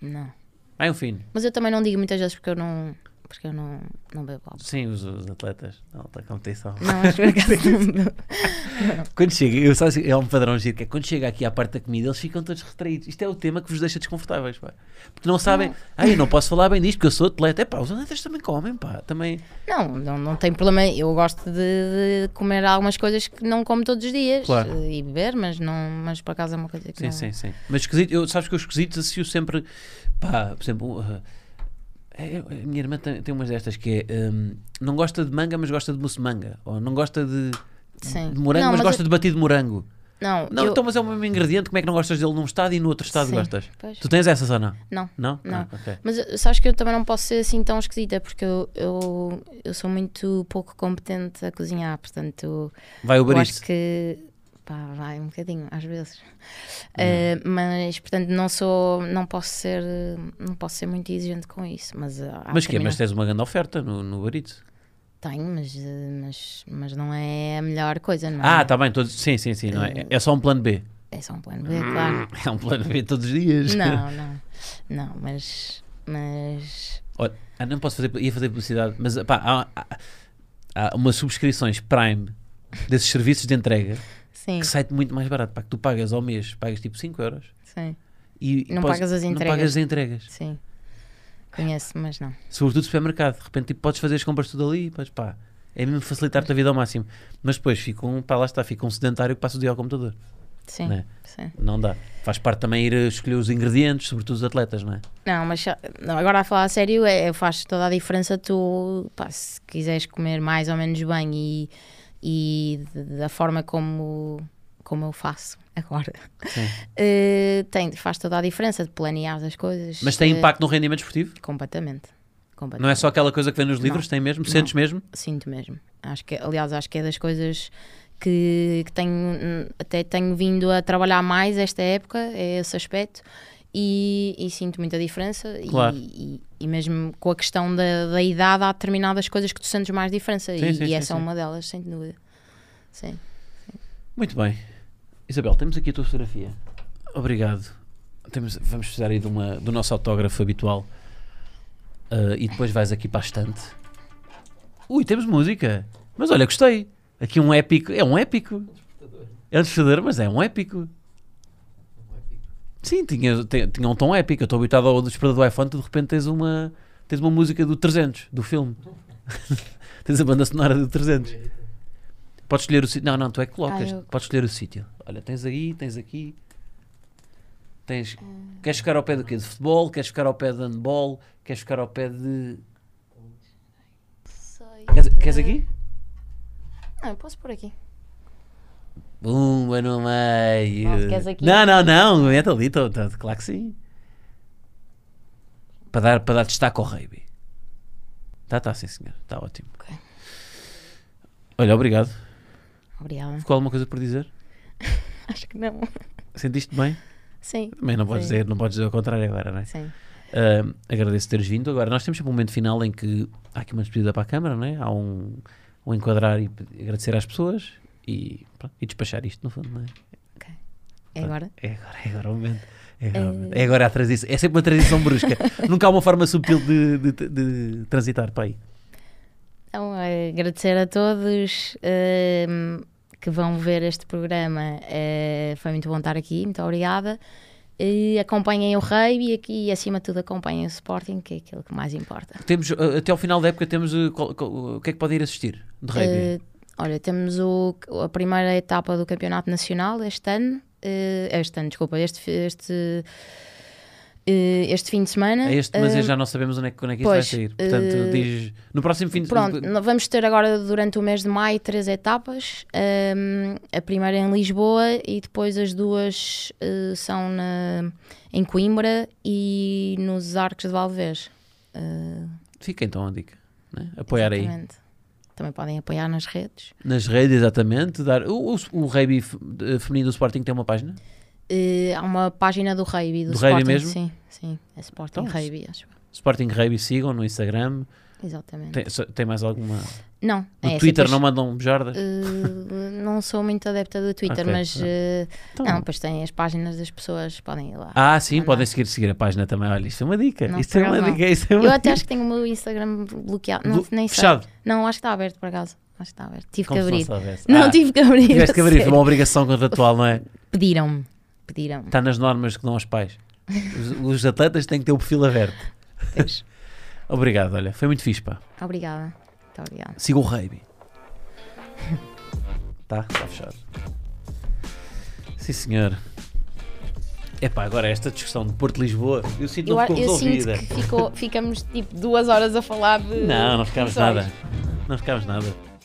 [SPEAKER 1] não.
[SPEAKER 2] Ah, é um fino.
[SPEAKER 1] Mas eu também não digo muitas vezes porque eu não. Porque eu não, não bebo álcool.
[SPEAKER 2] Sim, os, os atletas da alta competição.
[SPEAKER 1] Não, mas por acaso não bebo.
[SPEAKER 2] (laughs) Quando chega, eu só, é um padrão giro, que é quando chega aqui à parte da comida, eles ficam todos retraídos. Isto é o tema que vos deixa desconfortáveis, pá. Porque não sabem, ah, eu não posso falar bem disto, porque eu sou atleta. É pá, os atletas também comem, pá. Também.
[SPEAKER 1] Não, não, não tem problema. Eu gosto de, de comer algumas coisas que não como todos os dias
[SPEAKER 2] Claro.
[SPEAKER 1] eh, e beber, mas, não, mas por acaso é uma coisa que
[SPEAKER 2] Sim,
[SPEAKER 1] não.
[SPEAKER 2] sim, sim. Mas esquisito, eu, sabes que eu esquisito associo sempre, pá, por exemplo, uh, é- é- a minha irmã tem, tem umas destas que é, um, não gosta de manga, mas gosta de mousse de manga, ou não gosta de,
[SPEAKER 1] Sim.
[SPEAKER 2] de morango,
[SPEAKER 1] Não, mas
[SPEAKER 2] mas, gosta de batido de morango.
[SPEAKER 1] Não,
[SPEAKER 2] Não,
[SPEAKER 1] eu-
[SPEAKER 2] então, mas é o mesmo ingrediente, como é que não gostas dele num estado e no outro estado
[SPEAKER 1] Sim,
[SPEAKER 2] gostas?
[SPEAKER 1] pois.
[SPEAKER 2] Tu tens essas ou não?
[SPEAKER 1] não.
[SPEAKER 2] Não?
[SPEAKER 1] Não.
[SPEAKER 2] Ah, ok.
[SPEAKER 1] Mas eh, sabes que eu também não posso ser assim tão esquisita porque eu, eu, eu sou muito pouco competente a cozinhar, portanto
[SPEAKER 2] Vai
[SPEAKER 1] eu
[SPEAKER 2] o
[SPEAKER 1] acho
[SPEAKER 2] barista.
[SPEAKER 1] que pá, vai um bocadinho às vezes.
[SPEAKER 2] Uhum.
[SPEAKER 1] Eh, mas portanto não sou, não posso ser, eh, não posso ser muito exigente com isso. Mas, eh, há
[SPEAKER 2] Mas que é,
[SPEAKER 1] determinado-
[SPEAKER 2] Mas tens uma grande oferta no, no barito.
[SPEAKER 1] Tenho, mas, eh, mas, mas não é a melhor coisa, não é?
[SPEAKER 2] Ah, tá bem, todos, sim,
[SPEAKER 1] Eh.
[SPEAKER 2] sim, sim, não é? É só um plano B. (laughs) Hum.
[SPEAKER 1] É só um plano B, claro.
[SPEAKER 2] É um plano B todos os dias. (laughs)
[SPEAKER 1] Não, não. Não, mas. Mas.
[SPEAKER 2] Olha, ah, não posso fazer, ia fazer publicidade, mas pá, há, há, há umas subscrições Prime desses serviços de entrega
[SPEAKER 1] Sim,
[SPEAKER 2] que sai-te muito mais barato. Pá, que tu pagas ao mês, pagas tipo 5 euros
[SPEAKER 1] sim,
[SPEAKER 2] e e
[SPEAKER 1] Não pagas as
[SPEAKER 2] Não
[SPEAKER 1] entregas.
[SPEAKER 2] pagas as entregas.
[SPEAKER 1] sim. Conheço, mas não.
[SPEAKER 2] Sobretudo supermercado. De repente tipo, podes fazer as compras tudo ali e podes, pá, é mesmo facilitar-te a vida ao máximo. Mas depois fica um, pá, lá está, fica um sedentário que passa o dia ao computador.
[SPEAKER 1] Sim,
[SPEAKER 2] Né?
[SPEAKER 1] sim.
[SPEAKER 2] Não dá. Faz parte também ir eh, escolher os ingredientes, sobretudo os atletas, não é?
[SPEAKER 1] Não, mas só- não, agora a falar a sério, é, faz toda a diferença tu, pá, se quiseres comer mais ou menos bem e, e de- da forma como, como eu faço agora,
[SPEAKER 2] Sim.
[SPEAKER 1] (laughs) Eh, tem, faz toda a diferença de planear as coisas.
[SPEAKER 2] Mas tem
[SPEAKER 1] eh,
[SPEAKER 2] impacto no rendimento esportivo?
[SPEAKER 1] Completamente. completamente.
[SPEAKER 2] Não é só aquela coisa que vem nos livros, tem mesmo? Sentes mesmo?
[SPEAKER 1] Sinto mesmo. Acho que, aliás, acho que é das coisas que, que tenho, hum, até tenho vindo a trabalhar mais esta época, é esse aspecto, e, e sinto muita diferença. E-
[SPEAKER 2] Claro.
[SPEAKER 1] E, e mesmo com a questão da, da idade, há determinadas coisas que tu sentes mais diferença,
[SPEAKER 2] Sim,
[SPEAKER 1] e,
[SPEAKER 2] sim,
[SPEAKER 1] e
[SPEAKER 2] sim,
[SPEAKER 1] essa é
[SPEAKER 2] sim.
[SPEAKER 1] uma delas, sem dúvida. Sim.
[SPEAKER 2] Muito bem. Isabel, temos aqui a tua fotografia. Obrigado. Temos- vamos precisar aí de uma- do nosso autógrafo habitual. Ah, e depois vais aqui para a estante. Ui, temos música. Mas olha, gostei. Aqui um épico. É um épico.
[SPEAKER 3] Despertador.
[SPEAKER 2] É um desfador, mas é um épico.
[SPEAKER 3] Não é fixe.
[SPEAKER 2] Sim, tinha, te- tinha um tom épico. Eu estou habituado ao despertador do iPhone, tu de repente tens uma, tens uma música do 300, do filme. (laughs) tens a banda sonora do 300.
[SPEAKER 3] Me irrita.
[SPEAKER 2] Podes escolher o sítio. Não, não, tu é que colocas.
[SPEAKER 1] Ah, eu-
[SPEAKER 2] Podes escolher o sítio. Olha, tens aí, tens aqui. Tens.
[SPEAKER 1] Ah.
[SPEAKER 2] Queres ficar ao pé do quê? De futebol? Queres ficar ao pé de handball? Queres ficar ao pé de. Queres, queres aqui?
[SPEAKER 1] Não, Ah, eu posso por aqui.
[SPEAKER 2] Bumba no meio.
[SPEAKER 1] Não, queres aqui?
[SPEAKER 2] Não, não, não. Mete ali. tô- tô- claro que sim. Para dar, para dar destaque ao rugby. Tá, tá, sim, senhor. Está ótimo.
[SPEAKER 1] Ok.
[SPEAKER 2] Olha, obrigado.
[SPEAKER 1] Obrigada.
[SPEAKER 2] Ficou alguma coisa por dizer?
[SPEAKER 1] (laughs) Acho que não.
[SPEAKER 2] Sentiste bem?
[SPEAKER 1] Sim,
[SPEAKER 2] Também não podes
[SPEAKER 1] Sim.
[SPEAKER 2] dizer, não podes dizer o contrário agora, não é?
[SPEAKER 1] sim.
[SPEAKER 2] Ahm, agradeço teres vindo. Agora, nós temos sempre um momento final em que há aqui uma despedida para a Câmara, não é? Há um, um enquadrar e pe- agradecer às pessoas e, pronto, e despachar isto, no fundo, não é?
[SPEAKER 1] É agora?
[SPEAKER 2] É agora, é agora o momento. É agora, o momento. É agora a transição. É sempre uma
[SPEAKER 1] (laughs)
[SPEAKER 2] transição brusca. Nunca há uma forma subtil de, de- de transitar para aí.
[SPEAKER 1] Então, eh, agradecer a todos ehm, que vão ver este programa. Eh, foi muito bom estar aqui, muito obrigada. E acompanhem o Rei e aqui, acima de tudo, acompanhem o Sporting, que é aquilo que mais importa.
[SPEAKER 2] Temos, ah, até ao final da época, temos ah, qual- qual- o que é que pode ir assistir de rugby?
[SPEAKER 1] Eh, olha, temos o- a primeira etapa do Campeonato Nacional este ano. eh, este ano, desculpa, este, fi- este, eh, este fim de semana.
[SPEAKER 2] é este, mas
[SPEAKER 1] Eh,
[SPEAKER 2] já não sabemos onde é, que- quando é que isto
[SPEAKER 1] pois,
[SPEAKER 2] vai sair. Portanto,
[SPEAKER 1] eh,
[SPEAKER 2] diz. No próximo fim de
[SPEAKER 1] Pronto, nós vamos ter agora durante o mês de maio três etapas. Ahm, a primeira em Lisboa e depois as duas eh, são na- em Coimbra e nos Arcos de Valvez. Eh,
[SPEAKER 2] Fica então a dica. né? Apoiar aí.
[SPEAKER 1] exatamente. Também podem apoiar nas redes.
[SPEAKER 2] Nas redes, exatamente. Dar... O, o, o rugby f- eh, feminino do Sporting tem uma página?
[SPEAKER 1] Eh, há uma página do Rugby, do,
[SPEAKER 2] Do rugby
[SPEAKER 1] Sporting,
[SPEAKER 2] mesmo?
[SPEAKER 1] sim, sim, é Sporting
[SPEAKER 2] Então,
[SPEAKER 1] Rugby, acho.
[SPEAKER 2] Sporting Rugby, sigam no Instagram.
[SPEAKER 1] Exatamente.
[SPEAKER 2] Tem, so- tem mais alguma?
[SPEAKER 1] Não,
[SPEAKER 2] No
[SPEAKER 1] é essa,
[SPEAKER 2] Twitter
[SPEAKER 1] depois,
[SPEAKER 2] não mandam bejardas?
[SPEAKER 1] eh, não sou muito adepta do Twitter,
[SPEAKER 2] Ok,
[SPEAKER 1] mas
[SPEAKER 2] pronto.
[SPEAKER 1] eh,
[SPEAKER 2] Então-
[SPEAKER 1] não, pois tem as páginas das pessoas, podem ir lá.
[SPEAKER 2] Ah, sim,
[SPEAKER 1] não.
[SPEAKER 2] podem seguir, seguir a página também. Olha, isto é uma dica.
[SPEAKER 1] Não,
[SPEAKER 2] isto é
[SPEAKER 1] por
[SPEAKER 2] uma
[SPEAKER 1] acaso
[SPEAKER 2] dica. Isto é uma
[SPEAKER 1] Eu até
[SPEAKER 2] dica.
[SPEAKER 1] acho que tenho o meu Instagram bloqueado. Não,
[SPEAKER 2] Blo-
[SPEAKER 1] nem sei.
[SPEAKER 2] Fechado.
[SPEAKER 1] Não, acho que está aberto por acaso. Acho que está aberto. Tive
[SPEAKER 2] Como
[SPEAKER 1] que
[SPEAKER 2] se
[SPEAKER 1] abrir.
[SPEAKER 2] não soubesse.
[SPEAKER 1] Não,
[SPEAKER 2] Ah,
[SPEAKER 1] tive que abrir.
[SPEAKER 2] Tiveste
[SPEAKER 1] (laughs)
[SPEAKER 2] que abrir,
[SPEAKER 1] a
[SPEAKER 2] foi Tá. uma obrigação
[SPEAKER 1] (laughs)
[SPEAKER 2] contratual, não é?
[SPEAKER 1] sério. Pediram-me. Pediram-me.
[SPEAKER 2] Está nas normas que dão aos pais. Os, os atletas têm que ter o perfil aberto.
[SPEAKER 1] Pois.
[SPEAKER 2] Obrigado, olha, foi muito fixe, pá.
[SPEAKER 1] Obrigada. Muito obrigada.
[SPEAKER 2] Siga o rugby. (laughs) tá, está fechado. Sim, senhor. Epá, agora esta discussão de Porto-Lisboa, eu sinto que
[SPEAKER 1] Eu,
[SPEAKER 2] não
[SPEAKER 1] a-
[SPEAKER 2] ficou
[SPEAKER 1] eu sinto
[SPEAKER 2] resolvida.
[SPEAKER 1] que ficou- ficamos tipo duas horas a falar de.
[SPEAKER 2] Não, não ficámos
[SPEAKER 1] só
[SPEAKER 2] nada. Não ficámos nada.